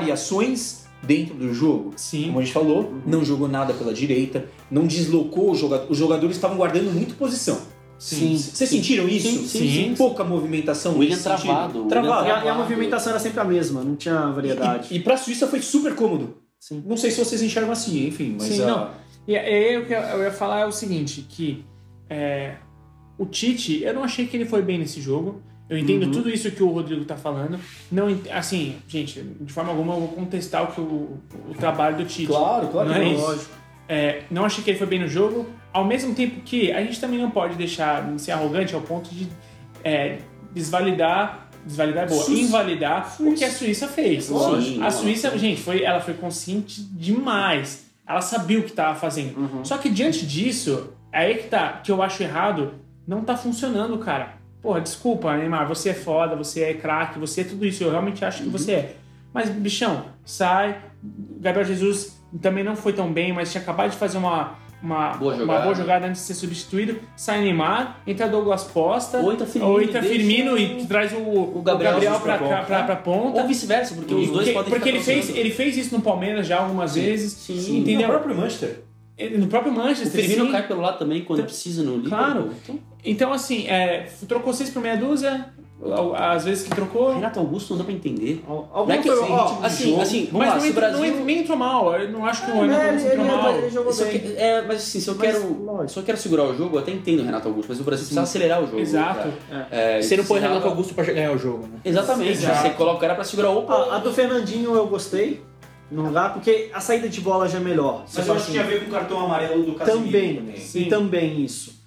S8: variações dentro do jogo.
S1: Sim.
S8: Como a gente falou, não jogou nada pela direita, não deslocou o jogador. Os jogadores estavam guardando muito posição.
S1: Sim.
S8: Vocês sentiram isso?
S1: sim, sim.
S8: Pouca movimentação.
S5: O William
S8: nesse sentido.
S5: travado, o William
S8: Travado.
S2: E a, e a movimentação era sempre a mesma, não tinha variedade.
S8: E, e pra Suíça foi super cômodo.
S2: Sim.
S8: Não sei se vocês enxergam assim, enfim, mas.
S1: Sim,
S8: ah,
S1: não. E aí o que eu ia falar é o seguinte, que é, o Tite, eu não achei que ele foi bem nesse jogo. Eu entendo
S8: Uhum.
S1: tudo isso que o Rodrigo tá falando. Não, ent- assim, gente, de forma alguma eu vou contestar o, que o, o trabalho do Tite.
S8: Claro, claro
S1: Não
S8: que
S1: é
S8: não.
S1: isso. É, não achei que ele foi bem no jogo, ao mesmo tempo que a gente também não pode deixar ser arrogante ao ponto de é, desvalidar desvalidar é boa, invalidar o que a Suíça fez.
S5: Lógico.
S1: a Suíça, gente, foi, ela foi consciente demais. Ela sabia o que estava fazendo. Só que diante disso, aí que tá, que eu acho errado, não tá funcionando, cara. Porra, desculpa, Neymar, você é foda, você é craque, você é tudo isso, eu realmente acho que
S5: Uhum.
S1: você é. Mas, bichão, sai. Gabriel Jesus também não foi tão bem, mas tinha acabado de fazer uma, uma,
S5: Boa
S1: uma
S5: jogada.
S1: boa jogada antes de ser substituído. Sai Neymar, entra Douglas Costa,
S5: Ou entra Firmino,
S1: ou entra
S5: é deixa
S1: Firmino
S5: o-
S1: e traz o, o
S5: Gabriel
S1: Gabriel,
S5: Jesus
S1: pra,
S5: pra
S1: cá-
S5: ponta.
S1: pra- pra ponta.
S5: Ou vice-versa, porque os dois
S1: porque
S5: podem
S1: porque
S5: ficar
S1: ele, fez,
S5: causando.
S1: ele fez isso no Palmeiras já algumas vezes,
S5: sim.
S1: entendeu?
S8: No próprio Manchester.
S1: Ele- No próprio
S5: O
S1: Manchester,
S5: Firmino
S1: sim.
S5: cai pelo lado também quando precisa no Liverpool.
S1: Claro.
S5: Então,
S1: Então, assim, é, trocou seis por meia dúzia, às vezes que trocou.
S5: Renato Augusto não dá pra entender.
S2: Al-
S5: Não
S2: Alguma
S5: é que
S2: coisa-
S5: assim,
S2: ó, tipo,
S5: assim, assim, vamos
S1: Mas
S5: lá,
S1: não,
S5: se o
S1: entrou,
S5: Brasil...
S1: não entrou- nem entrou mal. Eu não acho que o
S2: é,
S1: Renato
S2: ele,
S1: Augusto entrou
S2: ele-
S1: mal.
S2: ele jogou
S5: Só
S2: bem.
S5: que- é, mas assim, se eu
S2: Mas,
S5: quero.
S2: lógico.
S5: Se eu quero segurar o jogo, eu até entendo o Renato Augusto, mas o Brasil precisa acelerar o jogo.
S1: Exato.
S5: É,
S3: Você não põe
S5: precisava-
S3: Renato Augusto pra ganhar o jogo, né?
S5: Exatamente.
S1: Exato. Ah,
S5: Você coloca o cara pra segurar o
S2: A, a do Fernandinho eu gostei no lugar, porque a saída de bola já é melhor.
S8: Mas eu acho que tinha a ver com o cartão amarelo do Casemiro
S2: também,
S1: Sim.
S2: e também isso.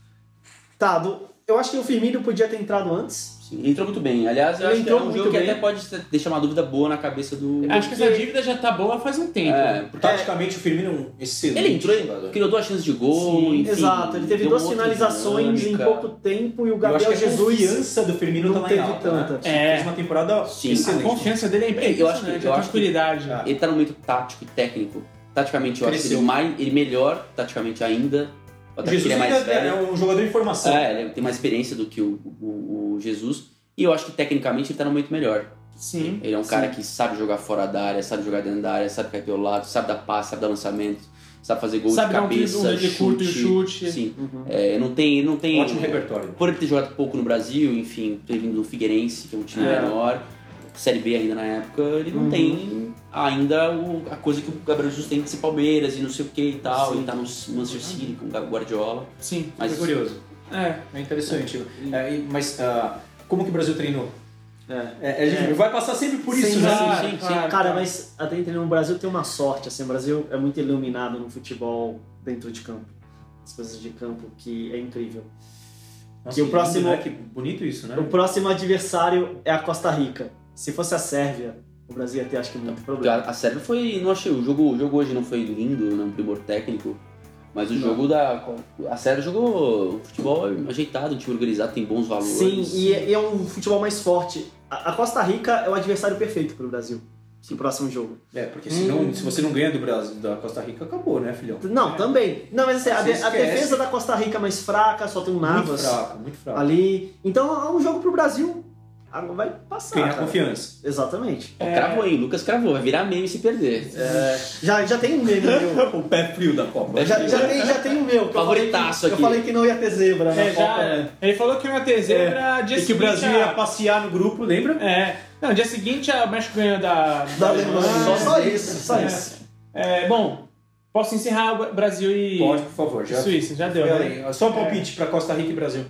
S2: Tá, do- eu acho que o Firmino podia ter entrado antes.
S5: Sim, entrou muito bem. Aliás, eu
S2: Ele
S5: acho que é
S2: entrou
S5: um
S2: muito
S5: jogo que
S2: bem.
S5: até pode ter- deixar uma dúvida boa na cabeça do.
S1: Acho que essa dívida já tá boa faz um tempo.
S5: É,
S8: Taticamente, o Firmino é um excelente
S5: ele entrou,
S8: jogador.
S5: ele criou duas chances de gol.
S1: Sim,
S5: enfim,
S2: Exato, ele teve
S5: deu
S2: duas
S5: outra
S2: finalizações
S5: dinâmica.
S2: em pouco tempo e o
S8: Eu acho
S2: Gabriel
S8: que a
S2: Jesus
S8: confiança do Firmino
S2: não
S8: tá lá em
S2: teve
S8: alta,
S2: tanta.
S8: né?
S1: É.
S8: Fez uma temporada
S5: Sim.
S1: A
S8: excelente.
S1: confiança dele é impressionante.
S5: Eu acho que- eu
S1: a
S5: acho que-
S1: tranquilidade.
S5: Ele tá no momento tático e técnico. Taticamente, eu acho que
S8: Cresceu.
S5: ele, mais, ele melhor, taticamente ainda. Até porque
S8: Jesus
S5: ele é mais
S8: ainda é,
S5: velho.
S8: um jogador em formação.
S5: É, ele tem mais experiência do que o, o- o Jesus. E eu acho que tecnicamente ele tá no momento melhor.
S1: Sim.
S5: Ele é um cara que sabe jogar fora da área, sabe jogar dentro da área, sabe cair pelo lado, sabe dar passe, sabe dar lançamento, sabe fazer gol
S1: Sabe
S5: de
S1: dar um
S5: cabeça,
S1: drible- um drible
S5: chute,
S1: curto e chute. Uhum.
S5: Sim. É, não tem, não tem.
S8: Ótimo repertório.
S5: Por ele ter jogado pouco no Brasil, enfim, ter vindo do Figueirense, que é um time menor, Série B ainda na época, ele
S1: Uhum.
S5: não tem ainda o- a coisa que o Gabriel Jesus tem de ser Palmeiras e não sei o que e tal, e tá no Manchester City com o Guardiola.
S1: Sim.
S5: Mas
S8: É curioso.
S1: É.
S8: É interessante. É, e- mas ah, como que o Brasil treinou?
S2: É.
S8: É, a gente vai passar sempre por
S2: Sim,
S8: isso, né?
S2: claro,
S1: sim, sim, claro.
S2: Cara, mas até entendeu, o Brasil tem uma sorte, assim, o Brasil é muito iluminado no futebol dentro de campo. As coisas de campo que é incrível.
S8: Nossa,
S2: Que o
S8: lindo,
S2: próximo-
S8: né? Que bonito isso, né?
S2: O próximo adversário é a Costa Rica. Se fosse a Sérvia, o Brasil ia ter acho que muito
S5: Porque
S2: problema.
S5: a, a Sérvia foi. Não achei. O jogo, o jogo hoje não foi lindo, não primor né, um técnico. Mas o jogo da. A série jogou futebol ajeitado, um time organizado, tem bons valores.
S2: Sim, e é, e é um futebol mais forte. A, a Costa Rica é o adversário perfeito pro Brasil. Pro próximo jogo.
S8: É, porque senão, se você não ganha do Brasil, da Costa Rica, acabou, né, filhão?
S2: Não, também. Não, mas assim, a,
S8: Você
S2: de- a
S8: esquece.
S2: defesa da Costa Rica é mais fraca, só tem um
S8: Muito
S2: Navas
S8: fraco, muito fraco.
S2: Tá. ali. Então é um jogo pro Brasil. Agora vai passar.
S8: Ganhar
S2: cara.
S8: confiança.
S2: Exatamente.
S5: Ó, Cravou, hein? Lucas cravou, vai virar meme se perder.
S2: Já, já tem um meme meu.
S8: É O pé frio da Copa.
S2: Já, já tem, já tem um meu. que eu falei que-
S5: Favoritaço
S2: Eu
S5: aqui.
S2: falei que não ia ter zebra na
S1: É, já,
S2: Copa.
S1: Ele falou que não ia ter zebra dia
S8: E que o
S1: seguinte
S8: Brasil
S1: a-
S8: ia passear no grupo, lembra?
S1: É. Não, dia seguinte a- o México ganhou da,
S2: Da Alemanha. Só, só isso, só
S1: É.
S2: isso.
S1: É, bom, posso encerrar o Brasil e
S8: Pode, por favor. Já.
S1: Suíça, já deu. né?
S8: Olha aí, Só um palpite pra Costa Rica e Brasil.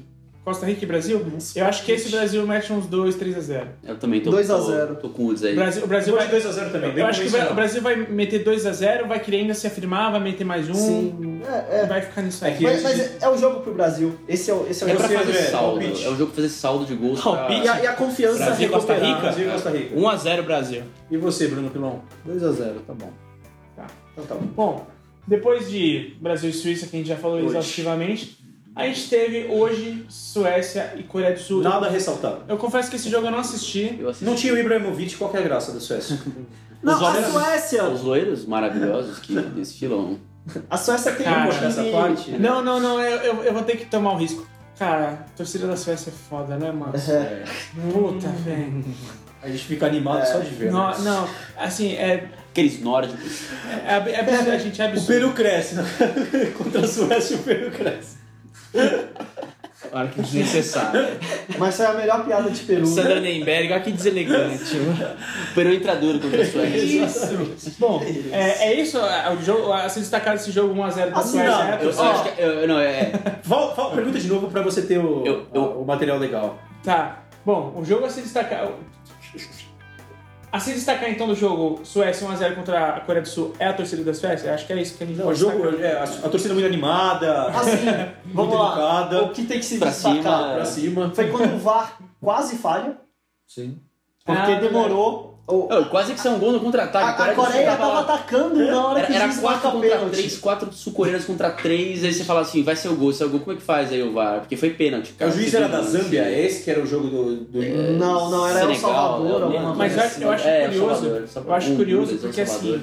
S1: Costa Rica e Brasil? Eu acho que esse Brasil mete uns 2, 3 a 0.
S5: Eu também tô,
S2: 2 a
S5: tô-
S2: 0.
S5: tô com o Uds aí.
S1: O Brasil, o Brasil
S8: Vou de
S1: vai,
S8: 2x0 também. bem
S1: eu acho que o Bra- o
S8: convencional.
S1: Brasil vai meter 2 a 0, vai querer ainda se afirmar, vai meter mais um,
S2: Sim. É, é.
S1: vai ficar nisso aí.
S8: que-
S2: Mas, mas é- é o jogo pro Brasil. Esse é o, esse é o
S5: É
S2: jogo.
S5: pra
S8: Você,
S5: fazer
S8: André,
S5: saldo.
S8: palpite.
S5: É um jogo pra fazer saldo de gols. pra-
S2: E a, e a confiança é
S3: Brasil e Costa
S2: recuperar.
S3: Rica?
S8: Brasil e Costa Rica.
S3: 1x0 Brasil.
S8: E você, Bruno Pilon?
S6: 2x0, tá bom.
S8: Então tá bom.
S1: Bom, depois de Brasil e Suíça, que a gente já falou
S8: Hoje.
S1: exaustivamente, a gente teve hoje Suécia e Coreia do Sul.
S8: Nada a ressaltar.
S1: Eu confesso que esse jogo eu não assisti.
S5: Eu assisti
S8: Não tinha o Ibrahimovic, qual que é a graça da Suécia?
S2: Não, a
S5: olhos-
S2: Suécia.
S5: os loiros maravilhosos que desfilam.
S2: A Suécia tem
S1: Cara,
S2: um
S8: essa
S2: time...
S8: parte.
S1: Não, não, não, eu, eu, eu vou ter que tomar o risco. Cara, a torcida da Suécia é foda, né, mano?
S2: É.
S1: Puta,
S8: Hum,
S1: velho.
S8: A gente fica animado só de ver. né?
S1: Não, não, assim, é,
S5: Aqueles nórdicos.
S1: é, ab- é absurdo, a gente é
S8: O
S1: absurdo.
S8: Peru cresce. Contra a Suécia, o Peru cresce.
S3: Olha que desnecessário.
S2: Mas foi a melhor piada de Peru. né?
S3: Sandra Nemberg, olha que deselegante.
S5: Peru entra duro contra a Suécia.
S1: Isso. Bom, é, é isso, é, o jogo, a se destacar desse jogo 1x0 da
S2: Assim,
S1: Suécia.
S2: não,
S1: é
S5: Eu, eu
S1: absurdo.
S5: acho que. eu- eu não, é.
S8: Vol- vol- pergunta de novo pra você ter o,
S5: Eu- eu-
S8: o material legal.
S1: Tá. Bom, o jogo a se destacar. A se destacar então do jogo Suécia 1x0 contra a Coreia do Sul é a torcida da Suécia? Acho que é isso que a gente
S8: Não, o
S1: pode
S8: jogo,
S1: destacar.
S8: é, a, a torcida muito animada,
S2: Assim,
S8: muito
S2: vamos lá.
S8: educada,
S2: O que tem que se
S5: Pra
S2: destacar
S8: pra cima.
S2: foi quando o VAR quase falha,
S6: Sim.
S2: porque
S1: Ah,
S2: demorou.
S8: é.
S2: O-
S5: Não, quase que são gol no
S2: a,
S5: contra-ataque.
S2: a
S5: do Sul
S2: Coreia tava atacando
S8: É?
S2: na hora
S5: Era,
S2: que o
S5: era
S2: juiz
S5: 4
S2: marca
S5: contra 3,
S2: pênalti.
S5: 4 sul-coreanos contra 3, aí você fala assim, vai ser o gol, esse é o gol, como é que faz aí o VAR? Porque foi pênalti,
S8: O
S5: cara.
S8: juiz
S5: Você
S8: era
S5: viu,
S8: da
S5: né?
S8: Zâmbia, é? esse que era o jogo do...
S1: É
S8: do...
S2: É. Não, não, era El
S5: Senegal,
S2: Salvador,
S5: né?
S2: alguma
S1: Mas
S2: coisa
S1: eu acho,
S2: assim.
S1: eu acho
S5: É,
S1: curioso.
S5: Salvador, Salvador.
S1: eu
S2: Um
S1: acho curioso
S5: Honduras,
S1: porque
S5: El Salvador.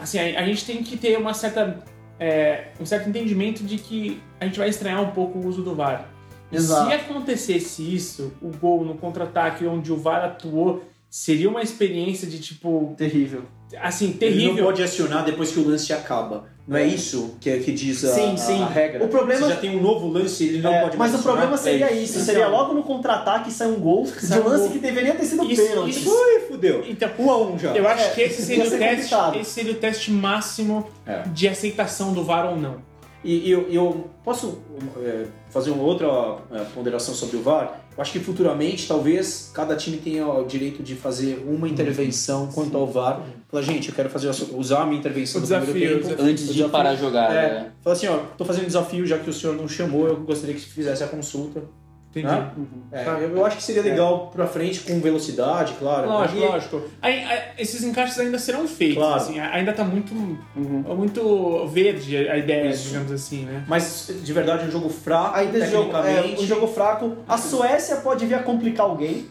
S1: assim. Assim, a, a gente tem que ter uma certa. é, um certo entendimento de que a gente vai estranhar um pouco o uso do VAR. E
S2: Exato.
S1: Se acontecesse isso, o gol no contra-ataque onde o VAR atuou, seria uma experiência de tipo.
S2: Terrível.
S1: Assim,
S8: Ele não
S1: terrível.
S8: pode acionar depois que o lance acaba. Não é isso que, que diz a,
S2: Sim,
S8: a-
S2: sim.
S8: a regra?
S2: O problema-
S8: Você já tem um novo lance, ele não
S2: É,
S8: pode mais
S2: mas o
S8: acionar.
S2: problema seria
S8: É
S2: isso, seria logo no contra-ataque sair um gol de
S1: Sai um
S2: um lance
S1: gol.
S2: que deveria ter sido
S1: Isso-
S2: pênalti.
S1: isso-
S8: Ui, fudeu.
S1: Então,
S8: Um a um já.
S1: Eu acho
S2: É,
S1: que esse seria,
S2: ia
S1: o
S2: ser
S1: teste,
S2: complicado.
S1: esse seria o teste máximo
S8: É.
S1: de aceitação do VAR ou não.
S8: E eu, eu posso é, fazer uma outra é, ponderação sobre o VAR? Eu acho que futuramente, talvez, cada time tenha o direito de fazer
S2: Uhum.
S8: uma intervenção quanto ao VAR. Fala, gente, eu quero fazer, usar a minha intervenção
S1: O
S8: do
S1: desafio,
S8: é primeiro
S1: o
S8: tempo.
S1: desafio.
S5: Antes de parar a jogada.
S8: É.
S5: né?
S8: Fala assim, ó, tô fazendo desafio, já que o senhor não chamou, eu gostaria que fizesse a consulta.
S1: Entendi.
S8: né? É,
S2: Tá.
S8: eu, eu acho que seria legal pra frente, com velocidade, claro.
S1: Lógico,
S8: E-
S1: lógico. Aí, aí, esses encaixes ainda serão feitos,
S8: Claro.
S1: assim, ainda tá muito, muito verde a ideia, digamos assim, né?
S8: Mas, de verdade, é um jogo fraco,
S2: Ainda é jogo, é,
S8: tecnicamente. Uhum.
S2: um jogo fraco. A Suécia pode vir a complicar alguém.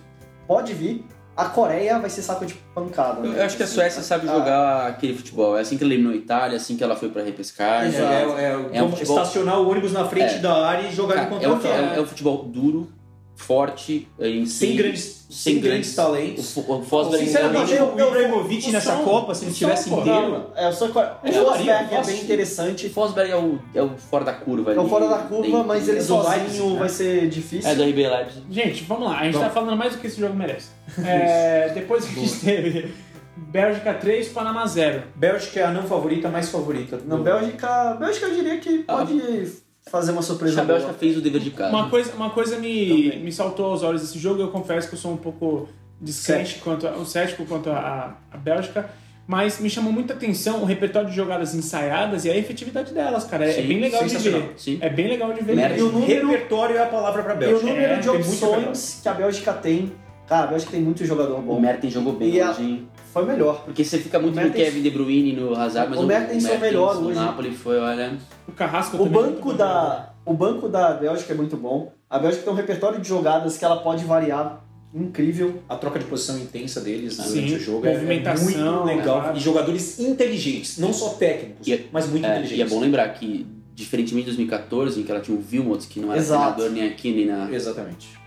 S2: Pode vir. A Coreia vai ser saco de pancada. né?
S5: Eu acho que a Suécia sabe jogar aquele futebol. É assim que ela eliminou a Itália, é assim que ela foi pra repescagem.
S8: É, é, é,
S5: É um
S8: como
S5: futebol-
S8: estacionar o ônibus na frente
S5: É.
S8: da área e jogar
S5: Cara,
S8: no
S5: é, um,
S8: contra
S5: é um- é um futebol duro, forte, é, em
S8: sem
S5: si.
S8: grandes,
S5: sem
S8: sem
S5: grandes
S8: grandes talentos.
S5: O, Fo- o é Fosberg
S2: Sinceramente,
S8: Sinceramente,
S2: eu-
S8: o
S2: eu-
S8: Ibrahimovic
S1: o
S8: nessa
S1: som-
S8: Copa, se ele
S1: o
S8: estivesse
S1: som, pô.
S8: inteiro.
S2: É, eu sou Coreia. O
S8: Eu
S2: Forsberg
S8: faria,
S2: é
S8: eu
S2: bem
S8: faço.
S5: o
S2: interessante.
S5: Fosberg é o, é o fora da curva.
S2: É o
S5: ali.
S2: fora da curva,
S5: Tem-
S2: mas ele
S5: é do
S2: sozinho
S5: Leipzig, né?
S2: vai ser difícil.
S5: É do RB Leipzig.
S1: Gente, vamos lá. A gente tá falando mais do que esse jogo merece. É, depois que a gente teve Bélgica 3, Panamá 0.
S8: Bélgica é a não favorita, mais favorita.
S2: Não, Bélgica. Bélgica eu diria que
S5: Ah.
S2: pode fazer uma surpresa.
S5: A Bélgica
S2: boa.
S5: fez o dever de casa.
S1: Uma coisa, uma coisa me, me saltou aos olhos desse jogo, eu confesso que eu sou um pouco descrente quanto a, um cético quanto à à Bélgica, mas me chamou muita atenção o repertório de jogadas ensaiadas e a efetividade delas, cara. É,
S5: Sim,
S1: bem legal de ver.
S8: sensacional.
S5: Sim.
S1: É bem legal de ver.
S5: Merda.
S2: E o número,
S8: Repertório é a palavra pra
S2: e o
S8: Bélgica.
S2: número
S1: É,
S2: de
S1: tem muito
S2: opções que a Bélgica tem. Cara, a Bélgica tem muito jogador
S5: O
S2: bom.
S5: Merten jogou bem
S2: É. E a-
S5: hoje, hein?
S2: foi melhor.
S5: Porque você fica muito
S2: O
S5: no
S2: Mertens-
S5: Kevin De Bruyne, no Hazard, mas
S2: O
S5: o,
S2: Mertens é o melhor
S5: do
S2: hoje.
S5: Napoli foi, olha...
S1: O Carrasco
S2: O
S1: também é
S2: banco
S1: muito bom.
S2: da o banco da Bélgica é muito bom. A Bélgica tem um repertório de jogadas que ela pode variar incrível.
S8: A troca de posição intensa deles
S1: Sim,
S8: durante o jogo é- é
S1: movimentação, né?
S8: muito legal.
S1: claro.
S8: E jogadores inteligentes, não só técnicos,
S5: E é-
S8: mas muito
S5: É,
S8: inteligentes.
S5: e é bom lembrar que, diferentemente de 2014, em que ela tinha o Wilmot, que não era
S2: Exato.
S5: treinador nem aqui, nem na...
S8: Exatamente.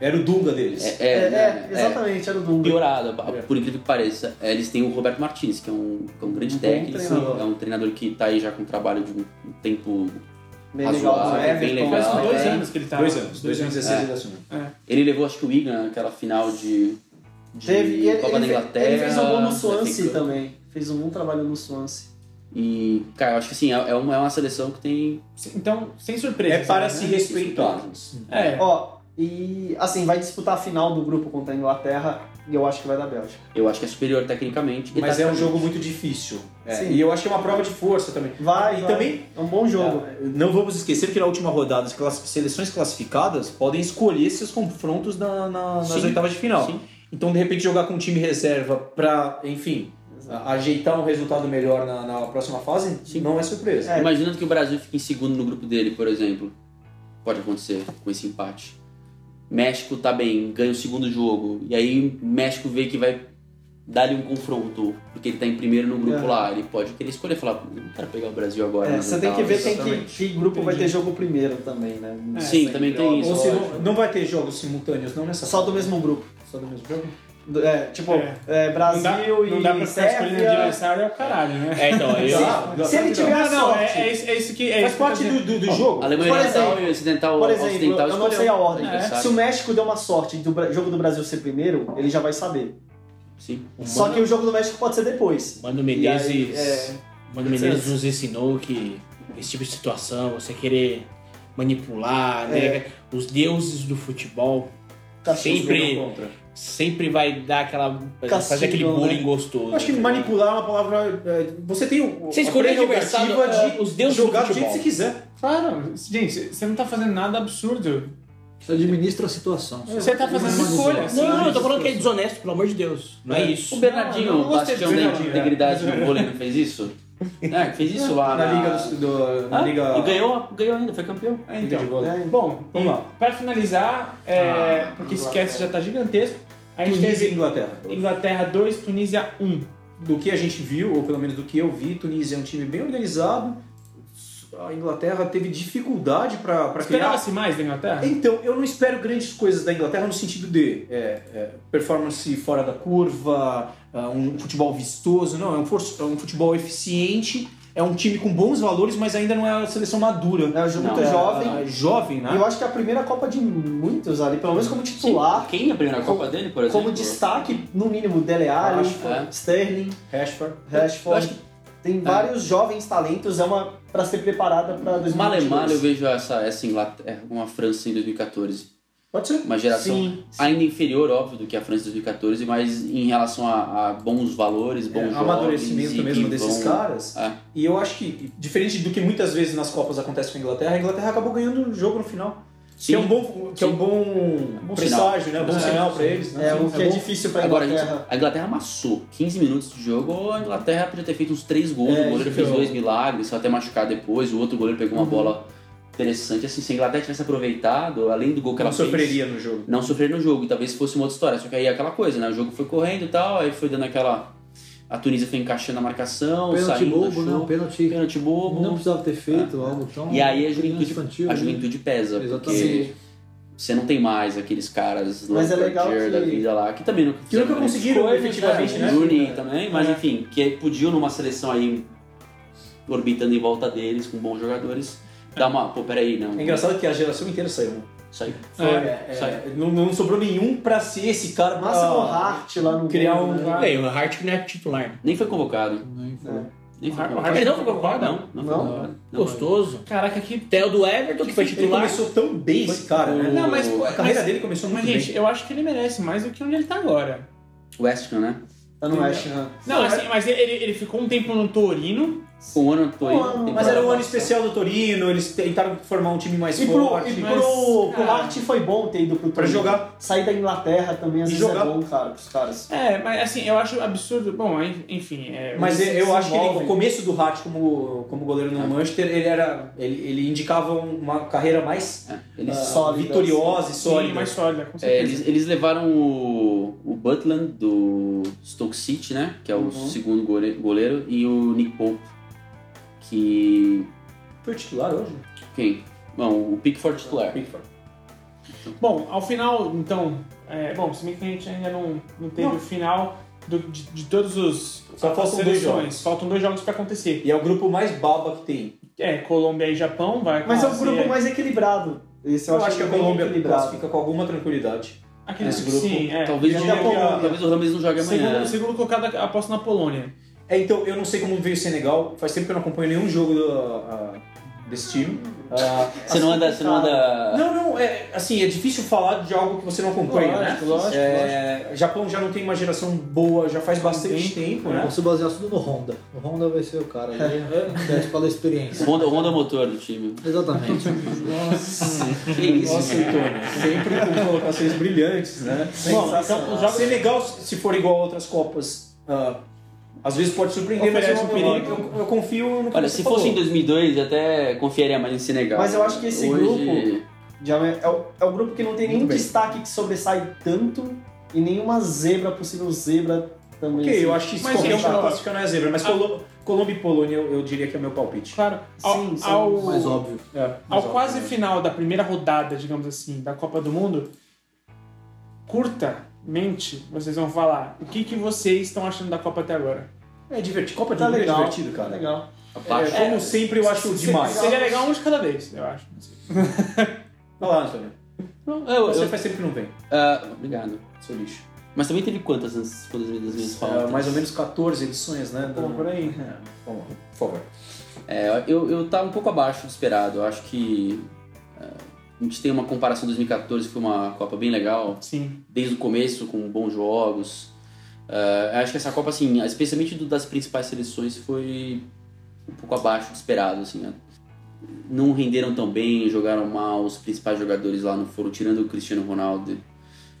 S8: Era o Dunga deles.
S5: É,
S2: É,
S5: é,
S2: é,
S5: né?
S2: exatamente, era o Dunga.
S5: piorado, por incrível que pareça. É, Eles têm o Roberto Martins, que é um, que é um grande
S2: Um bom
S5: técnico,
S2: treinador.
S5: é um treinador que tá aí já com um trabalho de um um tempo.
S2: Bem legal do
S5: razoável, bem
S2: Everton. né?
S5: legal.
S1: Faz uns
S5: Ah,
S1: dois
S5: é.
S1: anos que ele tá.
S8: Dois anos, 2016
S2: É.
S8: ele assumiu.
S5: Ele levou, acho que o Wigan naquela final de, de
S2: Teve, e ele,
S5: Copa
S2: ele,
S5: da
S2: fe-
S5: Inglaterra.
S2: ele fez um bom no
S5: da
S2: Swansea
S5: FA Cup.
S2: também. Fez um bom trabalho no Swansea.
S5: E, cara, eu acho que assim, é, é uma, é uma seleção que tem.
S1: Então, sem surpresa.
S8: É para
S1: né?
S8: se respeitar.
S1: É.
S2: Ó, e assim, vai disputar a final do grupo contra a Inglaterra e eu acho que vai dar Bélgica.
S5: Eu acho que é superior tecnicamente. e
S8: Mas é um
S5: taticamente.
S8: jogo muito difícil. É,
S2: tá Sim.
S8: E eu acho que é uma prova de força também.
S2: Vai,
S8: e
S2: vai.
S8: também
S2: É um bom jogo.
S8: Não vamos esquecer que na última rodada as class- seleções classificadas podem escolher seus confrontos na- na- nas
S5: Sim.
S8: oitavas de final.
S5: Sim.
S8: Então, de repente, jogar com um time reserva pra, enfim, a- ajeitar um resultado melhor na, na próxima fase não é surpresa.
S2: É.
S5: Imaginando que o Brasil fique em segundo no grupo dele, por exemplo. Pode acontecer com esse empate. México tá bem, ganha o segundo jogo. E aí México vê que vai dar-lhe um confronto, porque ele tá em primeiro no grupo
S2: É.
S5: lá. Ele pode querer escolher, falar, não quero pegar o Brasil agora. tá
S2: É,
S5: nas
S2: você tem que ver
S5: oitavas."
S2: tem que,
S8: exatamente.
S2: que grupo vai ter
S1: Entendi.
S2: jogo primeiro também, né? Não
S1: É,
S5: Sim,
S2: sei.
S5: também tem isso.
S8: Ou se
S5: lógico.
S8: não, não vai ter jogos simultâneos, não nessa
S2: Só
S8: fase.
S2: do mesmo grupo.
S8: Só do mesmo jogo?
S2: Do- É, tipo,
S1: É.
S2: é,
S1: Não
S2: Brasil
S1: dá, não
S2: e
S1: dá pra ficar escolhendo
S2: Sérvia.
S1: adversário é o caralho, né?
S3: É, então, eu,
S8: Dá, dá,
S2: Se ele
S8: dá.
S2: tiver
S1: Não,
S2: a
S1: não, é,
S2: sorte.
S1: é isso, é isso que. É
S8: Faz
S1: isso que eu tô
S8: parte
S1: dizendo.
S8: do, do, do jogo.
S5: Alemanha
S2: Por
S5: Oriental
S2: exemplo-
S5: e Ocidental,
S2: Por exemplo,
S5: Ocidental
S2: eu não sei a
S5: escolheu É,
S2: ordem. né?
S5: adversário.
S2: Se o México deu uma sorte do Bra- jogo do Brasil ser primeiro, ele já vai saber.
S5: Sim.
S2: Só que o jogo do México pode ser depois.
S3: Mano
S2: E aí,
S3: Menezes.
S2: é,
S3: Mano Menezes nos ensinou que esse tipo de situação, você querer manipular, né? Os deuses do futebol
S2: tá
S3: sempre,
S8: Jogo contra.
S3: sempre vai dar aquela. fazer
S2: Castigam,
S3: aquele bullying gostoso.
S8: Eu acho que
S3: né?
S8: manipular é uma palavra. é, Você tem o-
S3: Você
S8: a
S3: escolheu o
S8: prerrogativa
S3: adversário, ah, os deuses do
S8: jogar do jeito
S3: futebol.
S8: que você quiser.
S1: Claro, gente, você não tá fazendo nada absurdo.
S6: Você administra a situação.
S1: Você tá fazendo escolhas.
S3: Não, não, eu tô falando que é desonesto, pelo amor de Deus. Não é, isso.
S5: O Bernardinho,
S1: Não, não gostei
S5: bastião
S1: do
S5: da
S1: Bernardinho, é.
S5: integridade do vôlei, não fez isso? É, fez isso lá
S8: na Liga do. do- na
S5: Ah,
S8: Liga.
S5: E ganhou, ganhou ainda, foi campeão.
S1: É,
S8: Liga de
S1: então.
S8: vôlei.
S2: É,
S1: Bom,
S8: Vamos lá.
S1: para finalizar, é,
S8: Ah,
S1: porque esse cast já tá gigantesco, a gente
S8: Tunísia e
S1: teve
S8: Inglaterra.
S1: Inglaterra 2, Tunísia 1.
S8: Do que a gente viu, ou pelo menos do que eu vi, Tunísia é um time bem organizado. A Inglaterra teve dificuldade para criar.
S1: Esperava-se mais da Inglaterra?
S8: Então, eu não espero grandes coisas da Inglaterra no sentido de é, é, performance fora da curva, é, um futebol vistoso. Não, é um, for- é um futebol eficiente, é um time com bons valores, mas ainda não é a seleção madura.
S2: É um jogo muito
S8: É,
S2: jovem.
S8: é, jovem, né?
S2: E eu acho que é a primeira Copa de muitos ali, pelo menos como titular,
S5: Quem na primeira Copa dele, por exemplo?
S2: Ah. como destaque, no mínimo, Dele Alli,
S5: Rashford. é.
S2: Sterling,
S8: Rashford.
S5: Eu
S2: Rashford.
S5: acho é.
S2: Tem vários jovens talentos, é uma pra ser preparada pra 2022.
S5: Mal é mal, eu vejo essa, essa Inglaterra com a França em 2014.
S8: Pode ser.
S5: Uma geração
S2: Sim,
S5: ainda inferior, óbvio, do que a França em 2014, mas em relação a, a bons valores, bons jogos.
S8: amadurecimento mesmo desses caras.
S5: É.
S8: E eu acho que, diferente do que muitas vezes nas Copas acontece com a Inglaterra, a Inglaterra acabou ganhando o jogo no final. Que é um bom, que é um
S5: Sim.
S8: bom,
S5: bom
S8: presságio, né? Bom
S5: É,
S8: sinal pra eles. Né?
S2: é o que é,
S8: bom.
S2: difícil pra
S5: Agora, a, gente,
S2: Inglaterra.
S5: a Inglaterra amassou 15 minutos de jogo, a Inglaterra podia ter feito uns 3 gols,
S2: É,
S5: o goleiro
S2: isso
S5: fez
S2: que eu-
S5: dois milagres, só até machucar depois, o outro goleiro pegou uma bola interessante. Assim, se a Inglaterra tivesse aproveitado, além do gol que
S8: Não
S5: ela fez,
S8: sofreria no jogo.
S5: não sofrer no jogo, e talvez fosse uma outra história. Só que aí é aquela coisa, né? O jogo foi correndo e tal, aí foi dando aquela. A Tunísia foi encaixando a marcação,
S6: Pênalti
S5: saindo do
S6: bobo, né?
S5: jogo.
S6: Um Pênalti
S5: Pênalti
S6: que
S5: bobo.
S6: não precisava ter feito, algo tão
S5: E aí a
S6: criança
S5: juventude,
S6: infantil,
S5: a
S6: né?
S5: juventude pesa,
S6: Exatamente.
S5: porque você não tem mais aqueles caras lá
S2: Mas é
S5: do
S2: legal
S5: Berger,
S2: que-
S5: da vida lá, que também não
S8: Que nunca
S5: fizeram grandes
S8: conseguiram
S1: coisas,
S8: efetivamente, né?
S5: Rooney também, mas enfim, que podiam numa seleção aí orbitando em volta deles com bons jogadores, dar uma, pô, peraí, não.
S8: É engraçado que a geração inteira saiu. né?
S5: Isso aí.
S1: É,
S8: É,
S5: saiu.
S8: não, não sobrou nenhum pra ser esse cara. pra-
S2: Máximo Hart lá no
S8: criar
S2: gol,
S8: um-
S2: né? É.
S3: Bem, o Hart que não é titular. né?
S5: Nem foi convocado.
S6: Nem foi.
S5: Nem foi
S1: Har-
S5: convocado.
S1: Ele
S3: não foi convocado?
S5: Não, não, foi
S2: Não?
S5: convocado. Não.
S3: Gostoso.
S1: Caraca, que.
S3: Theo do Everton, que foi
S8: Ele
S3: titular.
S8: começou tão bem esse cara, né?
S1: Não, mas, pô,
S8: A carreira
S1: mas-
S8: dele começou
S1: Mas,
S8: muito
S1: gente,
S8: bem.
S1: eu acho que ele merece mais do que onde ele tá agora.
S5: West Ham, né?
S2: Tá no West Ham.
S1: Não, assim, mas ele, ele ficou um tempo no Torino,
S5: Um ano todo.
S8: Mas era um ano especial do Torino, eles tentaram formar um time mais
S2: E pro,
S8: forte.
S2: e
S1: mas-
S2: pro, pro
S1: ah.
S2: Arte foi bom ter ido pro
S8: Pra
S2: Torino.
S8: jogar.
S2: Sair da Inglaterra também às
S8: E
S2: vezes
S8: jogar.
S2: é bom, cara, pros caras.
S1: É, mas assim, eu acho absurdo. Bom, en- enfim. É,
S8: Mas
S1: eles
S8: eu,
S1: se
S8: eu acho que ele-
S1: desenvolvem.
S8: o começo do Hart como, como goleiro no Manchester, ele era. Ele, ele indicava um, uma carreira mais
S5: Eles
S8: ah,
S2: sólida,
S8: vitoriosa e
S1: Sim,
S8: sólida.
S1: mais sólida, com
S5: É,
S1: certeza.
S5: eles, eles levaram o, o Butland do Stoke City, né? Que é o segundo gole- goleiro, e o Nick Pope, que.
S8: Foi titular hoje?
S5: Quem? Bom, o Pickford titular.
S8: Pickford.
S1: Bom, ao final, então. é, bom, se bem que a gente ainda não, não teve o final do- de, de todos os.
S8: Só
S1: as
S8: faltam dois
S1: seleções.
S8: jogos.
S1: Faltam dois jogos pra acontecer.
S8: E é o grupo mais baba que tem.
S1: É, Colômbia e Japão vai
S2: Mas é um
S1: acontecer.
S2: grupo mais equilibrado. Esse
S8: Eu, acho que a
S2: bem
S8: Colômbia
S2: equilibrado.
S8: classifica com alguma tranquilidade.
S1: Aquele
S8: nesse
S1: grupo.
S8: grupo.
S1: Sim, é.
S5: Talvez,
S1: E
S5: o,
S1: a Polônia.
S5: talvez o Rames não jogue amanhã.
S1: Segundo, segundo colocado, aposto na Polônia.
S8: É, então, eu não sei como veio o Senegal. Faz tempo que eu não acompanho nenhum jogo do- ah, desse time. Ah,
S5: Você não anda. Você não anda.
S8: Não, não, é assim, é difícil falar de algo que você não acompanha,
S2: Lógico,
S8: né?
S2: lógico,
S8: É, Japão já não tem uma geração boa, já faz bastante tempo, né?
S6: Vamos se basear tudo no Honda. O Honda vai ser o cara. Ele é pela experiência.
S5: Honda, Honda é motor do time.
S6: Exatamente.
S5: Que isso,
S8: Nossa, então,
S5: cara?
S8: Antônio, sempre com colocações brilhantes, né?
S1: Bom,
S8: Bom,
S1: então, os
S8: o
S1: jogos-
S8: Senegal, se for igual a outras Copas, ah, às vezes pode surpreender, mas é eu,
S1: Oferece um
S8: eu-
S1: perigo.
S8: eu- eu confio no que
S5: Olha,
S8: você
S5: se
S8: falou.
S5: fosse em 2002, eu até confiaria mais em Senegal.
S2: Mas eu acho que esse
S5: Hoje,
S2: Já é, é o, é o grupo que não tem nenhum
S5: Muito bem.
S2: destaque que sobressai tanto e nenhuma zebra, possível zebra também. assim.
S8: Ok, eu acho que se
S1: Mas,
S8: qualquer um
S1: gente, ó,
S8: classifica não é zebra, mas Colo- Colômbia e Polônia eu, eu diria que é meu palpite.
S1: Claro. Ao,
S2: Sim, sim,
S1: ao-
S6: Mais óbvio.
S8: É,
S1: ao
S8: mas, ó,
S1: quase
S8: né?
S1: final da primeira rodada, digamos assim, da Copa do Mundo, curtamente vocês vão falar o que, que vocês estão achando da Copa até agora.
S8: É divertido. Copa de
S2: Tá
S8: Mundo é
S2: legal.
S8: divertido, cara.
S2: Tá legal.
S5: abaixo.
S8: É, como sempre, eu acho demais.
S1: Seria legal um de cada vez, eu acho.
S8: Vai lá, Antônio.
S5: Não, eu-
S8: Você
S5: eu-
S8: faz tempo que não vem,
S5: ah, obrigado.
S8: seu lixo.
S5: Mas também teve quantas nas todas as minhas
S8: Ah,
S5: faltas?
S8: mais ou menos 14 edições, né? do-
S1: Por aí.
S8: É, vamos lá, por favor.
S5: É, eu, eu tava um pouco abaixo do esperado. Eu acho que é, a gente tem uma comparação 2014, que foi uma Copa bem legal,
S1: Sim.
S5: desde o começo, com bons jogos. É, eu acho que essa Copa, assim, especialmente do- das principais seleções, foi um pouco abaixo do esperado, assim. né? Não renderam tão bem, jogaram mal, os principais jogadores lá não foram, tirando o Cristiano Ronaldo,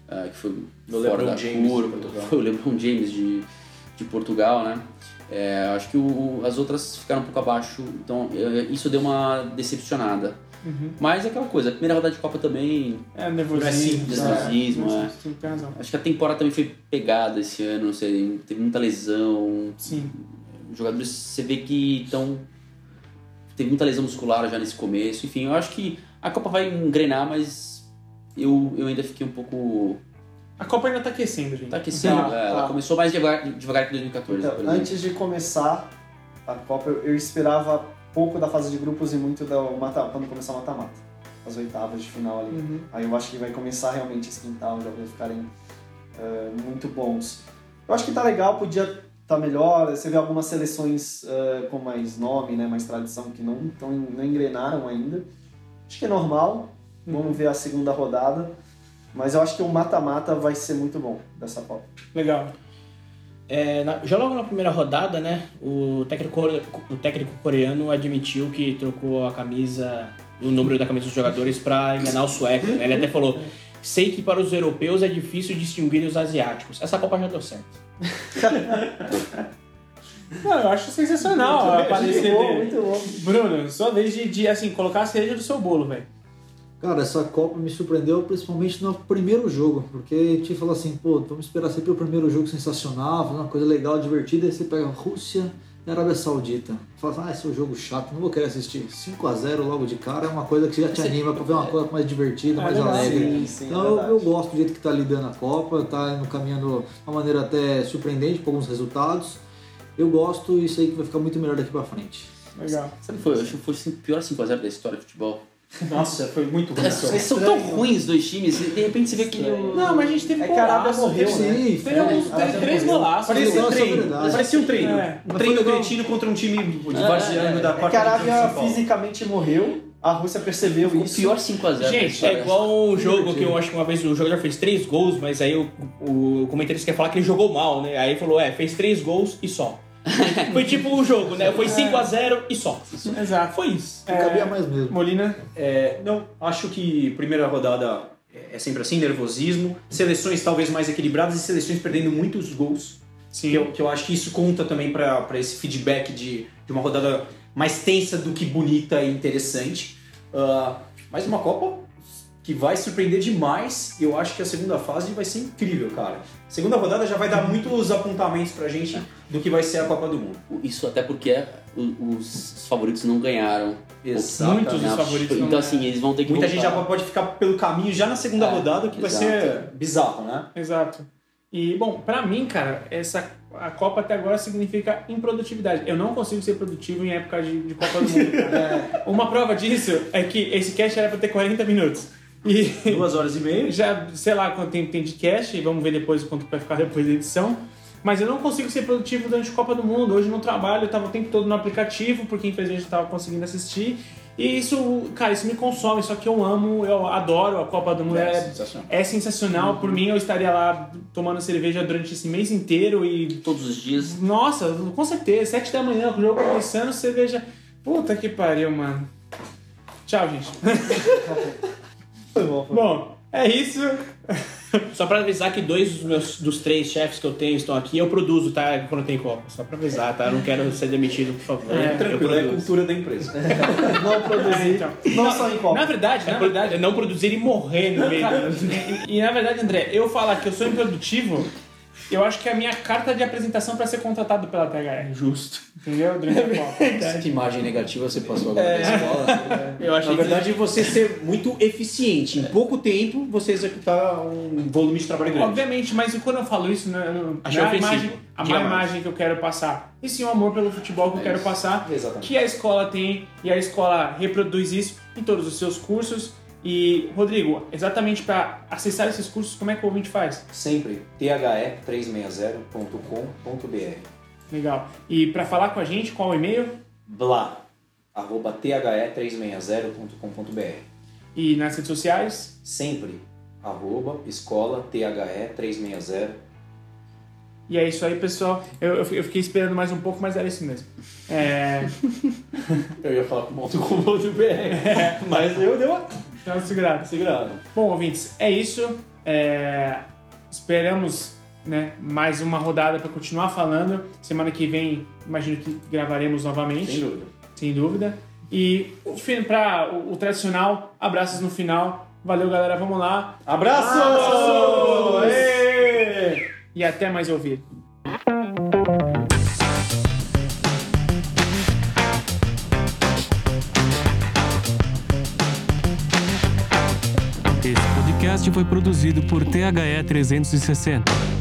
S5: é, que foi
S8: Do
S5: fora
S8: LeBron
S5: da
S8: James de
S5: curva,
S8: Portugal.
S5: foi o LeBron James de, de Portugal, né? É, acho que o- o- as outras ficaram um pouco abaixo, então é, isso deu uma decepcionada.
S1: Uhum.
S5: Mas é aquela coisa, a primeira rodada de Copa também,
S1: É nervosismo.
S5: Não é simples, nervosismo,
S1: é.
S5: é.
S1: Sim, tem razão.
S5: acho que a temporada também foi pegada esse ano, não sei, teve muita lesão,
S1: Sim.
S5: os jogadores você vê que estão. Teve muita lesão muscular já nesse começo. Enfim, eu acho que a Copa vai engrenar, mas eu, eu ainda fiquei um pouco.
S1: A Copa ainda tá aquecendo, gente.
S5: Tá aquecendo.
S2: Tá,
S5: é,
S2: tá.
S5: Ela começou mais devagar, devagar que 2014.
S2: Então,
S5: por exemplo.
S2: antes de começar a Copa, eu, eu esperava pouco da fase de grupos e muito do mata, quando começar o mata-mata. As oitavas de final ali.
S1: Uhum.
S2: Aí eu acho que vai começar realmente a esquentar, os jogos ficarem eh, muito bons. Eu acho que tá legal, podia estar melhor. Você vê algumas seleções eh, com mais nome, né, mais tradição, que não, tão, não engrenaram ainda. Acho que é normal.
S8: Uhum.
S2: Vamos ver a segunda rodada. Mas eu acho que o mata-mata vai ser muito bom dessa Copa.
S1: Legal.
S3: É, na- já logo na primeira rodada, né, o técnico, core- o técnico coreano admitiu que trocou a camisa, o número da camisa dos jogadores para enganar os suecos. Né? Ele até falou: sei que para os europeus é difícil distinguir os asiáticos. Essa Copa já deu certo.
S1: Não, eu acho sensacional a aparência
S2: muito bom,
S1: dele.
S2: muito bom.
S1: Bruno, só desde de, assim, colocar a cereja do seu bolo, velho.
S6: Cara, essa Copa me surpreendeu principalmente no primeiro jogo, porque te falou assim, pô, vamos esperar sempre o primeiro jogo sensacional, fazer uma coisa legal, divertida, aí você pega a Rússia e a Arábia Saudita. Fala, ah, esse é um jogo chato, não vou querer assistir. 5 a 0 logo de cara é uma coisa que já te anima pra ver uma coisa mais divertida, mais
S1: legal.
S6: alegre.
S2: É Sim, sim,
S6: Então
S2: é
S6: eu,
S2: verdade.
S6: eu gosto do jeito que está lidando a Copa, está caminhando de uma maneira até surpreendente com alguns resultados. Eu gosto e sei que vai ficar muito melhor daqui pra frente.
S1: Legal.
S5: Sabe o que foi? Eu acho que foi o pior 5x0 da história do futebol.
S8: Nossa, foi muito ruim.
S2: é
S5: Eles são tão ruins os dois times, e de repente você vê que.
S1: Não, mas a gente teve
S2: É que a Arábia
S1: golaço,
S2: morreu,
S1: teve-
S2: né?
S6: Sim,
S1: Teve, alguns-
S2: Arábia
S1: teve três
S2: morreu.
S1: golaços. né?
S8: Parecia um
S6: Nossa, é
S8: treino.
S6: verdade.
S8: Parecia um treino.
S1: É.
S8: Um treino
S6: Mas foi
S8: cretino contra um time de
S5: É,
S8: Varziano
S5: é,
S8: da
S2: É que
S8: quarta
S2: a
S8: divisão de
S2: Arábia
S8: São Paulo.
S2: fisicamente morreu, a Rússia percebeu
S5: o
S2: isso.
S5: pior 5x0. da
S1: Gente,
S5: história.
S3: É igual um jogo que eu acho que uma vez o jogador fez três gols, mas aí o, o comentarista quer falar que ele jogou mal, né? Aí falou: é, fez três gols e só. Foi tipo o jogo, né? Foi 5x0 e só.
S1: Exato. É,
S3: Foi isso.
S6: Não um cabia mais mesmo.
S1: Molina,
S8: É, não, acho que primeira rodada é sempre assim, nervosismo. Seleções talvez mais equilibradas e seleções perdendo muitos gols.
S1: Sim.
S8: Que eu, que eu acho que isso conta também para esse feedback de, de uma rodada mais tensa do que bonita e interessante. Ah, mas uma Copa que vai é surpreender demais. Eu acho que a segunda fase vai ser incrível, cara. Segunda rodada já vai dar muitos apontamentos pra gente do que vai ser a Copa do Mundo.
S5: Isso até porque o- os favoritos não ganharam.
S8: Exatamente.
S1: Muitos dos
S5: Na-
S1: favoritos não
S5: Então, assim, eles vão ter que
S8: Muita
S5: voltar.
S8: gente já pode ficar pelo caminho já na segunda
S5: É,
S8: rodada, que vai
S5: exato.
S8: ser bizarro, né?
S1: Exato. E, bom, pra mim, cara, essa, a Copa até agora significa improdutividade. Eu não consigo ser produtivo em época de, de Copa do Mundo. cara. Uma prova disso é que esse cast era pra ter 40 minutos. E
S8: Duas horas e meia.
S1: já, sei lá quanto tempo tem de cast, e vamos ver depois quanto vai ficar depois da edição. Mas eu não consigo ser produtivo durante a Copa do Mundo. Hoje no trabalho eu tava o tempo todo no aplicativo, porque infelizmente eu tava conseguindo assistir. E isso, cara, isso me consome, só que eu amo, eu adoro a Copa do Mundo. é
S8: sensacional.
S1: é sensacional. Por mim, eu estaria lá tomando cerveja durante esse mês inteiro e.
S5: Todos os dias.
S1: Nossa, com certeza, sete da manhã, o jogo começando, cerveja. Puta que pariu, mano. Tchau, gente. Bom, é isso.
S3: Só pra avisar que dois dos meus dos três chefes que eu tenho estão aqui, eu produzo, tá? Quando tem Copa. Só pra avisar, tá? Eu não quero ser demitido, por favor.
S1: É,
S8: Tranquilo,
S3: eu
S8: é a
S3: produzo.
S8: cultura da empresa.
S6: Não produzir.
S1: então.
S6: Não só em
S1: Na
S6: Copa.
S1: verdade, na verdade.
S3: É não produzir e morrer no meio.
S1: Cara,
S3: do-
S1: e, e na verdade, André, eu falar que eu sou improdutivo, eu acho que é a minha carta de apresentação pra ser contratado pela PHR. Justo. Entendeu? Durante a Copa.
S4: Que imagem negativa você passou agora na escola.
S1: Eu achei
S8: É. Na
S1: que-
S8: verdade, você ser muito eficiente. Em pouco tempo, você executar um volume de trabalho grande.
S1: Obviamente, mas quando eu falo isso, né, não- não
S3: Achei
S1: é a
S3: ofensivo.
S1: imagem, a
S3: Diga
S1: má
S3: mais.
S1: imagem que eu quero passar. E sim o amor pelo futebol que eu quero passar,
S8: Exatamente.
S1: que a escola tem e a escola reproduz isso em todos os seus cursos. E, Rodrigo, exatamente para acessar esses cursos, como é que o ouvinte faz?
S8: Sempre the360.com.br
S1: Legal. E para falar com a gente, qual o e-mail?
S8: blá arroba the360.com.br
S1: E nas redes sociais?
S8: sempre arroba escola the360
S1: E é isso aí, pessoal. Eu, eu fi- eu fiquei esperando mais um pouco, mas era isso mesmo. É,
S8: eu ia falar com .com.br mas eu deu uma
S1: então, segurado.
S8: segurada
S1: Bom, ouvintes, é isso. É, Esperamos né, mais uma rodada para continuar falando. Semana que vem, imagino que gravaremos novamente.
S8: sem dúvida
S1: Sem dúvida. E para o, o tradicional, abraços no final. Valeu, galera. Vamos lá.
S8: abraço
S1: E até mais ouvir.
S7: Esse podcast foi produzido por THE 360.